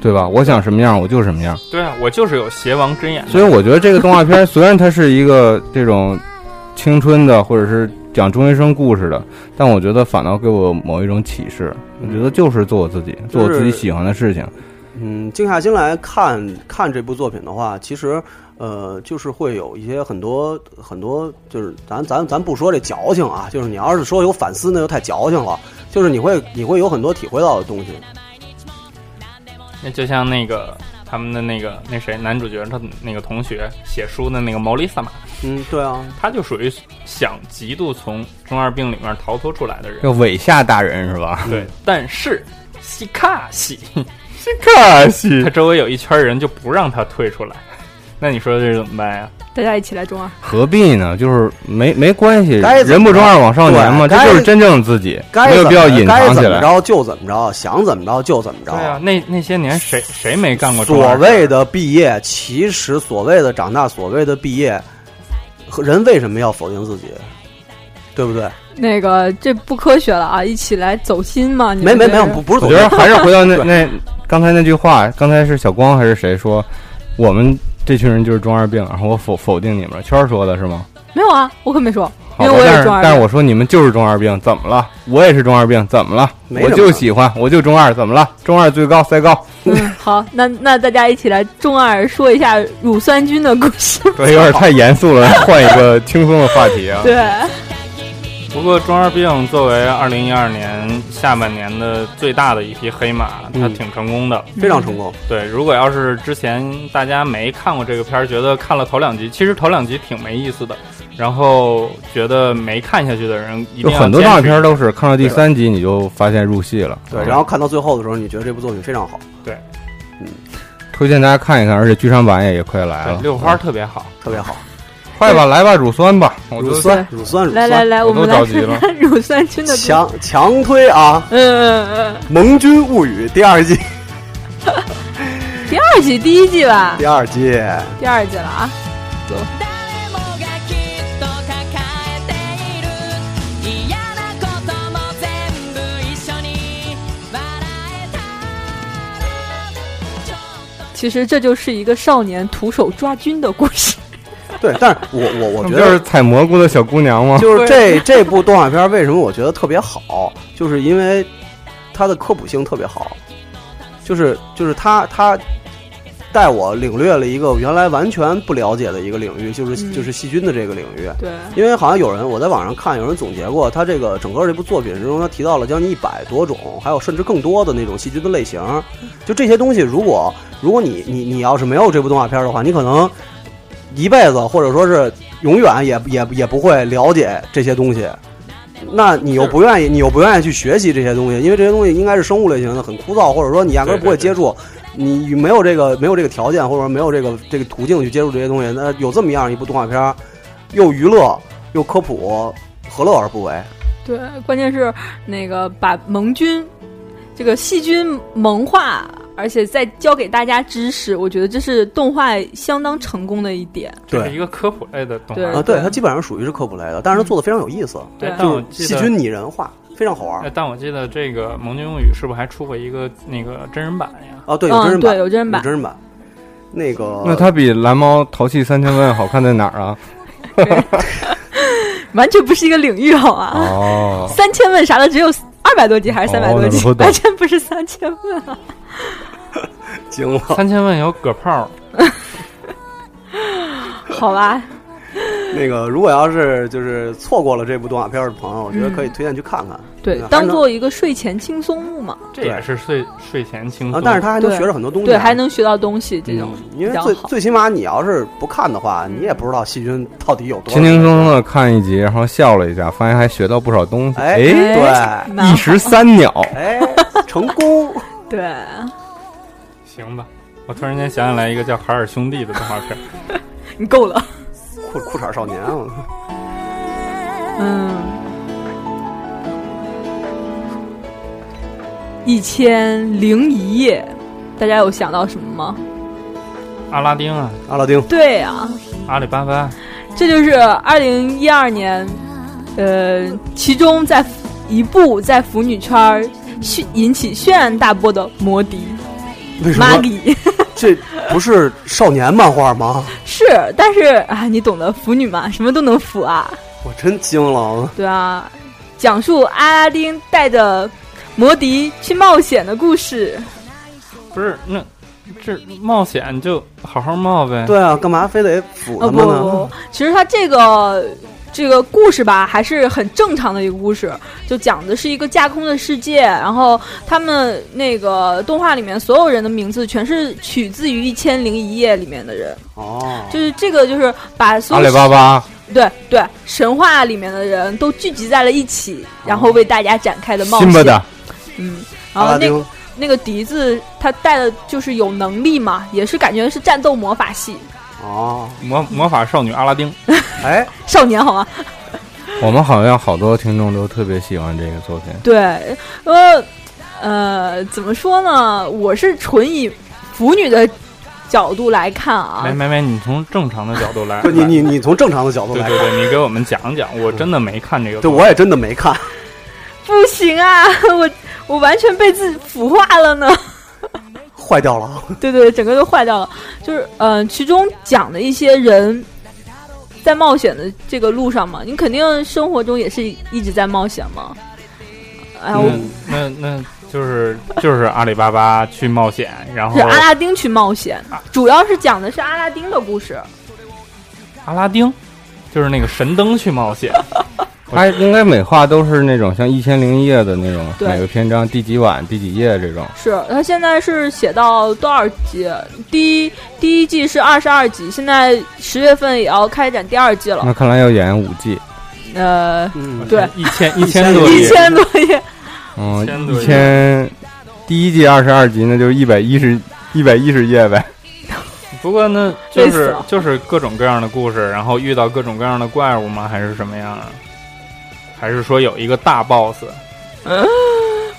[SPEAKER 6] 对吧？我想什么样，我就什么样。
[SPEAKER 3] 对啊，我就是有邪王真眼的。
[SPEAKER 6] 所以我觉得这个动画片 *laughs* 虽然它是一个这种青春的，或者是讲中学生故事的，但我觉得反倒给我某一种启示。我觉得就是做我自己，做我自己喜欢的事情。
[SPEAKER 8] 嗯，静下心来看看这部作品的话，其实呃，就是会有一些很多很多，就是咱咱咱不说这矫情啊，就是你要是说有反思，那就太矫情了。就是你会你会有很多体会到的东西，
[SPEAKER 3] 那就像那个他他们的那个那谁男主角他那个同学写书的那个毛利萨马，
[SPEAKER 8] 嗯，对啊，
[SPEAKER 3] 他就属于想极度从中二病里面逃脱出来的人。
[SPEAKER 6] 这伪下大人是
[SPEAKER 8] *laughs*
[SPEAKER 6] 吧？
[SPEAKER 3] 对，但是西卡西，
[SPEAKER 6] 可惜
[SPEAKER 3] 他周围有一圈人就不让他退出来， *laughs* 那你说这怎么办呀？
[SPEAKER 7] 大家一起来中啊！
[SPEAKER 6] 何必呢？就是没没关系，
[SPEAKER 8] 该怎么
[SPEAKER 6] 人不中二枉少年嘛，
[SPEAKER 8] 对
[SPEAKER 6] 这就是真正的自己，
[SPEAKER 8] 该
[SPEAKER 6] 没有
[SPEAKER 8] 怎
[SPEAKER 6] 必要
[SPEAKER 8] 么
[SPEAKER 6] 隐
[SPEAKER 8] 该
[SPEAKER 6] 藏起
[SPEAKER 8] 怎么
[SPEAKER 6] 来。
[SPEAKER 8] 着就怎么着，想怎么着就怎么着。
[SPEAKER 3] 对啊，那那些年谁谁没干过中
[SPEAKER 8] 所
[SPEAKER 3] 二？
[SPEAKER 8] 谓的毕业，其实所谓的长大，所谓的毕业，和人为什么要否定自己？对不对？
[SPEAKER 7] 那个这不科学了啊！一起来走心嘛！你
[SPEAKER 8] 没没
[SPEAKER 7] 们这
[SPEAKER 8] 没有，
[SPEAKER 7] 是
[SPEAKER 8] 不不是
[SPEAKER 6] 我
[SPEAKER 8] 总
[SPEAKER 6] 觉
[SPEAKER 8] 结
[SPEAKER 6] 得还是回到那
[SPEAKER 8] 对
[SPEAKER 6] 那刚才那句话，刚才是小光还是谁说，我们这群人就是中二病，然后我否否定你们，圈儿说的是吗？
[SPEAKER 7] 没有啊！我可没说，
[SPEAKER 6] 好
[SPEAKER 7] 因为
[SPEAKER 6] 吧，
[SPEAKER 7] 我也
[SPEAKER 6] 但
[SPEAKER 7] 是
[SPEAKER 6] 是
[SPEAKER 7] 中二
[SPEAKER 6] 但是
[SPEAKER 7] 病。
[SPEAKER 6] 我说你们就是中二病，怎么了？我也是中二病，怎么了？
[SPEAKER 8] 没
[SPEAKER 6] 我
[SPEAKER 8] 什
[SPEAKER 6] 就
[SPEAKER 8] 么
[SPEAKER 6] 喜欢，我就中二，怎么了？中二最高，赛高。
[SPEAKER 8] *laughs*
[SPEAKER 7] 嗯，好，那那大家一起来中二说一下乳酸菌的故事。
[SPEAKER 6] 对，有点太严肃了，换一个轻松的话题
[SPEAKER 7] *laughs*
[SPEAKER 6] 啊。
[SPEAKER 7] *laughs* 对，
[SPEAKER 3] 不过中二病作为二零一二年下半年的最大的一匹黑马，它
[SPEAKER 8] 嗯
[SPEAKER 3] 挺成功的。
[SPEAKER 8] 非常成功。
[SPEAKER 7] 嗯
[SPEAKER 3] 对，如果要是之前大家没看过这个片儿，觉得看了头两集，其实头两集挺没意思的，然后觉得没看下去的人，一
[SPEAKER 6] 就
[SPEAKER 3] 定要
[SPEAKER 6] 很多动画
[SPEAKER 3] 坚持
[SPEAKER 6] 片儿都是看到第三集你就发现入戏了。
[SPEAKER 8] 对，然后看到最后的时候，你觉得这部作品非常好，
[SPEAKER 6] 推荐大家看一看，而且剧场版也也快来
[SPEAKER 3] 对
[SPEAKER 6] 了。啊
[SPEAKER 3] 六花特别好。
[SPEAKER 8] 特别好。
[SPEAKER 6] 快吧，来吧，乳酸吧，我
[SPEAKER 8] 乳
[SPEAKER 6] 都
[SPEAKER 8] 酸，乳酸，乳
[SPEAKER 7] 来来
[SPEAKER 8] 酸，
[SPEAKER 7] 来，
[SPEAKER 6] 我
[SPEAKER 7] 我
[SPEAKER 6] 都
[SPEAKER 7] 们来
[SPEAKER 6] 着急了
[SPEAKER 7] 看看乳酸菌的故事。
[SPEAKER 8] 强强推啊！
[SPEAKER 7] 嗯嗯
[SPEAKER 8] 《盟军物语》第二季，
[SPEAKER 7] 嗯，第二季第一季吧，
[SPEAKER 8] 第二季，
[SPEAKER 7] 第二季了啊。
[SPEAKER 4] 誰もがきっと抱えている嫌なことも全部一緒に笑えたらちょっと
[SPEAKER 7] 其实这就是一个少年徒手抓菌的故事。
[SPEAKER 8] 对，但是我我我
[SPEAKER 6] 不
[SPEAKER 8] 觉
[SPEAKER 6] 就
[SPEAKER 8] 得
[SPEAKER 6] 是采蘑菇的小姑娘吗？
[SPEAKER 8] 就是这这部动画片为什么我觉得特别好，就是因为它的科普性特别好，就是就是它它带我领略了一个原来完全不了解的一个领域，就是
[SPEAKER 7] 嗯
[SPEAKER 8] 就是细菌的这个领域。
[SPEAKER 7] *laughs* 对，
[SPEAKER 8] 因为好像有人我在网上看有人总结过，它这个整个这部作品之中，它提到了将近一百多种，还有甚至更多的那种细菌的类型。就这些东西，如果如果你你你要是没有这部动画片的话，你可能一辈子或者说是永远也也也不会了解这些东西。那你又不愿意，你又不愿意去学习这些东西，因为这些东西应该是生物类型的，很枯燥，或者说你压根儿不会接触，你没有这个没有这个条件，或者说没有这个这个途径去接触这些东西。那有这么样一部动画片儿，又娱乐又科普，何乐而不为？
[SPEAKER 7] 对，关键是那个把盟军这个细菌萌化，而且再教给大家知识，我觉得这是动画相当成功的一点。
[SPEAKER 3] 这是
[SPEAKER 8] 对
[SPEAKER 3] 一个科普类的动
[SPEAKER 7] 对
[SPEAKER 3] 画
[SPEAKER 8] 啊，。对，它基本上属于是科普类的，但是它做的非常有意思，
[SPEAKER 7] 对
[SPEAKER 3] 哎但
[SPEAKER 8] 就
[SPEAKER 3] 我
[SPEAKER 8] 是
[SPEAKER 3] 记
[SPEAKER 8] 细
[SPEAKER 3] 得，
[SPEAKER 8] 菌拟人化，非常好玩
[SPEAKER 3] 哎
[SPEAKER 8] 儿
[SPEAKER 3] 但我记得这个《盟军物语》是不是还出过一个那个真人版呀？
[SPEAKER 8] 啊。对，有真
[SPEAKER 7] 嗯，
[SPEAKER 8] 人
[SPEAKER 7] 对，
[SPEAKER 8] 版，
[SPEAKER 7] 有真人
[SPEAKER 8] 有
[SPEAKER 7] 版。
[SPEAKER 8] 真人版。那个，
[SPEAKER 6] 那它比蓝猫淘气三千问好看在哪儿
[SPEAKER 8] *laughs*
[SPEAKER 6] 啊？
[SPEAKER 7] 完全不是一个领域，好吗？
[SPEAKER 8] 啊
[SPEAKER 6] 哦，
[SPEAKER 7] 三千问啥的只有二百多
[SPEAKER 8] *laughs*
[SPEAKER 7] 集还是三百多集
[SPEAKER 6] 哦那不，懂
[SPEAKER 7] 完全不是三千问啊！
[SPEAKER 8] 惊了，
[SPEAKER 3] 三千问有葛炮，
[SPEAKER 7] 好吧，
[SPEAKER 8] 那个，如果要是就是错过了这部动画片儿的朋友，我觉得可
[SPEAKER 7] 嗯
[SPEAKER 8] 以推荐去看看。
[SPEAKER 7] 对，
[SPEAKER 8] 还
[SPEAKER 7] 当
[SPEAKER 8] 能
[SPEAKER 7] 做一个睡前轻松物嘛，
[SPEAKER 3] 这也是睡睡前轻
[SPEAKER 8] 啊
[SPEAKER 3] 松。，
[SPEAKER 8] 但是他还能
[SPEAKER 7] 对
[SPEAKER 8] 学着很多东西啊，
[SPEAKER 7] 对，还能学到东西，这种
[SPEAKER 8] 嗯，因
[SPEAKER 7] 比
[SPEAKER 8] 为
[SPEAKER 7] 较
[SPEAKER 8] 最
[SPEAKER 7] 好。
[SPEAKER 8] 最起码你要是不看的话，你也不知道细菌到底有多少
[SPEAKER 6] 轻轻松松的看一集，然后笑了一下，发现还学到不少东西。
[SPEAKER 8] 哎，
[SPEAKER 6] 哎，
[SPEAKER 8] 对，
[SPEAKER 7] 蛮好
[SPEAKER 6] 一石三鸟。
[SPEAKER 8] 哎，成功，
[SPEAKER 7] 对，
[SPEAKER 3] 行吧，我突然间想起来一个叫《海尔兄弟》的动画片，
[SPEAKER 7] *laughs* 你够了，
[SPEAKER 8] 裤裤衩少年啊，
[SPEAKER 7] 嗯。一千零一夜，大家有想到什么吗？
[SPEAKER 3] 阿拉丁啊，
[SPEAKER 8] 阿拉丁，
[SPEAKER 7] 对啊，
[SPEAKER 3] 阿里巴巴，
[SPEAKER 7] 这就是二零一二年，呃，其中在一部在腐女圈儿渲引起轩然大波的《魔笛
[SPEAKER 8] 为》什么
[SPEAKER 7] Magi
[SPEAKER 8] *laughs* 这不是少年漫画吗？
[SPEAKER 7] 是，但是啊，你懂得腐女嘛，什么都能腐啊，
[SPEAKER 8] 我真惊了，
[SPEAKER 7] 对啊，讲述阿拉丁带着魔笛去冒险的故事，
[SPEAKER 3] 不是那这冒险就好好冒呗。
[SPEAKER 8] 对啊，干嘛非得腐
[SPEAKER 7] 哦
[SPEAKER 8] 他
[SPEAKER 7] 不
[SPEAKER 8] 们
[SPEAKER 7] 不
[SPEAKER 8] 呢？
[SPEAKER 7] 不，其实他这个这个故事吧，还是很正常的一个故事，就讲的是一个架空的世界。然后他们那个动画里面所有人的名字全是取自于《一千零一夜》里面的人，
[SPEAKER 8] 哦，
[SPEAKER 7] 就是这个就是把所
[SPEAKER 6] 阿
[SPEAKER 7] 有
[SPEAKER 6] 里巴巴
[SPEAKER 7] 对对神话里面的人都聚集在了一起，然后为大家展开的冒
[SPEAKER 6] 辛巴
[SPEAKER 7] 险。
[SPEAKER 6] 的，
[SPEAKER 7] 嗯，然
[SPEAKER 8] 阿拉
[SPEAKER 7] 后那
[SPEAKER 8] 丁
[SPEAKER 7] 那个笛子他带的就是有能力嘛，也是感觉是战斗魔法系
[SPEAKER 8] 哦，
[SPEAKER 3] 魔魔法少女阿拉丁，
[SPEAKER 8] 哎，
[SPEAKER 7] 少年好吗？
[SPEAKER 6] 我们好像好多听众都特别喜欢这个作品。
[SPEAKER 7] 对，呃呃，怎么说呢？我是纯以腐女的角度来看啊
[SPEAKER 3] 没，没没，你从正常的角度
[SPEAKER 8] *laughs*
[SPEAKER 3] 来，
[SPEAKER 8] 不，你你你从正常的角度
[SPEAKER 3] 对
[SPEAKER 8] 来
[SPEAKER 3] 对
[SPEAKER 8] 看，
[SPEAKER 3] 对，你给我们讲讲，我真的没看这个
[SPEAKER 8] 对
[SPEAKER 3] 作品，
[SPEAKER 8] 我也真的没看， *laughs*
[SPEAKER 7] 不行啊，我我完全被自己腐化了呢。 *laughs*
[SPEAKER 8] 坏掉了。
[SPEAKER 7] 对对，整个都坏掉了。就是嗯、呃其中讲的一些人在冒险的这个路上嘛，你肯定生活中也是一直在冒险嘛。
[SPEAKER 3] 嗯
[SPEAKER 7] 哎呀，我
[SPEAKER 3] 那那那就是就是阿里巴巴去冒险，然后
[SPEAKER 7] 是阿拉丁去冒险，主要是讲的是阿拉丁的故事。
[SPEAKER 3] 阿拉丁就是那个神灯去冒险，
[SPEAKER 6] 它应该每话都是那种像《一千零一夜》的那种，
[SPEAKER 7] 对
[SPEAKER 6] 每个篇章第几晚、第几页这种。
[SPEAKER 7] 是他现在是写到多少集？第一第一季是二十二集，现在十月份也要开展第二季了。
[SPEAKER 6] 那看来要演五季，
[SPEAKER 7] 呃，
[SPEAKER 8] 嗯，
[SPEAKER 7] 对，
[SPEAKER 3] 一
[SPEAKER 8] *laughs*
[SPEAKER 3] 千一千
[SPEAKER 8] 多
[SPEAKER 3] 多
[SPEAKER 8] 页
[SPEAKER 7] 一
[SPEAKER 3] 页，
[SPEAKER 7] 千多页，
[SPEAKER 6] 嗯，
[SPEAKER 3] 千多
[SPEAKER 6] 一千第一季二十二集，那就是一百一十一百一十
[SPEAKER 7] *laughs*
[SPEAKER 6] 页呗。
[SPEAKER 3] 不过呢，
[SPEAKER 7] 累
[SPEAKER 3] 就
[SPEAKER 7] 死
[SPEAKER 3] 是
[SPEAKER 7] 了
[SPEAKER 3] 就是各种各样的故事，然后遇到各种各样的怪物吗？还是什么样啊？还是说有一个大
[SPEAKER 7] *laughs*
[SPEAKER 3] boss？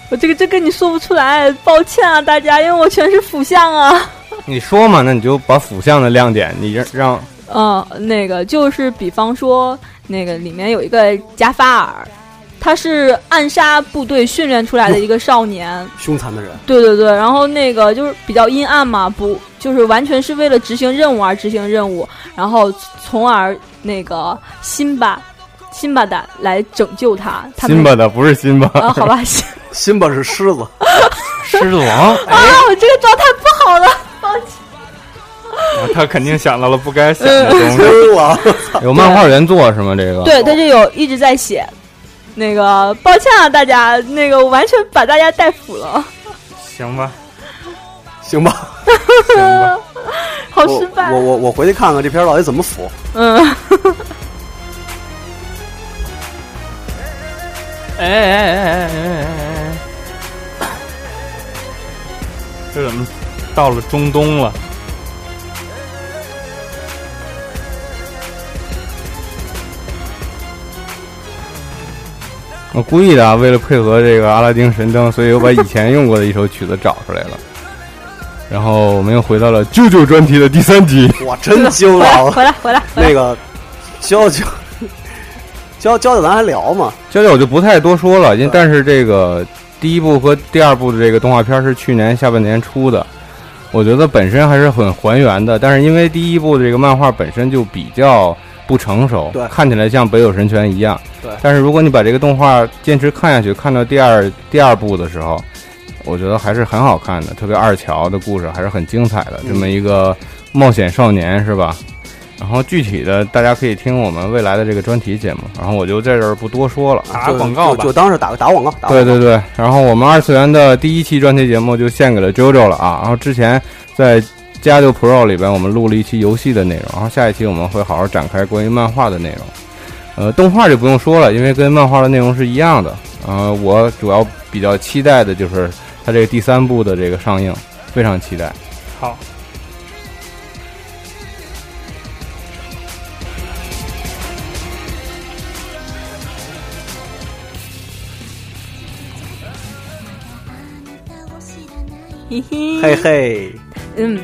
[SPEAKER 7] 我这个真跟你说不出来，抱歉啊大家，因为我全是腐向啊。
[SPEAKER 6] 你说嘛，那你就把腐向的亮点，你让让
[SPEAKER 7] 嗯，那个就是比方说，那个里面有一个加法尔，他是暗杀部队训练出来的一个少年，
[SPEAKER 8] 凶残的人，
[SPEAKER 7] 对对对，然后那个就是比较阴暗嘛，不就是完全是为了执行任务而执行任务，然后从而那个辛巴，辛巴达来拯救他，他们
[SPEAKER 6] 辛巴的不是辛巴，
[SPEAKER 7] 啊，好
[SPEAKER 8] *laughs*
[SPEAKER 7] 吧，辛
[SPEAKER 8] 辛巴是狮
[SPEAKER 3] *laughs*
[SPEAKER 8] 子，
[SPEAKER 3] 哦狮子
[SPEAKER 7] *laughs*
[SPEAKER 3] 王，
[SPEAKER 7] 啊，我这个状态不好了，
[SPEAKER 8] 啊
[SPEAKER 7] 啊
[SPEAKER 6] *laughs*
[SPEAKER 3] 他肯定想到了不该想
[SPEAKER 7] *laughs*
[SPEAKER 3] 的东西。
[SPEAKER 8] 狮子 *laughs* 啊，
[SPEAKER 6] 有漫画原作是吗？这个
[SPEAKER 7] 对，他就有一直在写，那个抱歉啊大家，那个我完全把大家带腐了。
[SPEAKER 3] 行吧，
[SPEAKER 8] 行吧，
[SPEAKER 3] 行吧，
[SPEAKER 7] 好
[SPEAKER 8] 我
[SPEAKER 7] 哦失败。啊
[SPEAKER 8] 我我我回去看看这片儿到底怎么腐。
[SPEAKER 7] 嗯，
[SPEAKER 3] 哎哎哎哎哎哎哎哎！这怎么到了中东了？
[SPEAKER 6] 我故意的啊，为了配合这个阿拉丁神灯，所以我把以前用过的一首曲子找出来了。然后我们又回到了啾啾专题的第三集，
[SPEAKER 8] 我真惊
[SPEAKER 7] 回
[SPEAKER 8] 了，
[SPEAKER 7] 来
[SPEAKER 8] 我
[SPEAKER 7] *laughs* 回来回来，
[SPEAKER 8] 那个娇娇娇娇娇，咱还聊吗？
[SPEAKER 6] 啾啾我就不太多说了，因为
[SPEAKER 8] 对
[SPEAKER 6] 但是这个第一部和第二部的这个动画片是去年下半年出的，我觉得本身还是很还原的，但是因为第一部的这个漫画本身就比较不成熟
[SPEAKER 8] 对，
[SPEAKER 6] 看起来像北斗神拳一样，
[SPEAKER 8] 对
[SPEAKER 6] 但是如果你把这个动画坚持看下去，看到第二第二部的时候，我觉得还是很好看的，特别二乔的故事还是很精彩的，
[SPEAKER 8] 嗯
[SPEAKER 6] 这么一个冒险少年是吧？然后具体的大家可以听我们未来的这个专题节目，然后我就在这儿不多说了。
[SPEAKER 3] 打
[SPEAKER 8] 就
[SPEAKER 3] 广告
[SPEAKER 8] 就
[SPEAKER 3] 吧
[SPEAKER 8] 就当是打个打广告，打
[SPEAKER 6] 对
[SPEAKER 8] 广告
[SPEAKER 6] 对对，然后我们二次元的第一期专题节目就献给了 JoJo 了啊。然后之前在加六 Pro 里边，我们录了一期游戏的内容，然后下一期我们会好好展开关于漫画的内容。呃，动画就不用说了，因为跟漫画的内容是一样的。呃，我主要比较期待的就是它这个第三部的这个上映，非常期待。
[SPEAKER 3] 好，
[SPEAKER 7] 嘿嘿，
[SPEAKER 8] 嘿嘿，
[SPEAKER 7] 嗯，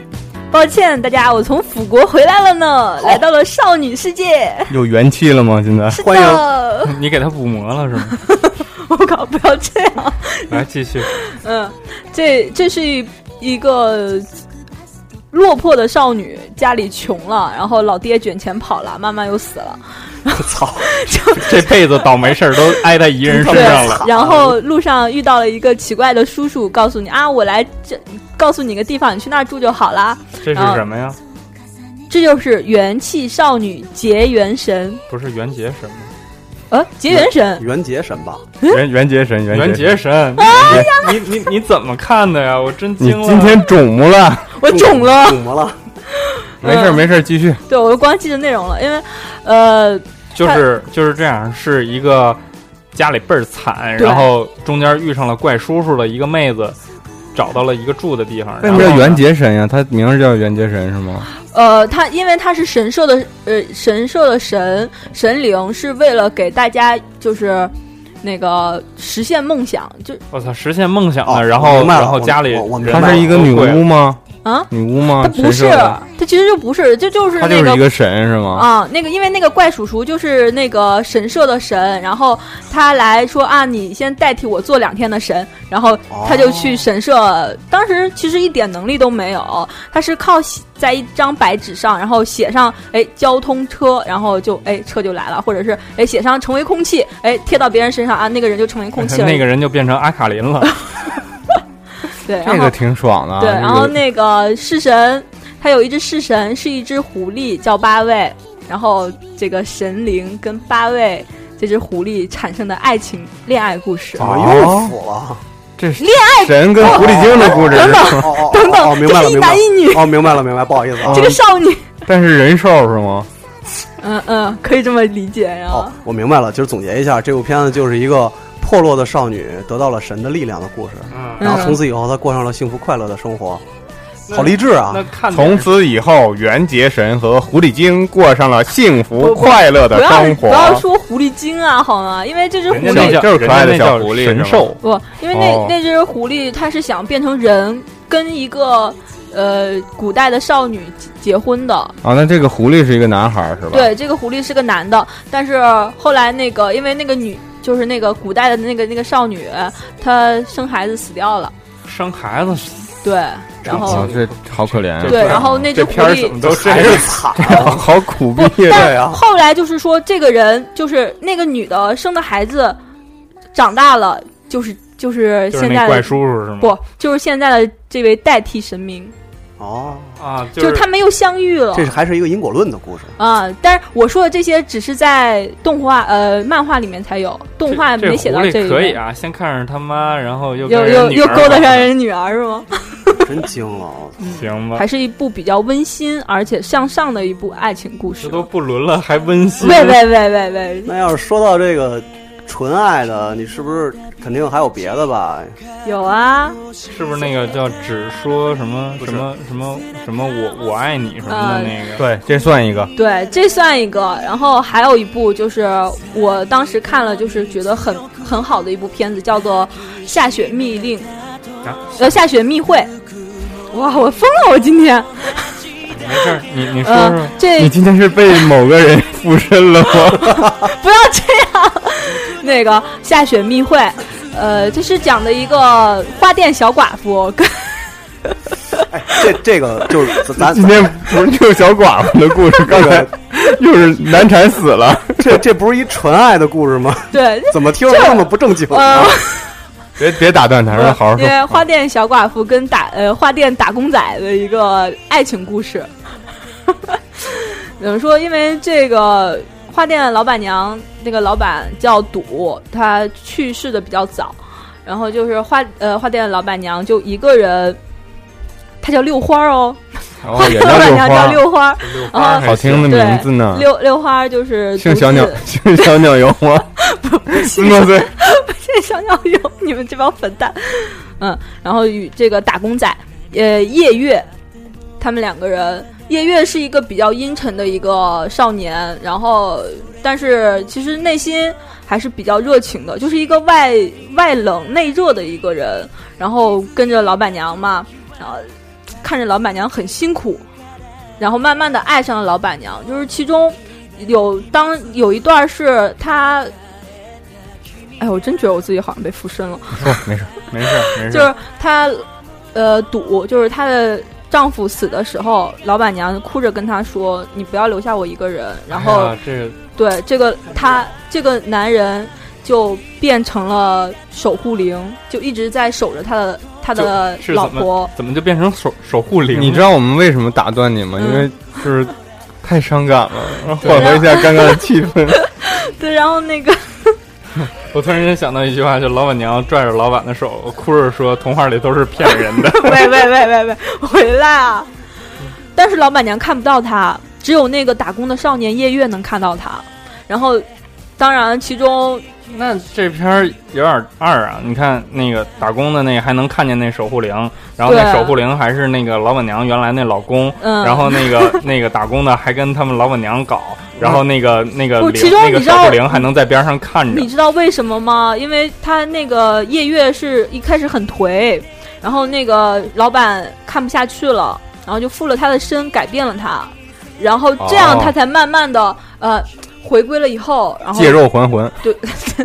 [SPEAKER 7] 抱歉大家，我从腐国回来了呢，来到了少女世界。
[SPEAKER 6] 有元气了吗？ *laughs* 现在
[SPEAKER 7] 是
[SPEAKER 8] 欢迎
[SPEAKER 7] 的，
[SPEAKER 3] 你给他补魔了是
[SPEAKER 6] *laughs*
[SPEAKER 3] 吗？
[SPEAKER 7] *laughs* 我靠，不要这样。
[SPEAKER 3] 来继续，
[SPEAKER 7] 嗯，这这是一一个落魄的少女，家里穷了，然后老爹卷钱跑了，妈妈又死了。
[SPEAKER 8] 我操，
[SPEAKER 3] 这辈子倒霉事儿都挨在一人身
[SPEAKER 7] 对
[SPEAKER 3] 上
[SPEAKER 6] *laughs*
[SPEAKER 3] 了。，
[SPEAKER 7] 然后路上遇到了一个奇怪的叔叔，告诉你啊，我来这，告诉你个地方，你去那儿住就好啦。
[SPEAKER 3] 这是
[SPEAKER 6] 啊
[SPEAKER 3] 什么呀？
[SPEAKER 7] 这就是元气少女结元神，
[SPEAKER 3] 不是袁杰什么？
[SPEAKER 7] 呃，结缘神，
[SPEAKER 8] 元结神吧？
[SPEAKER 6] 袁袁杰神，袁
[SPEAKER 3] 袁
[SPEAKER 6] 杰嗯神，
[SPEAKER 3] 杰神，你你你你怎么看的呀？我真
[SPEAKER 6] 你
[SPEAKER 3] 惊了。
[SPEAKER 6] 今天肿么了？
[SPEAKER 7] 我
[SPEAKER 8] 嗯
[SPEAKER 7] 肿了。
[SPEAKER 8] 肿么了？
[SPEAKER 6] 没事儿
[SPEAKER 7] 嗯
[SPEAKER 6] 没事儿，继续。
[SPEAKER 7] 对，我就光记得内容了，因为，呃，
[SPEAKER 3] 就是就是这样，是一个家里倍儿惨，
[SPEAKER 7] 对
[SPEAKER 3] 然后中间遇上了怪叔叔的一个妹子，找到了一个住的地方。
[SPEAKER 6] 为什么
[SPEAKER 3] 然
[SPEAKER 6] 叫
[SPEAKER 3] 后呢
[SPEAKER 6] 袁？杰神呀？他名字叫袁杰神是吗？
[SPEAKER 7] 呃，他因为他是神社的，呃，神社的神神灵是为了给大家就是那个实现梦想，就
[SPEAKER 3] 我操，实现梦想
[SPEAKER 8] 哦
[SPEAKER 3] 的，然
[SPEAKER 8] 我
[SPEAKER 3] 后
[SPEAKER 8] 明白了
[SPEAKER 3] 然后
[SPEAKER 8] 我
[SPEAKER 3] 家里
[SPEAKER 8] 我我明白
[SPEAKER 3] 人
[SPEAKER 8] 了
[SPEAKER 6] 她是一个女巫吗？
[SPEAKER 7] 啊，
[SPEAKER 6] 女巫
[SPEAKER 7] 他
[SPEAKER 6] 吗？
[SPEAKER 7] 不是，
[SPEAKER 6] 神社的
[SPEAKER 7] 他其实就不是，这就是
[SPEAKER 6] 她
[SPEAKER 7] 那
[SPEAKER 6] 就是
[SPEAKER 7] 个
[SPEAKER 6] 一个神是吗？
[SPEAKER 7] 啊，那个因为那个怪叔叔就是那个神社的神，然后他来说啊，你先代替我做两天的神，然后他就去神社。当时其实一点能力都没有，他是靠写在一张白纸上，然后写上哎交通车，然后就哎车就来了，或者是哎写上成为空气，哎贴到别人身上啊，那个人就成为空气了。
[SPEAKER 3] 那个人就变成阿卡林了。
[SPEAKER 7] 对，然
[SPEAKER 6] 这
[SPEAKER 7] 后
[SPEAKER 6] 个挺爽的啊。
[SPEAKER 7] 对，
[SPEAKER 6] 这个
[SPEAKER 7] 然后那个式神，它有一只式神是一只狐狸，叫八位。然后这个神灵跟八位这只狐狸产生的爱情恋爱故事，
[SPEAKER 8] 怎么
[SPEAKER 3] 哦
[SPEAKER 8] 又腐了？
[SPEAKER 6] 哦这是神跟狐狸精的故事，
[SPEAKER 8] 哦哦
[SPEAKER 7] 等等
[SPEAKER 8] 哦，明白了，
[SPEAKER 7] 这是一
[SPEAKER 8] 明白
[SPEAKER 7] 男
[SPEAKER 8] 了
[SPEAKER 7] 一女。
[SPEAKER 8] 哦，明白了，明白了，不好意思啊
[SPEAKER 7] 这。个少女，
[SPEAKER 6] 但是人兽是吗？
[SPEAKER 7] 嗯嗯，可以这么理解呀、
[SPEAKER 8] 哦，我明白了，就是总结一下，这部片子就是一个破落的少女得到了神的力量的故事，
[SPEAKER 3] 嗯，
[SPEAKER 8] 然后从
[SPEAKER 7] 嗯，
[SPEAKER 8] 此以后她过上了幸福快乐的生活， *laughs* 好励志啊
[SPEAKER 3] 那！看点
[SPEAKER 6] 从此以后，袁杰神和狐狸精过上了幸福快乐
[SPEAKER 7] 不
[SPEAKER 6] 的
[SPEAKER 7] 要
[SPEAKER 6] 生
[SPEAKER 7] 不要
[SPEAKER 6] 活。
[SPEAKER 7] 说狐狸精啊，好吗？因为这只狐
[SPEAKER 3] 啊人家那叫
[SPEAKER 6] 小
[SPEAKER 7] 狸
[SPEAKER 6] 就是可爱的
[SPEAKER 3] 人家那
[SPEAKER 6] 小
[SPEAKER 3] 叫
[SPEAKER 6] 狐狸是
[SPEAKER 3] 神
[SPEAKER 6] 吗
[SPEAKER 3] 兽。
[SPEAKER 7] 不，因为那、
[SPEAKER 6] 哦
[SPEAKER 7] 那只狐狸它是想变成人，跟一个呃古代的少女结结婚的，
[SPEAKER 6] 啊，那这个狐狸是一个男孩儿是吧？，
[SPEAKER 7] 对，这个狐狸是个男的，但是后来那个因为那个女就是那个古代的那个那个少女，她生孩子死掉了，
[SPEAKER 3] 生孩子，
[SPEAKER 7] 对，然后
[SPEAKER 6] 啊，这好可怜啊，
[SPEAKER 7] 对，然后那只
[SPEAKER 3] 这
[SPEAKER 7] 狐
[SPEAKER 3] 片儿怎嗯
[SPEAKER 7] 狸
[SPEAKER 3] 么都这
[SPEAKER 8] 还
[SPEAKER 3] 样？
[SPEAKER 8] 是惨，
[SPEAKER 6] *laughs* 好苦逼啊！
[SPEAKER 8] 对啊，
[SPEAKER 7] 后来就是说这个人就是那个女的生的孩子长大了，就是就是
[SPEAKER 3] 就是
[SPEAKER 7] 现
[SPEAKER 3] 那
[SPEAKER 7] 在
[SPEAKER 3] 怪
[SPEAKER 7] 的。
[SPEAKER 3] 叔叔是吗？
[SPEAKER 7] 不，就是现在的这位代替神明，
[SPEAKER 8] 哦，
[SPEAKER 3] 啊，
[SPEAKER 7] 就是他们又相遇了
[SPEAKER 8] 这是还是一个因果论的故事。
[SPEAKER 7] 啊！但是我说的这些只是在动画呃漫画里面才有，动画
[SPEAKER 3] 这
[SPEAKER 7] 没写到
[SPEAKER 3] 狐狸
[SPEAKER 7] 这里面。
[SPEAKER 3] 可以啊，先看着他妈，然后又
[SPEAKER 7] 又
[SPEAKER 3] 跟人
[SPEAKER 7] 又
[SPEAKER 3] 女
[SPEAKER 7] 又
[SPEAKER 3] 儿
[SPEAKER 7] 勾搭
[SPEAKER 3] 玩
[SPEAKER 7] 上
[SPEAKER 3] 儿
[SPEAKER 7] 人女儿是吗？
[SPEAKER 8] 真惊了！我操
[SPEAKER 3] 行吧？
[SPEAKER 7] 还是一部比较温馨而且向上的一部爱情故事
[SPEAKER 3] 这。都不伦了，还温馨？
[SPEAKER 7] 喂喂喂喂喂，
[SPEAKER 8] 那要是说到这个纯爱的，你是不是肯定还有别的吧？
[SPEAKER 7] 有啊，
[SPEAKER 3] 是不是那个叫只说什么
[SPEAKER 8] 不是
[SPEAKER 3] 什么什么什么我我爱你什
[SPEAKER 7] 啊
[SPEAKER 3] 么的那个？
[SPEAKER 6] 对，这算一个。
[SPEAKER 7] 对，这算一个。然后还有一部就是我当时看了，就是觉得很很好的一部片子，叫做《下雪密令》，
[SPEAKER 3] 啊
[SPEAKER 7] 呃，《下雪密会》。哇，我疯了！我今天，
[SPEAKER 3] 没事儿，你你说
[SPEAKER 7] 呃
[SPEAKER 3] 说，，
[SPEAKER 7] 这
[SPEAKER 6] 你今天是被某个人附身了吗？
[SPEAKER 7] *laughs* 不要这样。那个下雪密会，呃，这是讲的一个花店小寡妇跟
[SPEAKER 8] 哎，这这个就是咱
[SPEAKER 6] 今
[SPEAKER 8] 咱
[SPEAKER 6] 天不是就是小寡妇的故事，刚才又是难产死了。
[SPEAKER 8] 这这不是一纯爱的故事吗？
[SPEAKER 7] 对，
[SPEAKER 8] 怎么听着那么不正经
[SPEAKER 7] 呃
[SPEAKER 8] 呢？，
[SPEAKER 6] 别别打断他，让他好好
[SPEAKER 7] 因
[SPEAKER 6] 说。
[SPEAKER 7] 为花店小寡妇跟打呃花店打工仔的一个爱情故事。 *laughs* 怎么说？因为这个花店老板娘，那个老板叫赌，她去世的比较早，然后就是花呃花店的老板娘就一个人，她叫六花儿哦， *laughs*
[SPEAKER 6] 哦
[SPEAKER 7] 花
[SPEAKER 6] 也
[SPEAKER 7] 店
[SPEAKER 6] 叫
[SPEAKER 7] 老板
[SPEAKER 6] 六
[SPEAKER 7] 娘
[SPEAKER 6] 花
[SPEAKER 7] 叫，六花儿，然
[SPEAKER 3] 哎
[SPEAKER 7] 后
[SPEAKER 6] 好听的名字呢。
[SPEAKER 7] 六六花儿就是
[SPEAKER 6] 姓
[SPEAKER 7] 独
[SPEAKER 6] 小鸟
[SPEAKER 7] 自，
[SPEAKER 6] 姓小鸟油
[SPEAKER 7] *laughs*
[SPEAKER 6] 吗？四十多岁，
[SPEAKER 7] 这 *laughs* 小鸟有你们这帮粉蛋，嗯，然后与这个打工仔，呃，夜月，他们两个人，夜月是一个比较阴沉的一个少年，然后但是其实内心还是比较热情的，就是一个外外冷内热的一个人，然后跟着老板娘嘛，然后看着老板娘很辛苦，然后慢慢的爱上了老板娘，就是其中有当有一段是他。哎，我真觉得我自己好像被附身了。
[SPEAKER 6] 没事没事没
[SPEAKER 3] 嗯
[SPEAKER 7] 就。是她，呃，赌，就是她的丈夫死的时候，老板娘哭着跟她说：“你不要留下我一个人。”然后，
[SPEAKER 3] 哎呀这个
[SPEAKER 7] 对这个他这个男人就变成了守护灵，就一直在守着他的他的
[SPEAKER 3] 就是
[SPEAKER 7] 老
[SPEAKER 3] 怎么
[SPEAKER 7] 婆。 *laughs*
[SPEAKER 3] 怎么就变成守守护灵了？ *laughs*
[SPEAKER 6] 你知道我们为什么打断你吗？
[SPEAKER 7] 嗯啊 *laughs*
[SPEAKER 6] 因为就是太伤感了，然后缓和一下尴尬的气氛。
[SPEAKER 7] 对，然后那个 *laughs*
[SPEAKER 3] 我突然间想到一句话，就老板娘拽着老板的手，哭着说：“童话里都是骗人的。
[SPEAKER 7] 喂喂喂喂 *laughs* 喂，回来啊！
[SPEAKER 3] 嗯
[SPEAKER 7] 但是老板娘看不到他，只有那个打工的少年夜月能看到他。然后，当然其中”
[SPEAKER 3] *laughs* 那这片儿有点二啊！你看那个打工的那个还能看见那守护灵，然后那
[SPEAKER 7] 对啊
[SPEAKER 3] 守护灵还是那个老板娘原来那老公，
[SPEAKER 7] 嗯，
[SPEAKER 3] 然后那个那个打工的还跟他们老板娘搞，然后那个那个
[SPEAKER 7] 嗯不
[SPEAKER 3] 灵
[SPEAKER 7] 其中
[SPEAKER 3] 那个
[SPEAKER 7] 你知
[SPEAKER 3] 守
[SPEAKER 7] 道
[SPEAKER 3] 护灵还能在边上看着
[SPEAKER 7] 你，知道为什么吗？因为他那个夜月是一开始很颓，然后那个老板看不下去了，然后就附了他的身，改变了他，然后这样
[SPEAKER 6] 哦
[SPEAKER 7] 他才慢慢的、呃回归了以后，然后
[SPEAKER 6] 借肉还魂
[SPEAKER 7] 对，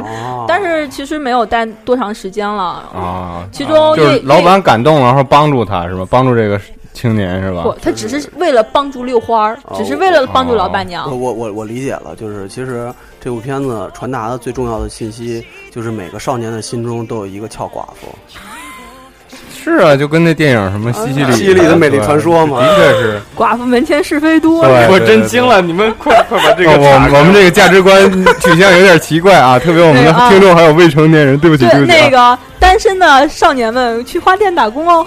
[SPEAKER 8] 哦
[SPEAKER 7] 但是其实没有待多长时间了。
[SPEAKER 6] 啊，
[SPEAKER 7] 其中
[SPEAKER 6] 就
[SPEAKER 7] 夜
[SPEAKER 6] 是老
[SPEAKER 7] 夜
[SPEAKER 6] 板感动，然后帮助他是吧？帮助这个青年是吧？
[SPEAKER 7] 不，他只是为了帮助六花儿，
[SPEAKER 8] 哦
[SPEAKER 7] 只是为了帮助老板娘
[SPEAKER 6] 哦
[SPEAKER 8] 我。呃我我我理解了，就是其实这部片子传达的最重要的信息，就是每个少年的心中都有一个俏寡妇。
[SPEAKER 6] 是啊，就跟那电影什么西西里
[SPEAKER 8] 啊西西里的美丽传说嘛
[SPEAKER 6] 对的确是。
[SPEAKER 7] 寡妇门前是非多，
[SPEAKER 6] 对
[SPEAKER 3] 我真惊了！你们快快把这个
[SPEAKER 6] 哦
[SPEAKER 3] 查
[SPEAKER 6] 我
[SPEAKER 3] 查
[SPEAKER 6] 我们这个价值观取向有点奇怪 *laughs* 啊，特别我们的
[SPEAKER 7] 对啊
[SPEAKER 6] 听众还有未成年人，对不起，对
[SPEAKER 7] 对
[SPEAKER 6] 不起
[SPEAKER 7] 那
[SPEAKER 6] 啊。
[SPEAKER 7] 个单身的少年们去花店打工哦。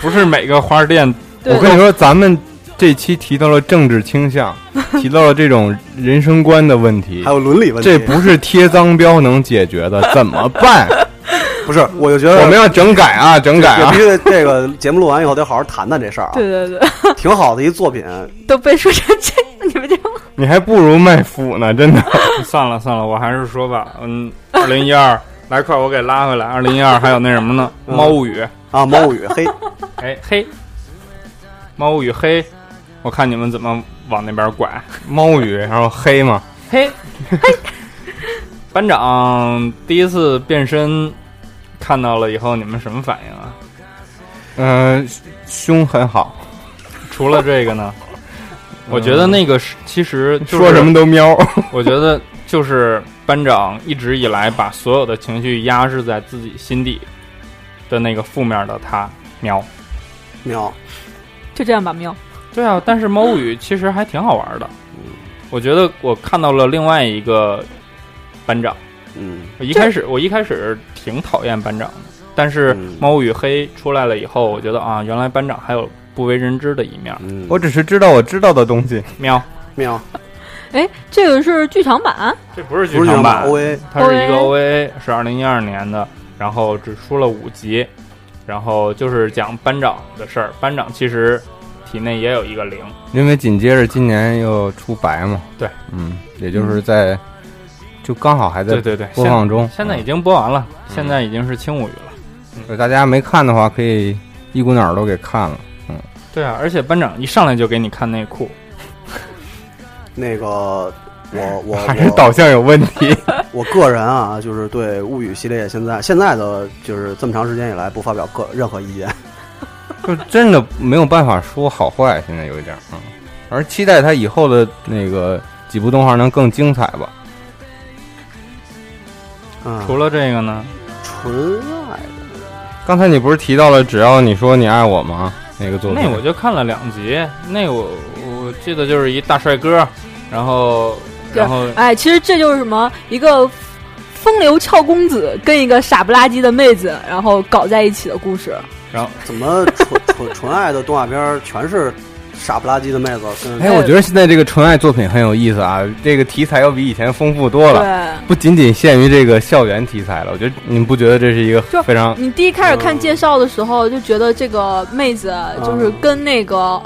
[SPEAKER 3] 不是每个花店
[SPEAKER 7] 对
[SPEAKER 6] 我跟你说，咱们这期提到了政治倾 *laughs* 向，提到了这种人生观的问题
[SPEAKER 8] 还，有伦理问题，
[SPEAKER 6] 这不是贴脏标能解决的，怎么 *laughs* 办？
[SPEAKER 8] 不是？我就觉得
[SPEAKER 6] 我们要整改啊，整改
[SPEAKER 8] 也
[SPEAKER 6] 啊
[SPEAKER 8] 必！须得这个节目录完以后得好好谈谈这事儿啊，
[SPEAKER 7] 对对对，
[SPEAKER 8] 挺好的一作品。
[SPEAKER 7] *laughs*
[SPEAKER 8] 啊
[SPEAKER 7] 都被说成这 *laughs* 样，你们这
[SPEAKER 6] 你还不如卖腐呢，真的。
[SPEAKER 3] 算了算了，我还是说吧。嗯，二零一二，来快，我给拉回来。二零一二还有那什么呢？
[SPEAKER 8] 嗯
[SPEAKER 3] 猫物语，
[SPEAKER 8] 啊，猫物语，
[SPEAKER 7] *laughs*
[SPEAKER 8] 嘿，
[SPEAKER 3] 哎嘿，猫物语嘿，我看你们怎么往那边拐。
[SPEAKER 6] 猫语，然后黑嘛，
[SPEAKER 3] 嘿，班长第一次变身，看到了以后你们什么反应啊？
[SPEAKER 6] 嗯、胸很好，
[SPEAKER 3] 除了这个呢，我觉得那个是其实就是
[SPEAKER 6] 说什么都喵。
[SPEAKER 3] 我觉得就是班长一直以来把所有的情绪压制在自己心底的那个负面的他喵。
[SPEAKER 8] 喵，
[SPEAKER 7] 就这样吧，喵。
[SPEAKER 3] 对啊，但是猫物语其实还挺好玩的。我觉得我看到了另外一个班长。
[SPEAKER 8] 嗯，
[SPEAKER 3] 我一开始我一开始挺讨厌班长的，但是
[SPEAKER 8] 嗯
[SPEAKER 3] 猫物语黑出来了以后，我觉得啊，原来班长还有不为人知的一面。
[SPEAKER 8] 嗯
[SPEAKER 6] 我只是知道我知道的东西。
[SPEAKER 3] 喵，
[SPEAKER 8] 喵，
[SPEAKER 7] 哎，这个是剧场版，
[SPEAKER 3] 这不是
[SPEAKER 8] 不是
[SPEAKER 3] 剧场版
[SPEAKER 8] 版 OVA，
[SPEAKER 3] 它是一个 OVA，是二零一二年的，然后只出了五集，然后就是讲班长的事儿。班长其实体内也有一个灵，
[SPEAKER 6] 因为紧接着今年又出白嘛，
[SPEAKER 3] 对，
[SPEAKER 6] 嗯，也就是在、就刚好还在
[SPEAKER 3] 对对对，
[SPEAKER 6] 播
[SPEAKER 3] 现
[SPEAKER 6] 放嗯中。
[SPEAKER 3] 现在已经播完了，现在已经是轻舞语了。
[SPEAKER 6] 嗯大家没看的话，可以一股脑儿都给看了。嗯
[SPEAKER 3] 对啊，而且班长一上来就给你看内裤，
[SPEAKER 8] 那个我我
[SPEAKER 6] *laughs* 还是导向有问题，
[SPEAKER 8] 我个人啊，就是对物语系列现在现在的就是这么长时间以来不发表个任何意见。
[SPEAKER 6] *laughs* 就真的没有办法说好坏，现在有一点儿，嗯，而期待它以后的那个几部动画能更精彩吧。
[SPEAKER 8] 嗯，
[SPEAKER 3] 除了这个呢，
[SPEAKER 8] 纯爱的
[SPEAKER 6] 刚才你不是提到了只要你说你爱我吗？那个作品，
[SPEAKER 3] 那我就看了两集，那我我记得就是一大帅哥，然后
[SPEAKER 7] 对
[SPEAKER 3] 然后
[SPEAKER 7] 哎，其实这就是什么一个风流俏公子跟一个傻不拉几的妹子，然后搞在一起的故事。
[SPEAKER 8] 怎么纯纯纯爱的动画片儿全是傻不拉几的妹子跟
[SPEAKER 6] 哎，我觉得现在这个纯爱作品很有意思啊，这个题材要比以前丰富多了。
[SPEAKER 7] 对。
[SPEAKER 6] 不仅仅限于这个校园题材了，我觉得你们不觉得这是一个
[SPEAKER 7] 就
[SPEAKER 6] 非常
[SPEAKER 7] 你第一开始看介绍的时候，就觉得这个妹子就是跟那个，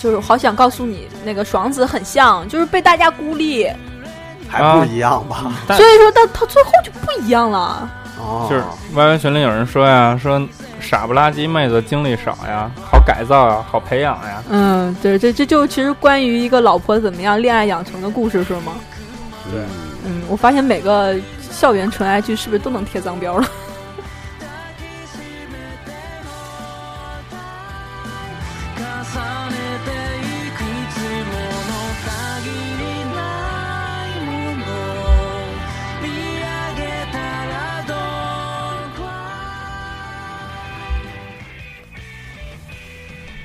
[SPEAKER 7] 就是好想告诉你那个爽子很像，就是被大家孤立，
[SPEAKER 8] 还不一样吧？
[SPEAKER 3] 但
[SPEAKER 7] 所以说到到最后就不一样了。
[SPEAKER 6] 嗯
[SPEAKER 8] 哦，
[SPEAKER 3] 就是 YY 群里有人说呀，说傻不拉几妹子精力少呀，好改造呀，好培养呀。
[SPEAKER 7] 嗯，对，这这就其实关于一个老婆怎么样恋爱养成的故事是吗？
[SPEAKER 8] 对，
[SPEAKER 7] 嗯，我发现每个校园纯爱剧是不是都能贴脏标了？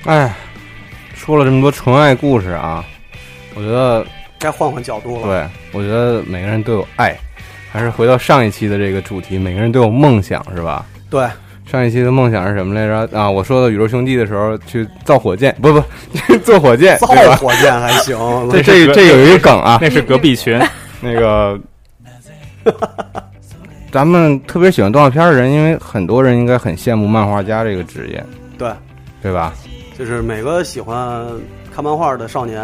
[SPEAKER 6] 哎，说了这么多纯爱故事啊，我觉得
[SPEAKER 8] 该换换角度了。
[SPEAKER 6] 对，我觉得每个人都有爱，还是回到上一期的这个主题，每个人都有梦想，是吧？
[SPEAKER 8] 对，
[SPEAKER 6] 上一期的梦想是什么来着？啊，我说的宇宙兄弟的时候去造火箭，不不， *laughs* 去做火箭，
[SPEAKER 8] 造
[SPEAKER 6] 对吧？
[SPEAKER 8] 火箭还
[SPEAKER 6] *laughs*
[SPEAKER 8] 行，
[SPEAKER 6] 这这这有一个梗啊，
[SPEAKER 3] 那是隔壁
[SPEAKER 6] *laughs*
[SPEAKER 3] 群，
[SPEAKER 6] 那个，咱们特别喜欢动画片的人，因为很多人应该很羡慕漫画家这个职业，
[SPEAKER 8] 对，
[SPEAKER 6] 对吧？
[SPEAKER 8] 就是每个喜欢看漫画的少年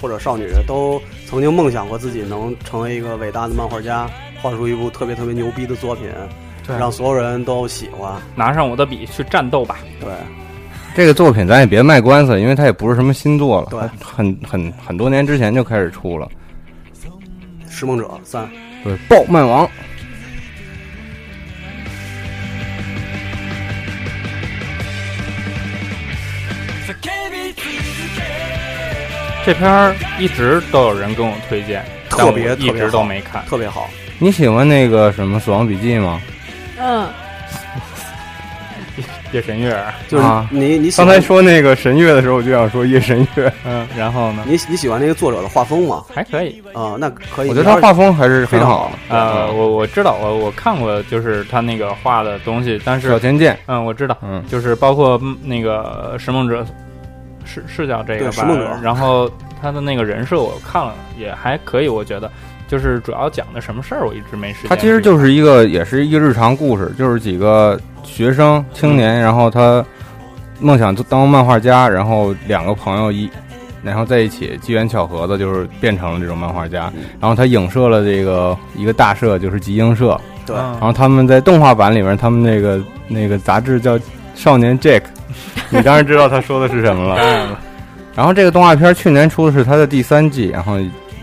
[SPEAKER 8] 或者少女，都曾经梦想过自己能成为一个伟大的漫画家，画出一部特别特别牛逼的作品，
[SPEAKER 3] 对
[SPEAKER 8] 让所有人都喜欢。
[SPEAKER 3] 拿上我的笔去战斗吧。
[SPEAKER 8] 对，
[SPEAKER 6] 这个作品咱也别卖官司，因为它也不是什么新作了，
[SPEAKER 8] 对
[SPEAKER 6] 它很很很多年之前就开始出了。
[SPEAKER 8] 《拾梦者三》
[SPEAKER 6] 对，暴漫王，
[SPEAKER 3] 这片儿一直都有人跟我推荐，但
[SPEAKER 8] 特别
[SPEAKER 3] 我一
[SPEAKER 8] 特别
[SPEAKER 3] 直
[SPEAKER 8] 好
[SPEAKER 3] 都没看。
[SPEAKER 8] 特别好，
[SPEAKER 6] 你喜欢那个什么《死亡笔记》吗？
[SPEAKER 7] 嗯，
[SPEAKER 3] 夜神月儿，
[SPEAKER 8] 就是
[SPEAKER 6] 啊
[SPEAKER 8] 你你喜
[SPEAKER 6] 刚
[SPEAKER 8] 欢
[SPEAKER 6] 才说那个神乐的时候，我就想说夜神乐，
[SPEAKER 3] 嗯，然后呢，
[SPEAKER 8] 你你喜欢那个作者的画风吗？
[SPEAKER 3] 还可以。
[SPEAKER 8] 啊、那可以。
[SPEAKER 6] 我觉得
[SPEAKER 8] 你要
[SPEAKER 6] 他
[SPEAKER 8] 是
[SPEAKER 6] 画风还是
[SPEAKER 8] 非
[SPEAKER 6] 很
[SPEAKER 8] 常
[SPEAKER 6] 好的。
[SPEAKER 3] 呃，我我知道，我我看过，就是他那个画的东西，但
[SPEAKER 6] 小
[SPEAKER 3] 是，
[SPEAKER 6] 田健，
[SPEAKER 3] 嗯，我知道，
[SPEAKER 6] 嗯，
[SPEAKER 3] 就是包括嗯那个《拾梦者》，是是叫这个
[SPEAKER 8] 对
[SPEAKER 3] 吧？
[SPEAKER 8] 拾梦者
[SPEAKER 3] 然后他的那个人设我看了也还可以，我觉得就是主要讲的什么事儿，我一直没时间去
[SPEAKER 6] 他
[SPEAKER 3] 看。
[SPEAKER 6] 其实就是一个，也是一个日常故事，就是几个学生青年，然后他梦想当漫画家，然后两个朋友一，然后在一起机缘巧合的，就是变成了这种漫画家。然后他影射了这个一个大社，就是集英社。
[SPEAKER 8] 对，
[SPEAKER 3] 嗯
[SPEAKER 6] 然后他们在动画版里面，他们那个那个杂志叫《少年 Jack》，你当然知道他说的是什么了。然后这个动画片去年出的是它的第三季，然后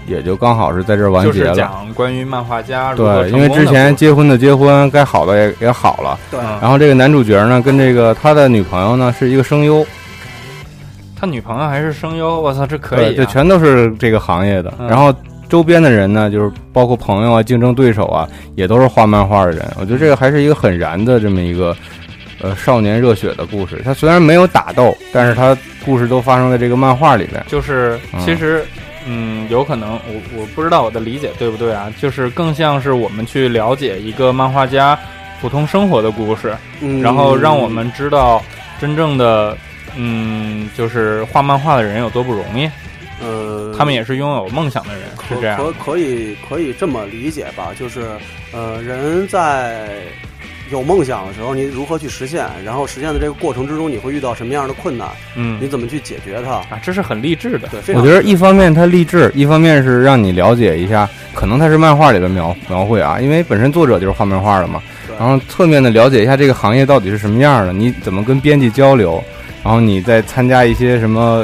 [SPEAKER 6] 也就刚好是在这儿完
[SPEAKER 3] 就
[SPEAKER 6] 结
[SPEAKER 3] 是
[SPEAKER 6] 了。
[SPEAKER 3] 讲关于漫画家如何
[SPEAKER 6] 对，因
[SPEAKER 3] 成
[SPEAKER 6] 为
[SPEAKER 3] 功
[SPEAKER 6] 之
[SPEAKER 3] 的
[SPEAKER 6] 前
[SPEAKER 3] 故事
[SPEAKER 6] 结婚的结婚，该好的也也好了。
[SPEAKER 8] 对
[SPEAKER 3] 嗯
[SPEAKER 6] 然后这个男主角呢，跟这个他的女朋友呢是一个声优，
[SPEAKER 3] 他女朋友还是声优，我操，这可以、
[SPEAKER 6] 对
[SPEAKER 3] 啊，
[SPEAKER 6] 就全都是这个行业的。
[SPEAKER 3] 嗯
[SPEAKER 6] 然后周边的人呢，就是包括朋友啊、竞争对手啊，也都是画漫画的人。我觉得这个还是一个很燃的这么一个呃少年热血的故事。它虽然没有打斗，但是它故事都发生在这个漫画里面。
[SPEAKER 3] 就是
[SPEAKER 6] 嗯
[SPEAKER 3] 其实，嗯，有可能我我不知道我的理解对不对啊，就是更像是我们去了解一个漫画家普通生活的故事，
[SPEAKER 8] 嗯
[SPEAKER 3] 然后让我们知道真正的。嗯，就是画漫画的人有多不容易，
[SPEAKER 8] 呃，
[SPEAKER 3] 他们也是拥有梦想的人，
[SPEAKER 8] 可
[SPEAKER 3] 是这样。
[SPEAKER 8] 可可以可以这么理解吧，就是呃，人在有梦想的时候，你如何去实现？然后实现的这个过程之中，你会遇到什么样的困难？你
[SPEAKER 3] 嗯，
[SPEAKER 8] 怎么去解决它？
[SPEAKER 3] 啊，这是很励志的。
[SPEAKER 8] 对，非
[SPEAKER 6] 我
[SPEAKER 8] 常
[SPEAKER 6] 觉得一方面它励志，一方面是让你了解一下，可能它是漫画里的描描绘啊，因为本身作者就是画漫画的嘛。
[SPEAKER 8] 对
[SPEAKER 6] 然后侧面的了解一下这个行业到底是什么样的，你怎么跟编辑交流，然后你再参加一些什么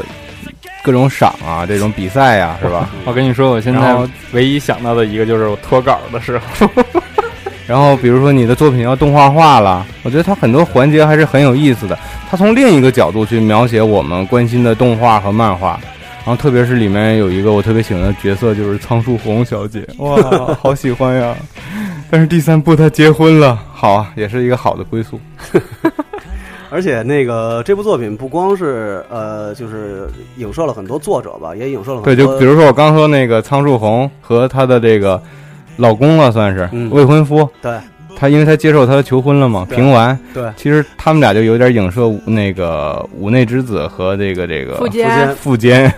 [SPEAKER 6] 各种赏啊，这种比赛啊，是吧？
[SPEAKER 3] 我跟你说，我现
[SPEAKER 6] 然
[SPEAKER 3] 在
[SPEAKER 6] 后
[SPEAKER 3] 唯一想到的一个就是我脱稿的时候，
[SPEAKER 6] 然后比如说你的作品要动画化了，我觉得它很多环节还是很有意思的。它从另一个角度去描写我们关心的动画和漫画，然后特别是里面有一个我特别喜欢的角色就是仓树红小姐，哇，好喜欢呀！但是第三部她结婚了，好啊，也是一个好的归宿。
[SPEAKER 8] 而且那个这部作品不光是呃，就是影射了很多作者吧，也影射了很
[SPEAKER 6] 对，
[SPEAKER 8] 多
[SPEAKER 6] 就比如说我刚说那个仓树红和她的这个老公了，算是、
[SPEAKER 8] 嗯
[SPEAKER 6] 未婚夫，
[SPEAKER 8] 对
[SPEAKER 6] 她因为她接受她的求婚了嘛，
[SPEAKER 8] 对
[SPEAKER 6] 平完。
[SPEAKER 8] 对
[SPEAKER 6] 其实他们俩就有点影射五那个五内之子和这个这个
[SPEAKER 7] 富
[SPEAKER 8] 福
[SPEAKER 7] 坚
[SPEAKER 8] 坚
[SPEAKER 6] 富坚。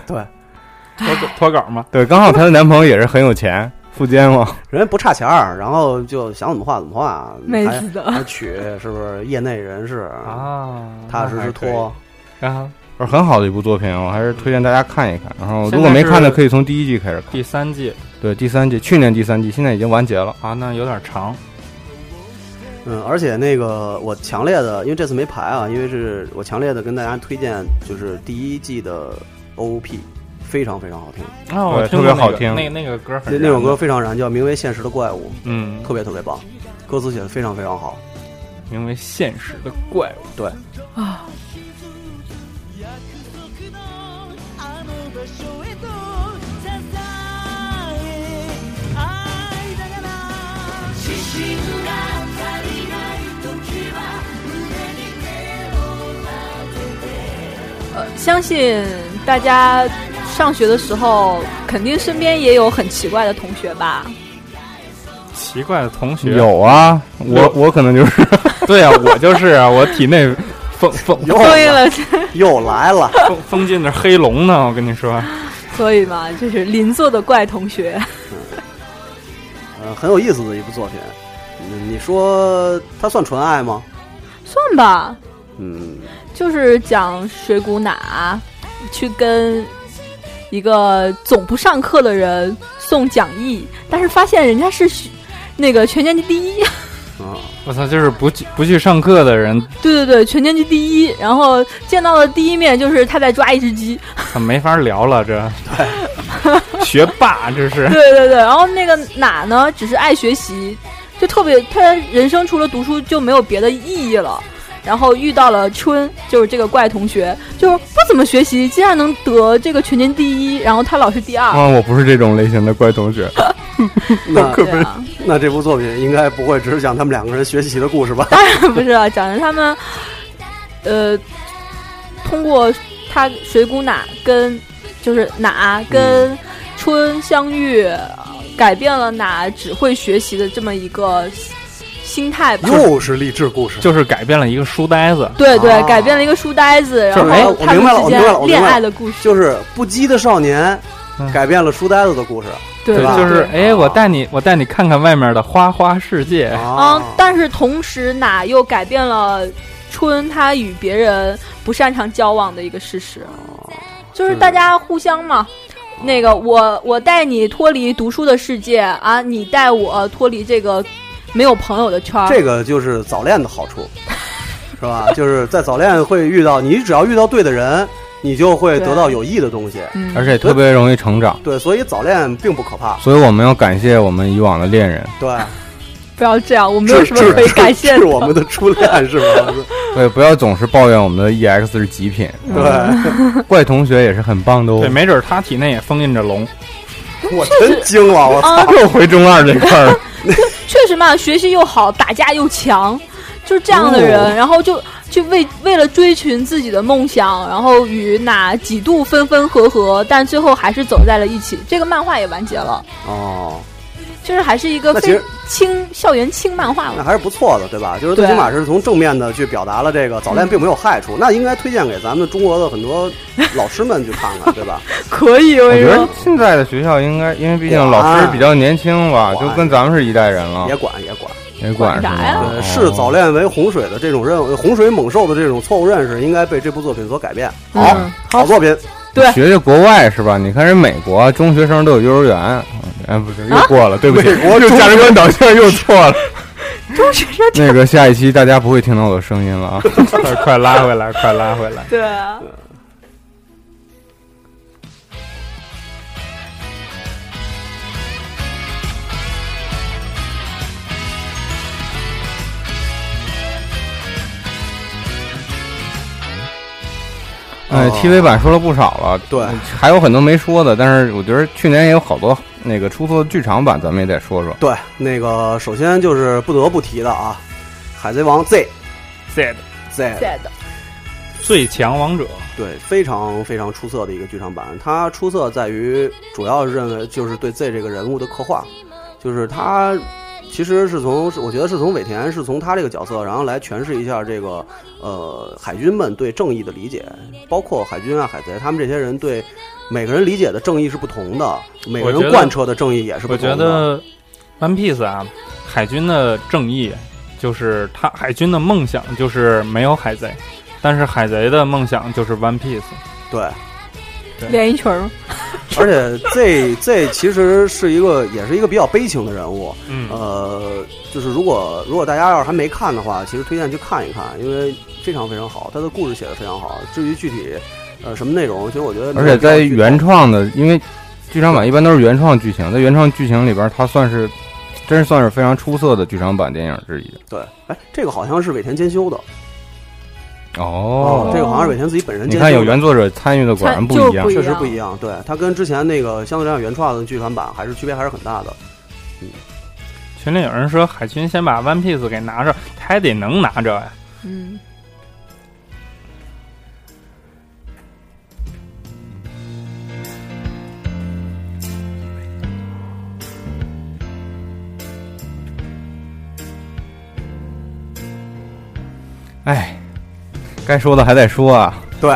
[SPEAKER 3] 脱脱稿嘛，
[SPEAKER 6] 对，刚好她的男朋友也是很有钱，富坚嘛。
[SPEAKER 8] 人家不差钱儿，然后就想怎么画怎么画，
[SPEAKER 7] 妹
[SPEAKER 8] 还
[SPEAKER 7] 子的，
[SPEAKER 8] 还娶是不是业内人士？
[SPEAKER 3] 啊，
[SPEAKER 8] 踏踏实实拖，
[SPEAKER 3] 然后
[SPEAKER 6] 是很好的一部作品，我还是推荐大家看一看。然后
[SPEAKER 3] 现在
[SPEAKER 6] 如果没看的，
[SPEAKER 3] 是
[SPEAKER 6] 可以从第一季开始看。
[SPEAKER 3] 第三季
[SPEAKER 6] 对，第三季，去年第三季，现在已经完结了。
[SPEAKER 3] 啊，那有点长，
[SPEAKER 8] 嗯，而且那个我强烈的，因为这次没排啊，因为是我强烈的跟大家推荐，就是第一季的 OP，非常非常好听，
[SPEAKER 3] 啊，
[SPEAKER 6] 对
[SPEAKER 3] 我听过
[SPEAKER 6] 特别
[SPEAKER 3] 那
[SPEAKER 6] 好
[SPEAKER 3] 个
[SPEAKER 6] 听
[SPEAKER 3] 那那个歌很
[SPEAKER 8] 那
[SPEAKER 3] 燃
[SPEAKER 8] 那首歌
[SPEAKER 3] 的，
[SPEAKER 8] 非常燃，叫《名为现实的怪物
[SPEAKER 3] 嗯》，，
[SPEAKER 8] 特别特别棒，歌词写的非常非常好。
[SPEAKER 3] 名为《现实的怪物
[SPEAKER 8] 对，
[SPEAKER 7] 相信大家上学的时候，肯定身边也有很奇怪的同学吧？
[SPEAKER 3] 奇怪的同学，
[SPEAKER 6] 有啊，我
[SPEAKER 3] 有
[SPEAKER 6] 我可能就是，对啊，我就是啊，我体内封封
[SPEAKER 8] 又
[SPEAKER 7] 对了， *laughs*
[SPEAKER 8] 又来了，
[SPEAKER 3] *laughs* 封封进的是黑龙呢，我跟你说，
[SPEAKER 7] 所以嘛，就是邻座的怪同学。
[SPEAKER 8] 呃，很有意思的一部作品。嗯你说它算纯爱吗？
[SPEAKER 7] *laughs* 算吧，
[SPEAKER 8] 嗯，
[SPEAKER 7] 就是讲水谷哪去跟一个总不上课的人送讲义，但是发现人家是学那个全年级第一。 *laughs*
[SPEAKER 8] 啊，
[SPEAKER 3] 我操，就是不去不去上课的人，
[SPEAKER 7] 对对对，全年级第一。然后见到的第一面就是他在抓一只鸡。
[SPEAKER 3] 他没法聊了，这学霸这 *laughs* 是。
[SPEAKER 7] 对对对，然后那个哪呢，只是爱学习，就特别他人生除了读书就没有别的意义了。然后遇到了春，就是这个怪同学，就是不怎么学习，竟然能得这个全年第一，然后他老是第二。
[SPEAKER 6] *laughs* 啊，我不是这种类型的怪同学，
[SPEAKER 8] 那 *laughs*
[SPEAKER 7] 对啊，
[SPEAKER 8] 那这部作品应该不会只是讲他们两个人学习的故事吧？
[SPEAKER 7] 当然不是啊，讲的他们，呃，通过他水谷哪跟就是哪跟春相遇，呃改变了哪只会学习的这么一个心心态吧。
[SPEAKER 8] *laughs* 又是励志故事，
[SPEAKER 3] 就是改变了一个书呆子，
[SPEAKER 7] 对对
[SPEAKER 8] 啊，
[SPEAKER 7] 改变了一个书呆子，然
[SPEAKER 8] 是哎
[SPEAKER 7] 后
[SPEAKER 8] 我
[SPEAKER 7] 他
[SPEAKER 8] 明白了
[SPEAKER 7] 们
[SPEAKER 8] 我明白了
[SPEAKER 7] 之间
[SPEAKER 8] 我明白
[SPEAKER 7] 恋
[SPEAKER 8] 了
[SPEAKER 7] 爱的故事，
[SPEAKER 8] 就是不羁的少年
[SPEAKER 3] 嗯
[SPEAKER 8] 改变了书呆子的故事
[SPEAKER 7] 对吧？
[SPEAKER 3] 就是
[SPEAKER 7] 对
[SPEAKER 3] 哎，我带你，我带你看看外面的花花世界，
[SPEAKER 8] 啊
[SPEAKER 7] 嗯，但是同时哪又改变了春他与别人不擅长交往的一个事实，
[SPEAKER 8] 哦
[SPEAKER 7] 就是大家互相嘛。那个我我带你脱离读书的世界啊，你带我脱离这个没有朋友的圈儿。
[SPEAKER 8] 这个就是早恋的好处，是
[SPEAKER 7] *laughs*
[SPEAKER 8] 吧？就是在早恋会遇到，你只要遇到对的人，你就会得到有益的东西。
[SPEAKER 7] 嗯，
[SPEAKER 6] 而且特别容易成长，
[SPEAKER 8] 对，所以早恋并不可怕。
[SPEAKER 6] 所以我们要感谢我们以往的恋人。
[SPEAKER 8] 对，
[SPEAKER 7] 不要这样，我没有
[SPEAKER 8] 这
[SPEAKER 7] 什么可以感谢
[SPEAKER 8] 是
[SPEAKER 7] 的。
[SPEAKER 8] 我们的初恋，是吧？
[SPEAKER 6] 对，不要总是抱怨我们的 EX 是极品，
[SPEAKER 8] 嗯
[SPEAKER 7] *laughs*
[SPEAKER 8] 对，
[SPEAKER 6] 怪同学也是很棒的
[SPEAKER 3] 对，
[SPEAKER 6] 哦。
[SPEAKER 3] 没准他体内也封印着龙，
[SPEAKER 8] 我真惊了，
[SPEAKER 7] *laughs*
[SPEAKER 8] 我
[SPEAKER 7] 嗯
[SPEAKER 8] 操！
[SPEAKER 6] *laughs* 又回中二这块儿，
[SPEAKER 7] 确实嘛，学习又好，打架又强，就是这样的人，
[SPEAKER 8] 哦
[SPEAKER 7] 然后就就为为了追寻自己的梦想，然后与哪几度分分合合，但最后还是走在了一起。这个漫画也完结了，
[SPEAKER 8] 哦，
[SPEAKER 7] 就是还是一个
[SPEAKER 8] 那其
[SPEAKER 7] 非
[SPEAKER 8] 实
[SPEAKER 7] 轻校园轻漫画
[SPEAKER 8] 那
[SPEAKER 7] 嘛。
[SPEAKER 8] 还是不错的，对吧？就是最
[SPEAKER 7] 对嗯
[SPEAKER 8] 起码是从正面的去表达了这个早恋并没有害处，那应该推荐给咱们中国的很多老师们去看看，对吧？
[SPEAKER 7] 可以，
[SPEAKER 6] 我
[SPEAKER 7] 我
[SPEAKER 6] 觉得现在的学校应该，因为毕竟老师比较年轻吧，
[SPEAKER 8] 管
[SPEAKER 6] 就跟咱们是一代人了
[SPEAKER 8] 也，管也管，
[SPEAKER 6] 也管是
[SPEAKER 7] 管啥呀
[SPEAKER 6] 吗
[SPEAKER 8] 对，？呃视早恋为洪水的这种任务，呃洪水猛兽的这种错误认识，应该被这部作品所改变。好，
[SPEAKER 7] 嗯
[SPEAKER 8] 好作品，
[SPEAKER 7] 对
[SPEAKER 6] 学学国外是吧？你看人美国中学生都有幼儿园，哎，不
[SPEAKER 7] 啊
[SPEAKER 6] 是又过了，对不起，
[SPEAKER 8] 美国
[SPEAKER 6] 又
[SPEAKER 8] 中
[SPEAKER 6] 价值观导向又错了。
[SPEAKER 7] 中学生哦
[SPEAKER 6] 那个下一期大家不会听到我的声音了啊！
[SPEAKER 3] 快快拉回来，快拉回来。
[SPEAKER 7] 对啊，
[SPEAKER 6] 哎
[SPEAKER 8] 哦
[SPEAKER 6] ，TV 哎版说了不少了，
[SPEAKER 8] 对，
[SPEAKER 6] 还有很多没说的，但是我觉得去年也有好多那个出色的剧场版，咱们也得说说。
[SPEAKER 8] 对，那个首先就是不得不提的啊，《海贼王 Z
[SPEAKER 3] Z
[SPEAKER 8] Z》
[SPEAKER 7] 对的，
[SPEAKER 3] 最强王者，
[SPEAKER 8] 对，非常非常出色的一个剧场版。它出色在于主要认为就是对 Z 这个人物的刻画，就是他其实是从是我觉得是从尾田是从他这个角色，然后来诠释一下这个呃海军们对正义的理解，包括海军啊海贼他们这些人对。每个人理解的正义是不同的，每个
[SPEAKER 3] 我觉
[SPEAKER 8] 人
[SPEAKER 3] 得
[SPEAKER 8] 贯彻的正义也是不
[SPEAKER 3] 我
[SPEAKER 8] 同
[SPEAKER 3] 觉
[SPEAKER 8] 的。
[SPEAKER 3] 得 One Piece 啊，海军的正义就是他海军的梦想就是没有海贼，但是海贼的梦想就是 One Piece。
[SPEAKER 8] 对，
[SPEAKER 7] 连衣裙儿，
[SPEAKER 8] 而且 Z Z 其实是一个，也是一个比较悲情的人物。
[SPEAKER 3] 嗯，
[SPEAKER 8] 呃，就是如果如果大家要是还没看的话，其实推荐去看一看，因为非常非常好，他的故事写的非常好。至于具体呃什么内容，其实我觉得
[SPEAKER 7] 嗯
[SPEAKER 8] 没有
[SPEAKER 6] 而且
[SPEAKER 8] 必要
[SPEAKER 6] 在
[SPEAKER 8] 去
[SPEAKER 6] 原创的，因为剧场版一般都是原创剧情，在原创剧情里边，它算是真是算是非常出色的剧场版电影之一。
[SPEAKER 8] 对，哎，这个好像是尾田监修的
[SPEAKER 6] 哦
[SPEAKER 8] 这个好像是尾田自己本人
[SPEAKER 6] 你
[SPEAKER 8] 监修
[SPEAKER 6] 看
[SPEAKER 8] 的。
[SPEAKER 6] 有原作者参与的，果然
[SPEAKER 7] 参
[SPEAKER 6] 不
[SPEAKER 7] 就
[SPEAKER 6] 一样
[SPEAKER 7] 不。一
[SPEAKER 8] 确
[SPEAKER 7] 样，
[SPEAKER 8] 实不一样，对它跟之前那个相对来讲原创的剧场版还是区别还是很大的。
[SPEAKER 3] 群里有人说海军先把 One Piece 给拿着，他也得能拿着呀。
[SPEAKER 7] 嗯，
[SPEAKER 4] 「
[SPEAKER 6] 哎，该说的还得说啊，
[SPEAKER 8] 对，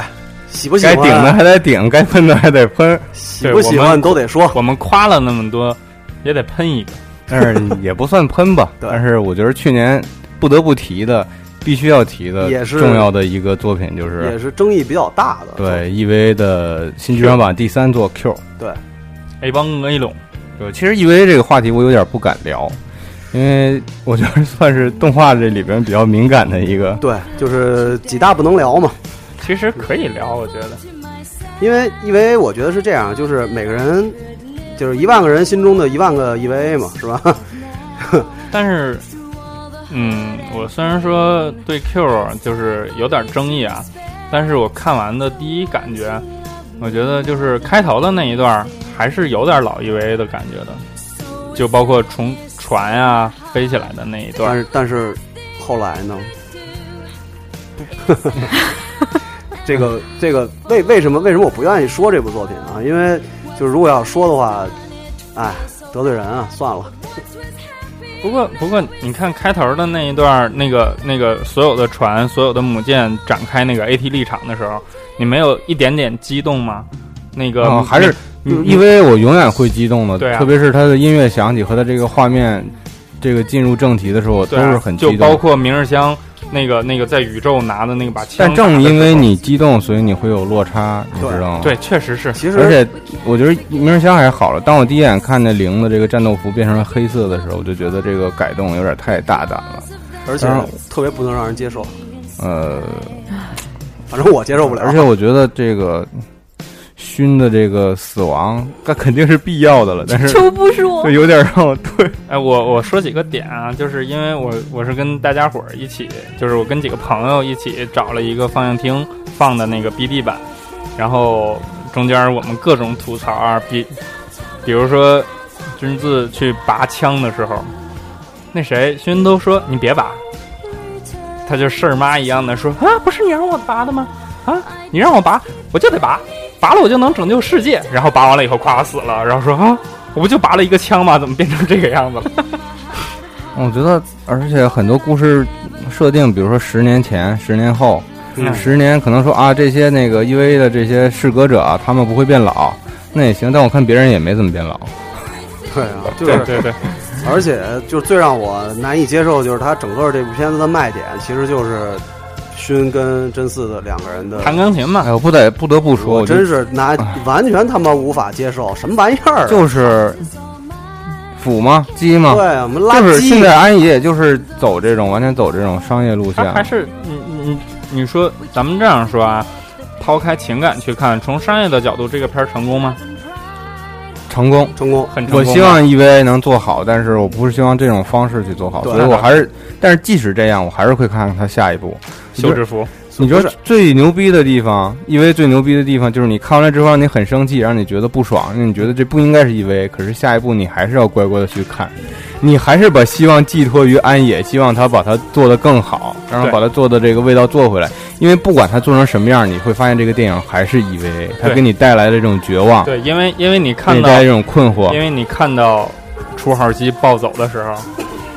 [SPEAKER 8] 喜不喜
[SPEAKER 6] 该
[SPEAKER 8] 欢？啊
[SPEAKER 6] 顶的还得顶，该喷的还得喷，
[SPEAKER 8] 喜不喜欢都得说。
[SPEAKER 3] 我们夸了那么多，也得喷一个。
[SPEAKER 6] 但
[SPEAKER 8] *laughs*
[SPEAKER 6] 是也不算喷吧。
[SPEAKER 8] 对
[SPEAKER 6] 但是我觉得去年不得不提的，必须要提的，
[SPEAKER 8] 也是
[SPEAKER 6] 重要的一个作品就
[SPEAKER 8] 也
[SPEAKER 6] 是
[SPEAKER 8] 是争议比较大的，
[SPEAKER 6] 对 EVA 的新剧场版第三作 Q。
[SPEAKER 3] A 帮 A 拢，
[SPEAKER 6] 对，其实 EVA 这个话题我有点不敢聊，因为我觉得算是动画这里边比较敏感的一个。
[SPEAKER 8] 对，就是几大不能聊嘛。
[SPEAKER 3] 其实可以聊，我觉得。
[SPEAKER 8] 因为 EVA 我觉得是这样，就是每个人就是一万个人心中的一万个 EVA 嘛，是
[SPEAKER 6] *laughs*
[SPEAKER 8] 吧？
[SPEAKER 3] 但是，嗯，我虽然说对 Q 就是有点争议啊，但是我看完的第一感觉，我觉得就是开头的那一段儿还是有点老 EVA 的感觉的，就包括从船啊飞起来的那一段
[SPEAKER 8] 但
[SPEAKER 3] 儿，
[SPEAKER 8] 是但是后来
[SPEAKER 6] *laughs*
[SPEAKER 8] 呢？这个这个为为什么为什么我不愿意说这部作品啊？因为就是如果要说的话，哎，得罪人啊，算了。
[SPEAKER 3] 不过，不过，你看开头的那一段儿，那个那个所有的船、所有的母舰展开那个 AT 立场的时候，你没有一点点激动吗？那个、
[SPEAKER 6] 嗯，还是
[SPEAKER 3] 你你
[SPEAKER 6] EVA 我永远会激动的，
[SPEAKER 3] 对啊
[SPEAKER 6] 特别是它的音乐响起和它这个画面，这个进入正题的时候，我都
[SPEAKER 3] 对啊、
[SPEAKER 6] 是很激
[SPEAKER 3] 就
[SPEAKER 6] 动的。
[SPEAKER 3] 包括明日香那个那个在宇宙拿的那个把枪
[SPEAKER 6] 但
[SPEAKER 3] 打的时候，
[SPEAKER 6] 正因为你激动，所以你会有落差，你知道吗？
[SPEAKER 3] 对，确实是
[SPEAKER 8] 其实
[SPEAKER 6] 而且我觉得明日香还好了。当我第一眼看见零的这个战斗服变成了黑色的时候，我就觉得这个改动有点太大胆了。
[SPEAKER 8] 而且
[SPEAKER 6] 当然
[SPEAKER 8] 特别不能让人接受，
[SPEAKER 6] 呃，
[SPEAKER 8] 反正我接受不了。
[SPEAKER 6] 而且我觉得这个勋的这个死亡，那肯定是必要的了，但是
[SPEAKER 7] 求不说
[SPEAKER 6] 就，有点让我对
[SPEAKER 3] 哎，我我说几个点啊，就是因为我我是跟大家伙儿一起，就是我跟几个朋友一起找了一个放映厅放的那个 BD 版，然后中间我们各种吐槽啊，比比如说君字去拔枪的时候，那谁勋都说你别拔，他就事儿妈一样的说啊，不是你让我拔的吗？啊，你让我拔，我就得拔，拔了我就能拯救世界。然后拔完了以后，夸我死了，然后说啊，我不就拔了一个枪吗？怎么变成这个样子了？
[SPEAKER 6] *laughs* 我觉得，而且很多故事设定，比如说十年前、十年后、
[SPEAKER 3] 嗯
[SPEAKER 6] 十年，可能说啊，这些那个 EVA 的这些适格者啊，他们不会变老，那也行。但我看别人也没怎么变老。
[SPEAKER 8] 对啊，就是
[SPEAKER 3] 对对，
[SPEAKER 8] 而且就是最让我难以接受，就是它整个这部片子的卖点，其实就是勋跟真嗣的两个人的，
[SPEAKER 3] 弹钢琴嘛，
[SPEAKER 6] 哎，我不得不得不说，
[SPEAKER 8] 啊我
[SPEAKER 6] 我就啊
[SPEAKER 8] 真是拿完全他妈无法接受，什么玩意儿啊？
[SPEAKER 6] 就是腐吗？鸡吗？
[SPEAKER 8] 对啊，我们垃
[SPEAKER 6] 就是
[SPEAKER 8] 圾。
[SPEAKER 6] 现在安野也就是走这种完全走这种商业路线
[SPEAKER 3] 他，
[SPEAKER 8] 啊
[SPEAKER 3] 还是你你你说，咱们这样说啊，抛开情感去看，从商业的角度，这个片儿成功吗？
[SPEAKER 6] 成功。
[SPEAKER 8] 成功，
[SPEAKER 3] 很成功
[SPEAKER 6] 我
[SPEAKER 3] 吗。
[SPEAKER 6] 希望 EVA 能做好，但是我不是希望这种方式去做好，
[SPEAKER 8] 对
[SPEAKER 6] 所以我还是，但是即使这样，我还是会看看他下一步。
[SPEAKER 3] 休止符，
[SPEAKER 6] 你觉得最牛逼的地方，EVA 最牛逼的地方就是你看完了之后让你很生气，让你觉得不爽，让你觉得这不应该是 EVA，可是下一步你还是要乖乖的去看，你还是把希望寄托于安野，希望他把它做得更好，然后
[SPEAKER 3] 对
[SPEAKER 6] 把它做的这个味道做回来。因为不管它做成什么样，你会发现这个电影还是 EVA，它
[SPEAKER 3] 对
[SPEAKER 6] 给你带来的这种绝望，
[SPEAKER 3] 对，因为因为你
[SPEAKER 6] 给
[SPEAKER 3] 看
[SPEAKER 6] 你
[SPEAKER 3] 到
[SPEAKER 6] 带，来这种困惑
[SPEAKER 3] 因，为你看到初号机暴走的时候，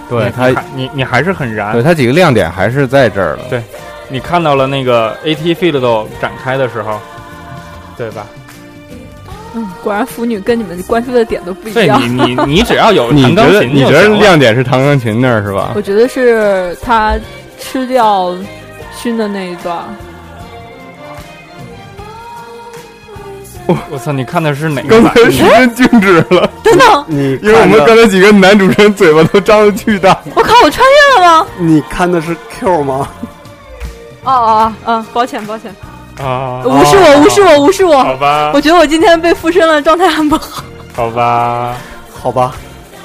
[SPEAKER 6] 对
[SPEAKER 3] 你
[SPEAKER 6] 它，
[SPEAKER 3] 还你你还是很燃
[SPEAKER 6] 对，它几个亮点还是在这儿了。
[SPEAKER 3] 你看到了那个 AT Field 展开的时候，对吧？
[SPEAKER 7] 嗯果然腐女跟你们关注的点都不一
[SPEAKER 3] 对
[SPEAKER 7] 样。
[SPEAKER 3] 你你你只要有
[SPEAKER 6] *laughs* 你
[SPEAKER 3] 弹
[SPEAKER 6] 觉
[SPEAKER 3] 钢
[SPEAKER 6] 得
[SPEAKER 3] 琴
[SPEAKER 6] 你
[SPEAKER 3] 就
[SPEAKER 6] 觉得
[SPEAKER 3] 行了。
[SPEAKER 6] 亮点是弹钢琴那儿是吧
[SPEAKER 7] 我？觉得是他吃掉熏的那一段，
[SPEAKER 3] 我操！你看的是哪个
[SPEAKER 6] 刚
[SPEAKER 3] 版
[SPEAKER 6] 才？时间静止了。
[SPEAKER 7] 等等，
[SPEAKER 8] 你
[SPEAKER 6] 因为我
[SPEAKER 8] 看
[SPEAKER 6] 们
[SPEAKER 8] 的
[SPEAKER 6] 刚才几个男主持人嘴巴都张得巨大，
[SPEAKER 7] 我靠，我穿越了吗？
[SPEAKER 8] 你看的是 Q 吗？
[SPEAKER 7] 哦哦哦，嗯，抱歉抱歉，
[SPEAKER 3] 啊，
[SPEAKER 7] 无视我无视我无视
[SPEAKER 3] 好
[SPEAKER 7] 我，
[SPEAKER 3] 吧，
[SPEAKER 7] 我觉得我今天被附身了，状态很不好。 *laughs*
[SPEAKER 3] 好吧，
[SPEAKER 8] 好吧，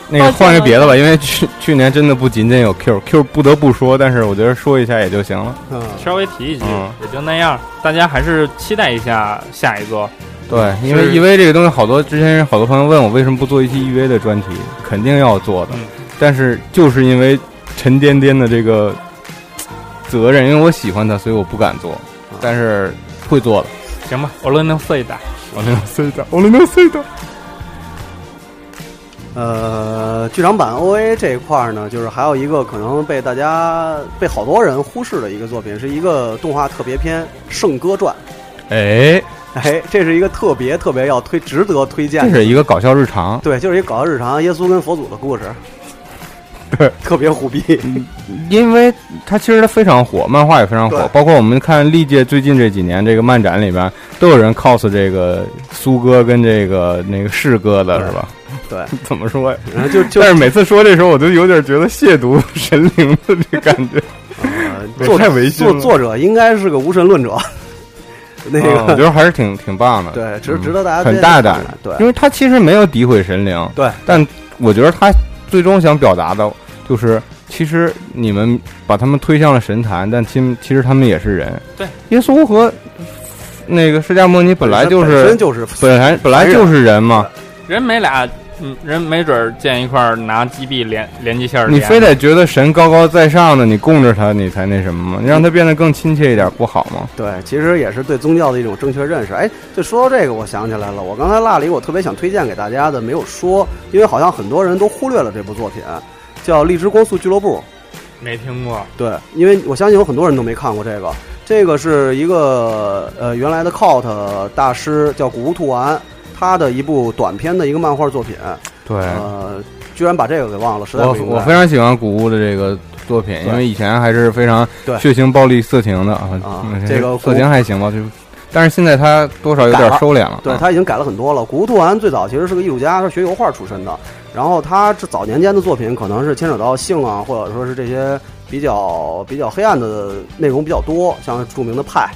[SPEAKER 6] 那个换个别的吧，因为去去年真的不仅仅有 Q，Q 不得不说，但是我觉得说一下也就行了。
[SPEAKER 8] 嗯，
[SPEAKER 3] 稍微提一句
[SPEAKER 6] 嗯，
[SPEAKER 3] 也就那样。大家还是期待一下下一座。
[SPEAKER 6] 对，因为
[SPEAKER 3] 是
[SPEAKER 6] EVA 这个东西，好多之前好多朋友问我为什么不做一期 EVA 的专题，肯定要做的
[SPEAKER 3] 嗯，
[SPEAKER 6] 但是就是因为沉甸甸的这个嘖责任，因为我喜欢它，所以我不敢做，但是会做的。
[SPEAKER 3] 行吧，我论能 C 的。
[SPEAKER 6] 我那个 C 的，我那个 C 的，
[SPEAKER 8] 呃，剧场版 OA 这一块儿呢，就是还有一个可能被大家被好多人忽视的一个作品，是一个动画特别篇《圣歌传
[SPEAKER 6] 哎，》。
[SPEAKER 8] *laughs* 哎，这是一个特别特别要推、值得推荐
[SPEAKER 6] 这是
[SPEAKER 8] 的
[SPEAKER 6] 一个搞笑日常，
[SPEAKER 8] 对，就是一搞笑日常，耶稣跟佛祖的故事，
[SPEAKER 6] 对，嗯
[SPEAKER 8] 特别虎逼。
[SPEAKER 6] 因为它其实它非常火，漫画也非常火
[SPEAKER 8] 对，
[SPEAKER 6] 包括我们看历届最近这几年这个漫展里边，都有人 cos 这个苏哥跟这个那个士哥的是吧？ *laughs*
[SPEAKER 8] 对，
[SPEAKER 6] 怎么说呀？
[SPEAKER 8] 然后就就
[SPEAKER 6] 但是每次说这时候，我都有点觉得亵渎神灵的这感觉，
[SPEAKER 8] 呃
[SPEAKER 6] 我
[SPEAKER 8] 作
[SPEAKER 6] 太违心
[SPEAKER 8] 作
[SPEAKER 6] 了。
[SPEAKER 8] 作者应该是个无神论者，那
[SPEAKER 6] 啊我觉
[SPEAKER 8] 个、
[SPEAKER 6] 得还是挺挺棒的，
[SPEAKER 8] 对，值
[SPEAKER 6] 嗯
[SPEAKER 8] 值得大家
[SPEAKER 6] 很
[SPEAKER 8] 推荐
[SPEAKER 6] 大
[SPEAKER 8] 看
[SPEAKER 6] 胆
[SPEAKER 8] 看，对
[SPEAKER 6] 因为他其实没有诋毁神灵，
[SPEAKER 8] 对，
[SPEAKER 6] 但我觉得他最终想表达的就是，其实你们把他们推向了神坛，但其其实他们也是人。
[SPEAKER 3] 对，
[SPEAKER 6] 耶稣和那个释迦摩尼本来就
[SPEAKER 8] 本身
[SPEAKER 6] 是
[SPEAKER 8] 就是
[SPEAKER 6] 本来本来就是人嘛，
[SPEAKER 3] 人没俩，嗯，人没准儿见一块儿拿鸡臂连连接线儿连，
[SPEAKER 6] 你非得觉得神高高在上的，你供着他，你才那什么吗？你让他变得更亲切一点，不好吗？
[SPEAKER 8] 对，其实也是对宗教的一种正确认识。哎，就说到这个，我想起来了，我刚才落了一个我特别想推荐给大家的没有说，因为好像很多人都忽略了这部作品，叫《荔枝光速俱乐部》。
[SPEAKER 3] 没听过，
[SPEAKER 8] 对，因为我相信有很多人都没看过这个。这个是一个呃原来的 cult 大师叫古屋兔丸，他的一部短篇的一个漫画作品，
[SPEAKER 6] 对，
[SPEAKER 8] 呃，居然把这个给忘了，实在
[SPEAKER 6] 哎我
[SPEAKER 8] 不应
[SPEAKER 6] 我
[SPEAKER 8] 该
[SPEAKER 6] 非常喜欢古物的这个作品，因为以前还是非常
[SPEAKER 8] 对
[SPEAKER 6] 血腥、暴力、色情的啊
[SPEAKER 8] 啊
[SPEAKER 6] 嗯
[SPEAKER 8] 这个
[SPEAKER 6] 色情还行吧，就但是现在他多少有点收敛了。
[SPEAKER 8] 对
[SPEAKER 6] 啊
[SPEAKER 8] 他已经改了很多了。古屋兔丸最早其实是个艺术家，他是学油画出身的。然后他这早年间的作品可能是牵扯到性啊，或者说是这些比较比较黑暗的内容比较多，像是著名的派。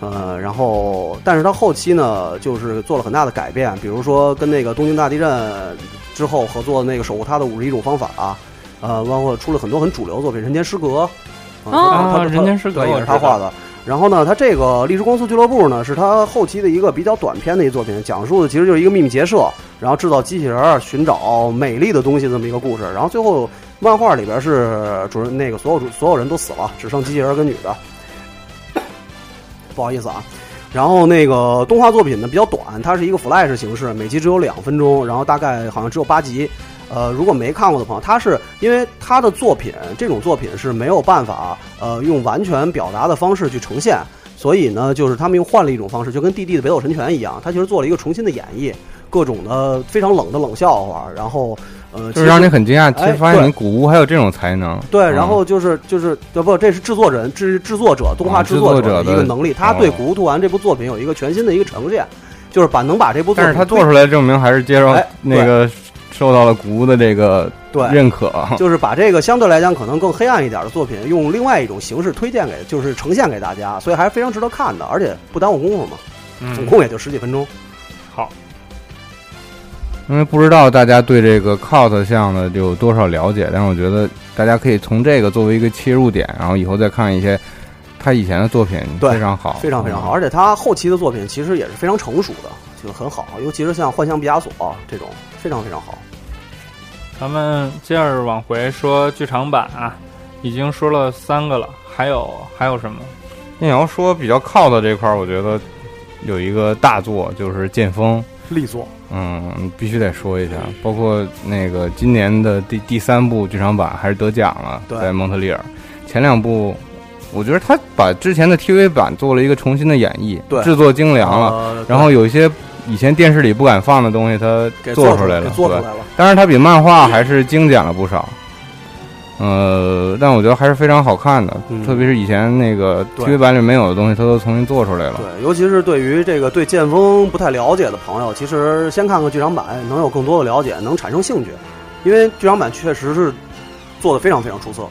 [SPEAKER 8] 呃，然后，但是他后期呢，就是做了很大的改变，比如说跟那个东京大地震之后合作的那个《守护他的五十一种方法》呃，包括出了很多很主流的作品，《人间失格》啊
[SPEAKER 7] 哦
[SPEAKER 8] 他他
[SPEAKER 3] 人间失格
[SPEAKER 8] 对也
[SPEAKER 3] 我
[SPEAKER 8] 是
[SPEAKER 3] 知
[SPEAKER 8] 他
[SPEAKER 3] 道
[SPEAKER 8] 画的。然后呢，他这个《荔枝光速俱乐部》呢，是他后期的一个比较短篇的一作品，讲述的其实就是一个秘密结社，然后制造机器人儿寻找美丽的东西这么一个故事。然后最后漫画里边是主人那个所有主所有人都死了，只剩机器人儿跟女的。不好意思啊。然后那个动画作品呢比较短，它是一个 flash 形式，每集只有两分钟，然后大概好像只有八集。呃，如果没看过的朋友，他是因为他的作品这种作品是没有办法呃用完全表达的方式去呈现，所以呢，就是他们又换了一种方式，就跟弟弟的北斗神拳一样，他其实做了一个重新的演绎，各种的非常冷的冷笑话，然后呃，
[SPEAKER 6] 就
[SPEAKER 8] 其
[SPEAKER 6] 是
[SPEAKER 8] 实
[SPEAKER 6] 让你很惊讶，其
[SPEAKER 8] 哎
[SPEAKER 6] 实发现
[SPEAKER 8] 对
[SPEAKER 6] 你古物还有这种才能。
[SPEAKER 8] 对，
[SPEAKER 6] 嗯
[SPEAKER 8] 然后就是就是呃不，这是制作人制制作者动画
[SPEAKER 6] 啊
[SPEAKER 8] 制作
[SPEAKER 6] 制作者
[SPEAKER 8] 者的一个
[SPEAKER 6] 的
[SPEAKER 8] 能力，他对
[SPEAKER 6] 哦
[SPEAKER 8] 《古物图丸》这部作品有一个全新的一个呈现，就是把能把这部作
[SPEAKER 6] 但是
[SPEAKER 8] 品
[SPEAKER 6] 他
[SPEAKER 8] 推
[SPEAKER 6] 做出来证明还是接受
[SPEAKER 8] 哎
[SPEAKER 6] 那个受到了古物的这个
[SPEAKER 8] 对，
[SPEAKER 6] 认可。啊
[SPEAKER 8] 就是把这个相对来讲可能更黑暗一点的作品，用另外一种形式推荐给就是呈现给大家，所以还是非常值得看的，而且不耽误功夫嘛，总
[SPEAKER 3] 嗯，
[SPEAKER 8] 共也就十几分钟。
[SPEAKER 6] 因为不知道大家对这个 cult 项的有多少了解，但是我觉得大家可以从这个作为一个切入点，然后以后再看一些他以前的作品，
[SPEAKER 8] 对
[SPEAKER 6] 非常好，啊
[SPEAKER 8] 非常非
[SPEAKER 6] 哦
[SPEAKER 8] 常好，而且他后期的作品其实也是非常成熟的，就很好，尤其是像《幻象毕加索》这种，非常非常好。
[SPEAKER 3] 咱们接着往回说剧场版啊，已经说了三个了，还有还有什么？
[SPEAKER 6] 你要说比较靠的这块儿，我觉得有一个大作就是《剑锋》，
[SPEAKER 8] 力作，
[SPEAKER 6] 嗯，必须得说一下。包括那个今年的第第三部剧场版还是得奖了，
[SPEAKER 8] 对
[SPEAKER 6] 在蒙特利尔。前两部，我觉得他把之前的 TV 版做了一个重新的演绎，
[SPEAKER 8] 对
[SPEAKER 6] 制作精良了。
[SPEAKER 8] 呃
[SPEAKER 6] 然后有一些以前电视里不敢放的东西，他
[SPEAKER 8] 给
[SPEAKER 6] 做
[SPEAKER 8] 出
[SPEAKER 6] 出来了，
[SPEAKER 8] 给做出
[SPEAKER 6] 对
[SPEAKER 8] 来了。
[SPEAKER 6] 当然，它比漫画还是精简了不少。呃，但我觉得还是非常好看的，
[SPEAKER 8] 嗯
[SPEAKER 6] 特别是以前那个
[SPEAKER 8] 对
[SPEAKER 6] TV 版里没有的东西，它都重新做出来了。
[SPEAKER 8] 对，尤其是对于这个对剑锋不太了解的朋友，其实先看看剧场版，能有更多的了解，能产生兴趣，因为剧场版确实是做的非常非常出色。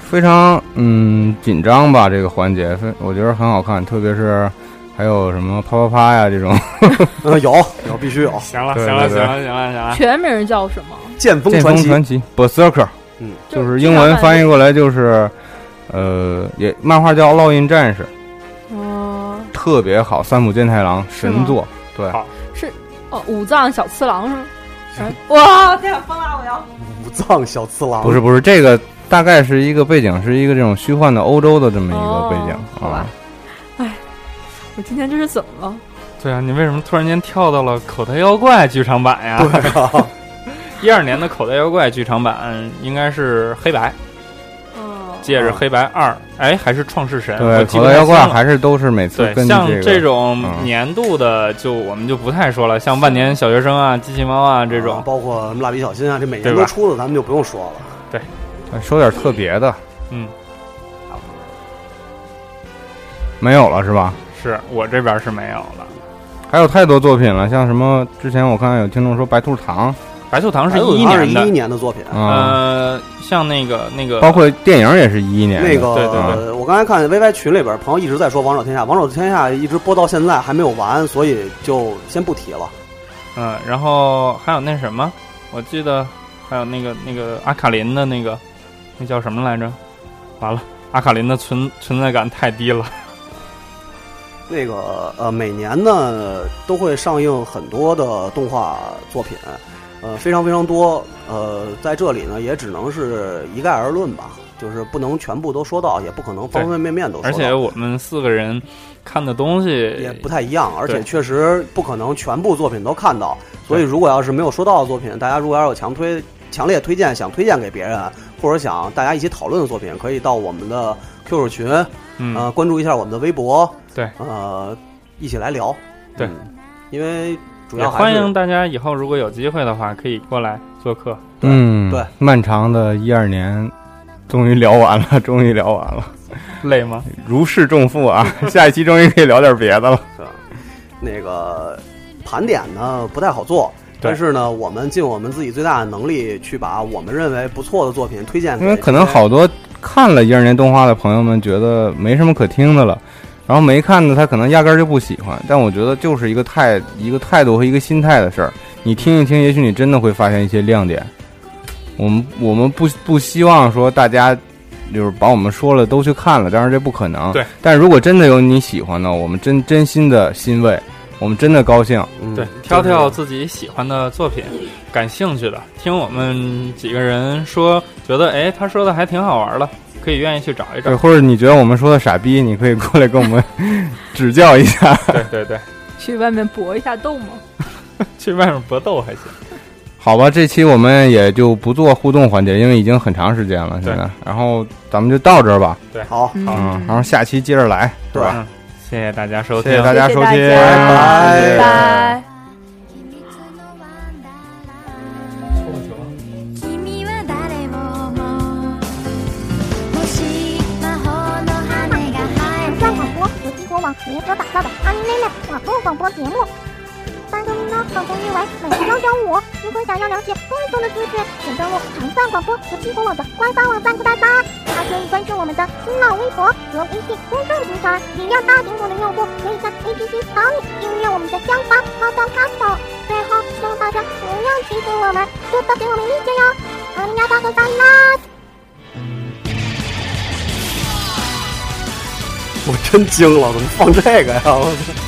[SPEAKER 6] 非常嗯紧张吧，这个环节，非我觉得很好看，特别是还有什么啪啪啪呀这
[SPEAKER 8] *laughs*
[SPEAKER 6] 种
[SPEAKER 8] 呃，有有必须有
[SPEAKER 3] 行了
[SPEAKER 6] 对
[SPEAKER 3] 行了
[SPEAKER 6] 对
[SPEAKER 3] 行了
[SPEAKER 6] 对
[SPEAKER 3] 行了行了，
[SPEAKER 7] 全名叫什么？
[SPEAKER 8] 剑锋
[SPEAKER 6] 剑
[SPEAKER 8] 传
[SPEAKER 6] 锋
[SPEAKER 8] 奇，
[SPEAKER 6] 传奇 Berserker，就是英文翻译过来就是呃也漫画叫《烙印战士》，
[SPEAKER 7] 哦，
[SPEAKER 6] 特别好，三浦健太郎神
[SPEAKER 7] 吗
[SPEAKER 6] 作，对
[SPEAKER 3] 好
[SPEAKER 7] 哦，五藏小次郎是吗？哇，太疯了！我要
[SPEAKER 8] 武藏小次郎，
[SPEAKER 6] 不是不是这个。大概是一个背景，是一个这种虚幻的欧洲的这么一个啊
[SPEAKER 7] 哦
[SPEAKER 6] 背景、
[SPEAKER 7] 好吧
[SPEAKER 6] 啊。
[SPEAKER 7] 我今天这是怎么了？
[SPEAKER 3] 对啊，你为什么突然间跳到了口袋妖怪剧场版呀？
[SPEAKER 6] 啊
[SPEAKER 3] *laughs* 一二年的口袋妖怪剧场版应该是黑白，
[SPEAKER 6] 嗯
[SPEAKER 7] 哦，
[SPEAKER 3] 借着黑白二，哎，还是创世神？我
[SPEAKER 6] 对，
[SPEAKER 3] 记不
[SPEAKER 6] 口袋
[SPEAKER 3] 太
[SPEAKER 6] 妖怪
[SPEAKER 3] 清了
[SPEAKER 6] 还是都是每次
[SPEAKER 3] 对，
[SPEAKER 6] 根据
[SPEAKER 3] 像
[SPEAKER 6] 这个
[SPEAKER 3] 种
[SPEAKER 6] 嗯
[SPEAKER 3] 年度的就我们就不太说了，像万年小学生啊、机器猫啊这种，
[SPEAKER 8] 包括什么蜡笔小新啊，这每年
[SPEAKER 3] 对吧
[SPEAKER 8] 都出的，咱们就不用说了。
[SPEAKER 6] 说点特别的，
[SPEAKER 3] 嗯，
[SPEAKER 6] 没有了是吧？
[SPEAKER 3] 是我这边是没有了。
[SPEAKER 6] 还有太多作品了，像什么之前我看有听众说白兔糖
[SPEAKER 3] 白兔糖是
[SPEAKER 8] 一
[SPEAKER 3] 一年
[SPEAKER 8] 一
[SPEAKER 3] 的，
[SPEAKER 8] 年的作品，
[SPEAKER 6] 啊，
[SPEAKER 3] 呃，像那个那个，
[SPEAKER 6] 包括电影也是一一年的
[SPEAKER 8] 那个
[SPEAKER 3] 对对
[SPEAKER 8] 我刚才看 VY 群里边朋友一直在说《王者天下》，《王者天下》一直播到现在还没有完，所以就先不提了。
[SPEAKER 3] 嗯、然后还有那什么，我记得还有那个那个阿卡林的那个，那叫什么来着？完了，阿卡林的存存在感太低了。
[SPEAKER 8] 那个呃，每年呢都会上映很多的动画作品，呃，非常非常多。呃，在这里呢，也只能是一概而论吧，就是不能全部都说到，也不可能方方面面都说
[SPEAKER 3] 而
[SPEAKER 8] 到，
[SPEAKER 3] 且我们四个人看的东
[SPEAKER 8] 也
[SPEAKER 3] 西
[SPEAKER 8] 不太一样，而且
[SPEAKER 3] 对
[SPEAKER 8] 确实不可能全部作品都看到。所以，如果要是没有说到的作品，大家如果要有强推、强烈推荐，想推荐给别人，或者想大家一起讨论的作品，可以到我们的 QQ 群，
[SPEAKER 3] 嗯、
[SPEAKER 8] 呃，关注一下我们的微博，
[SPEAKER 3] 对，
[SPEAKER 8] 呃，一起来聊，
[SPEAKER 3] 对
[SPEAKER 8] 嗯因为主
[SPEAKER 3] 也
[SPEAKER 8] 要还
[SPEAKER 3] 欢
[SPEAKER 8] 是
[SPEAKER 3] 迎大家以后如果有机会的话，可以过来做客。
[SPEAKER 6] 嗯，
[SPEAKER 8] 对，
[SPEAKER 6] 漫长的一二年，终于聊完了，终于聊完了，
[SPEAKER 3] 累吗？
[SPEAKER 6] 如释重
[SPEAKER 3] *laughs*
[SPEAKER 6] 负啊！下一期终于可以聊点别的了。
[SPEAKER 8] 是吧那个盘点呢不太好做。
[SPEAKER 3] 对
[SPEAKER 8] 但是呢，我们尽我们自己最大的能力去把我们认为不错的作品推荐给
[SPEAKER 6] 因为可能
[SPEAKER 8] 这些
[SPEAKER 6] 好多看了一二年动画的朋友们觉得没什么可听的了，然后没看的他可能压根儿就不喜欢。但我觉得就是一个态、一个态度和一个心态的事儿。你听一听，也许你真的会发现一些亮点。我们我们不不希望说大家就是把我们说了都去看了，当然这不可能。
[SPEAKER 3] 对。
[SPEAKER 6] 但如果真的有你喜欢的，我们真真心的欣慰，我们真的高兴。
[SPEAKER 8] 嗯
[SPEAKER 3] 对，挑挑
[SPEAKER 8] 就是
[SPEAKER 3] 自己喜欢的作品，感兴趣的，听我们几个人说，觉得哎，他说的还挺好玩的，可以愿意去找一
[SPEAKER 6] 对，
[SPEAKER 3] 找。
[SPEAKER 6] 呃或者你觉得我们说的傻逼，你可以过来跟我们 *laughs* 指教一下。
[SPEAKER 3] 对对对，
[SPEAKER 7] 去外面搏一下斗嘛。
[SPEAKER 3] 去外面搏斗还行。
[SPEAKER 6] 好吧，这期我们也就不做互动环节，因为已经很长时间了，
[SPEAKER 3] 对
[SPEAKER 6] 现在，然后咱们就到这儿吧，
[SPEAKER 8] 好，
[SPEAKER 7] 嗯
[SPEAKER 6] 嗯，然后下期接着来，
[SPEAKER 8] 对
[SPEAKER 6] 吧？
[SPEAKER 3] 嗯，谢谢大家收
[SPEAKER 6] 谢
[SPEAKER 3] 听，
[SPEAKER 6] 谢大家
[SPEAKER 7] 谢谢
[SPEAKER 6] 收
[SPEAKER 7] 大
[SPEAKER 6] 听，
[SPEAKER 7] 家
[SPEAKER 8] 拜
[SPEAKER 7] 拜拜。
[SPEAKER 4] 秘密のワンダーラン君は誰をももし魔法の羽が生え
[SPEAKER 2] 本专
[SPEAKER 4] て
[SPEAKER 2] 场播由中国网联合打造的《阿咪妹妹》网络广播节目。班更呢，广播约为每周朝九五。如果想要了解更多的资讯，请登录长赞广播和中国网的官方网站吧。还可以关注我们的新浪微博和微信公众平台。也要大苹果的用户可以在 APP 扫里订阅我们的江华泡泡咖啡。最后，希望大家不要欺负我们，多多给我们意见哟。阿里嘎多ございます。
[SPEAKER 8] 我真惊了，怎么放这个呀？我操！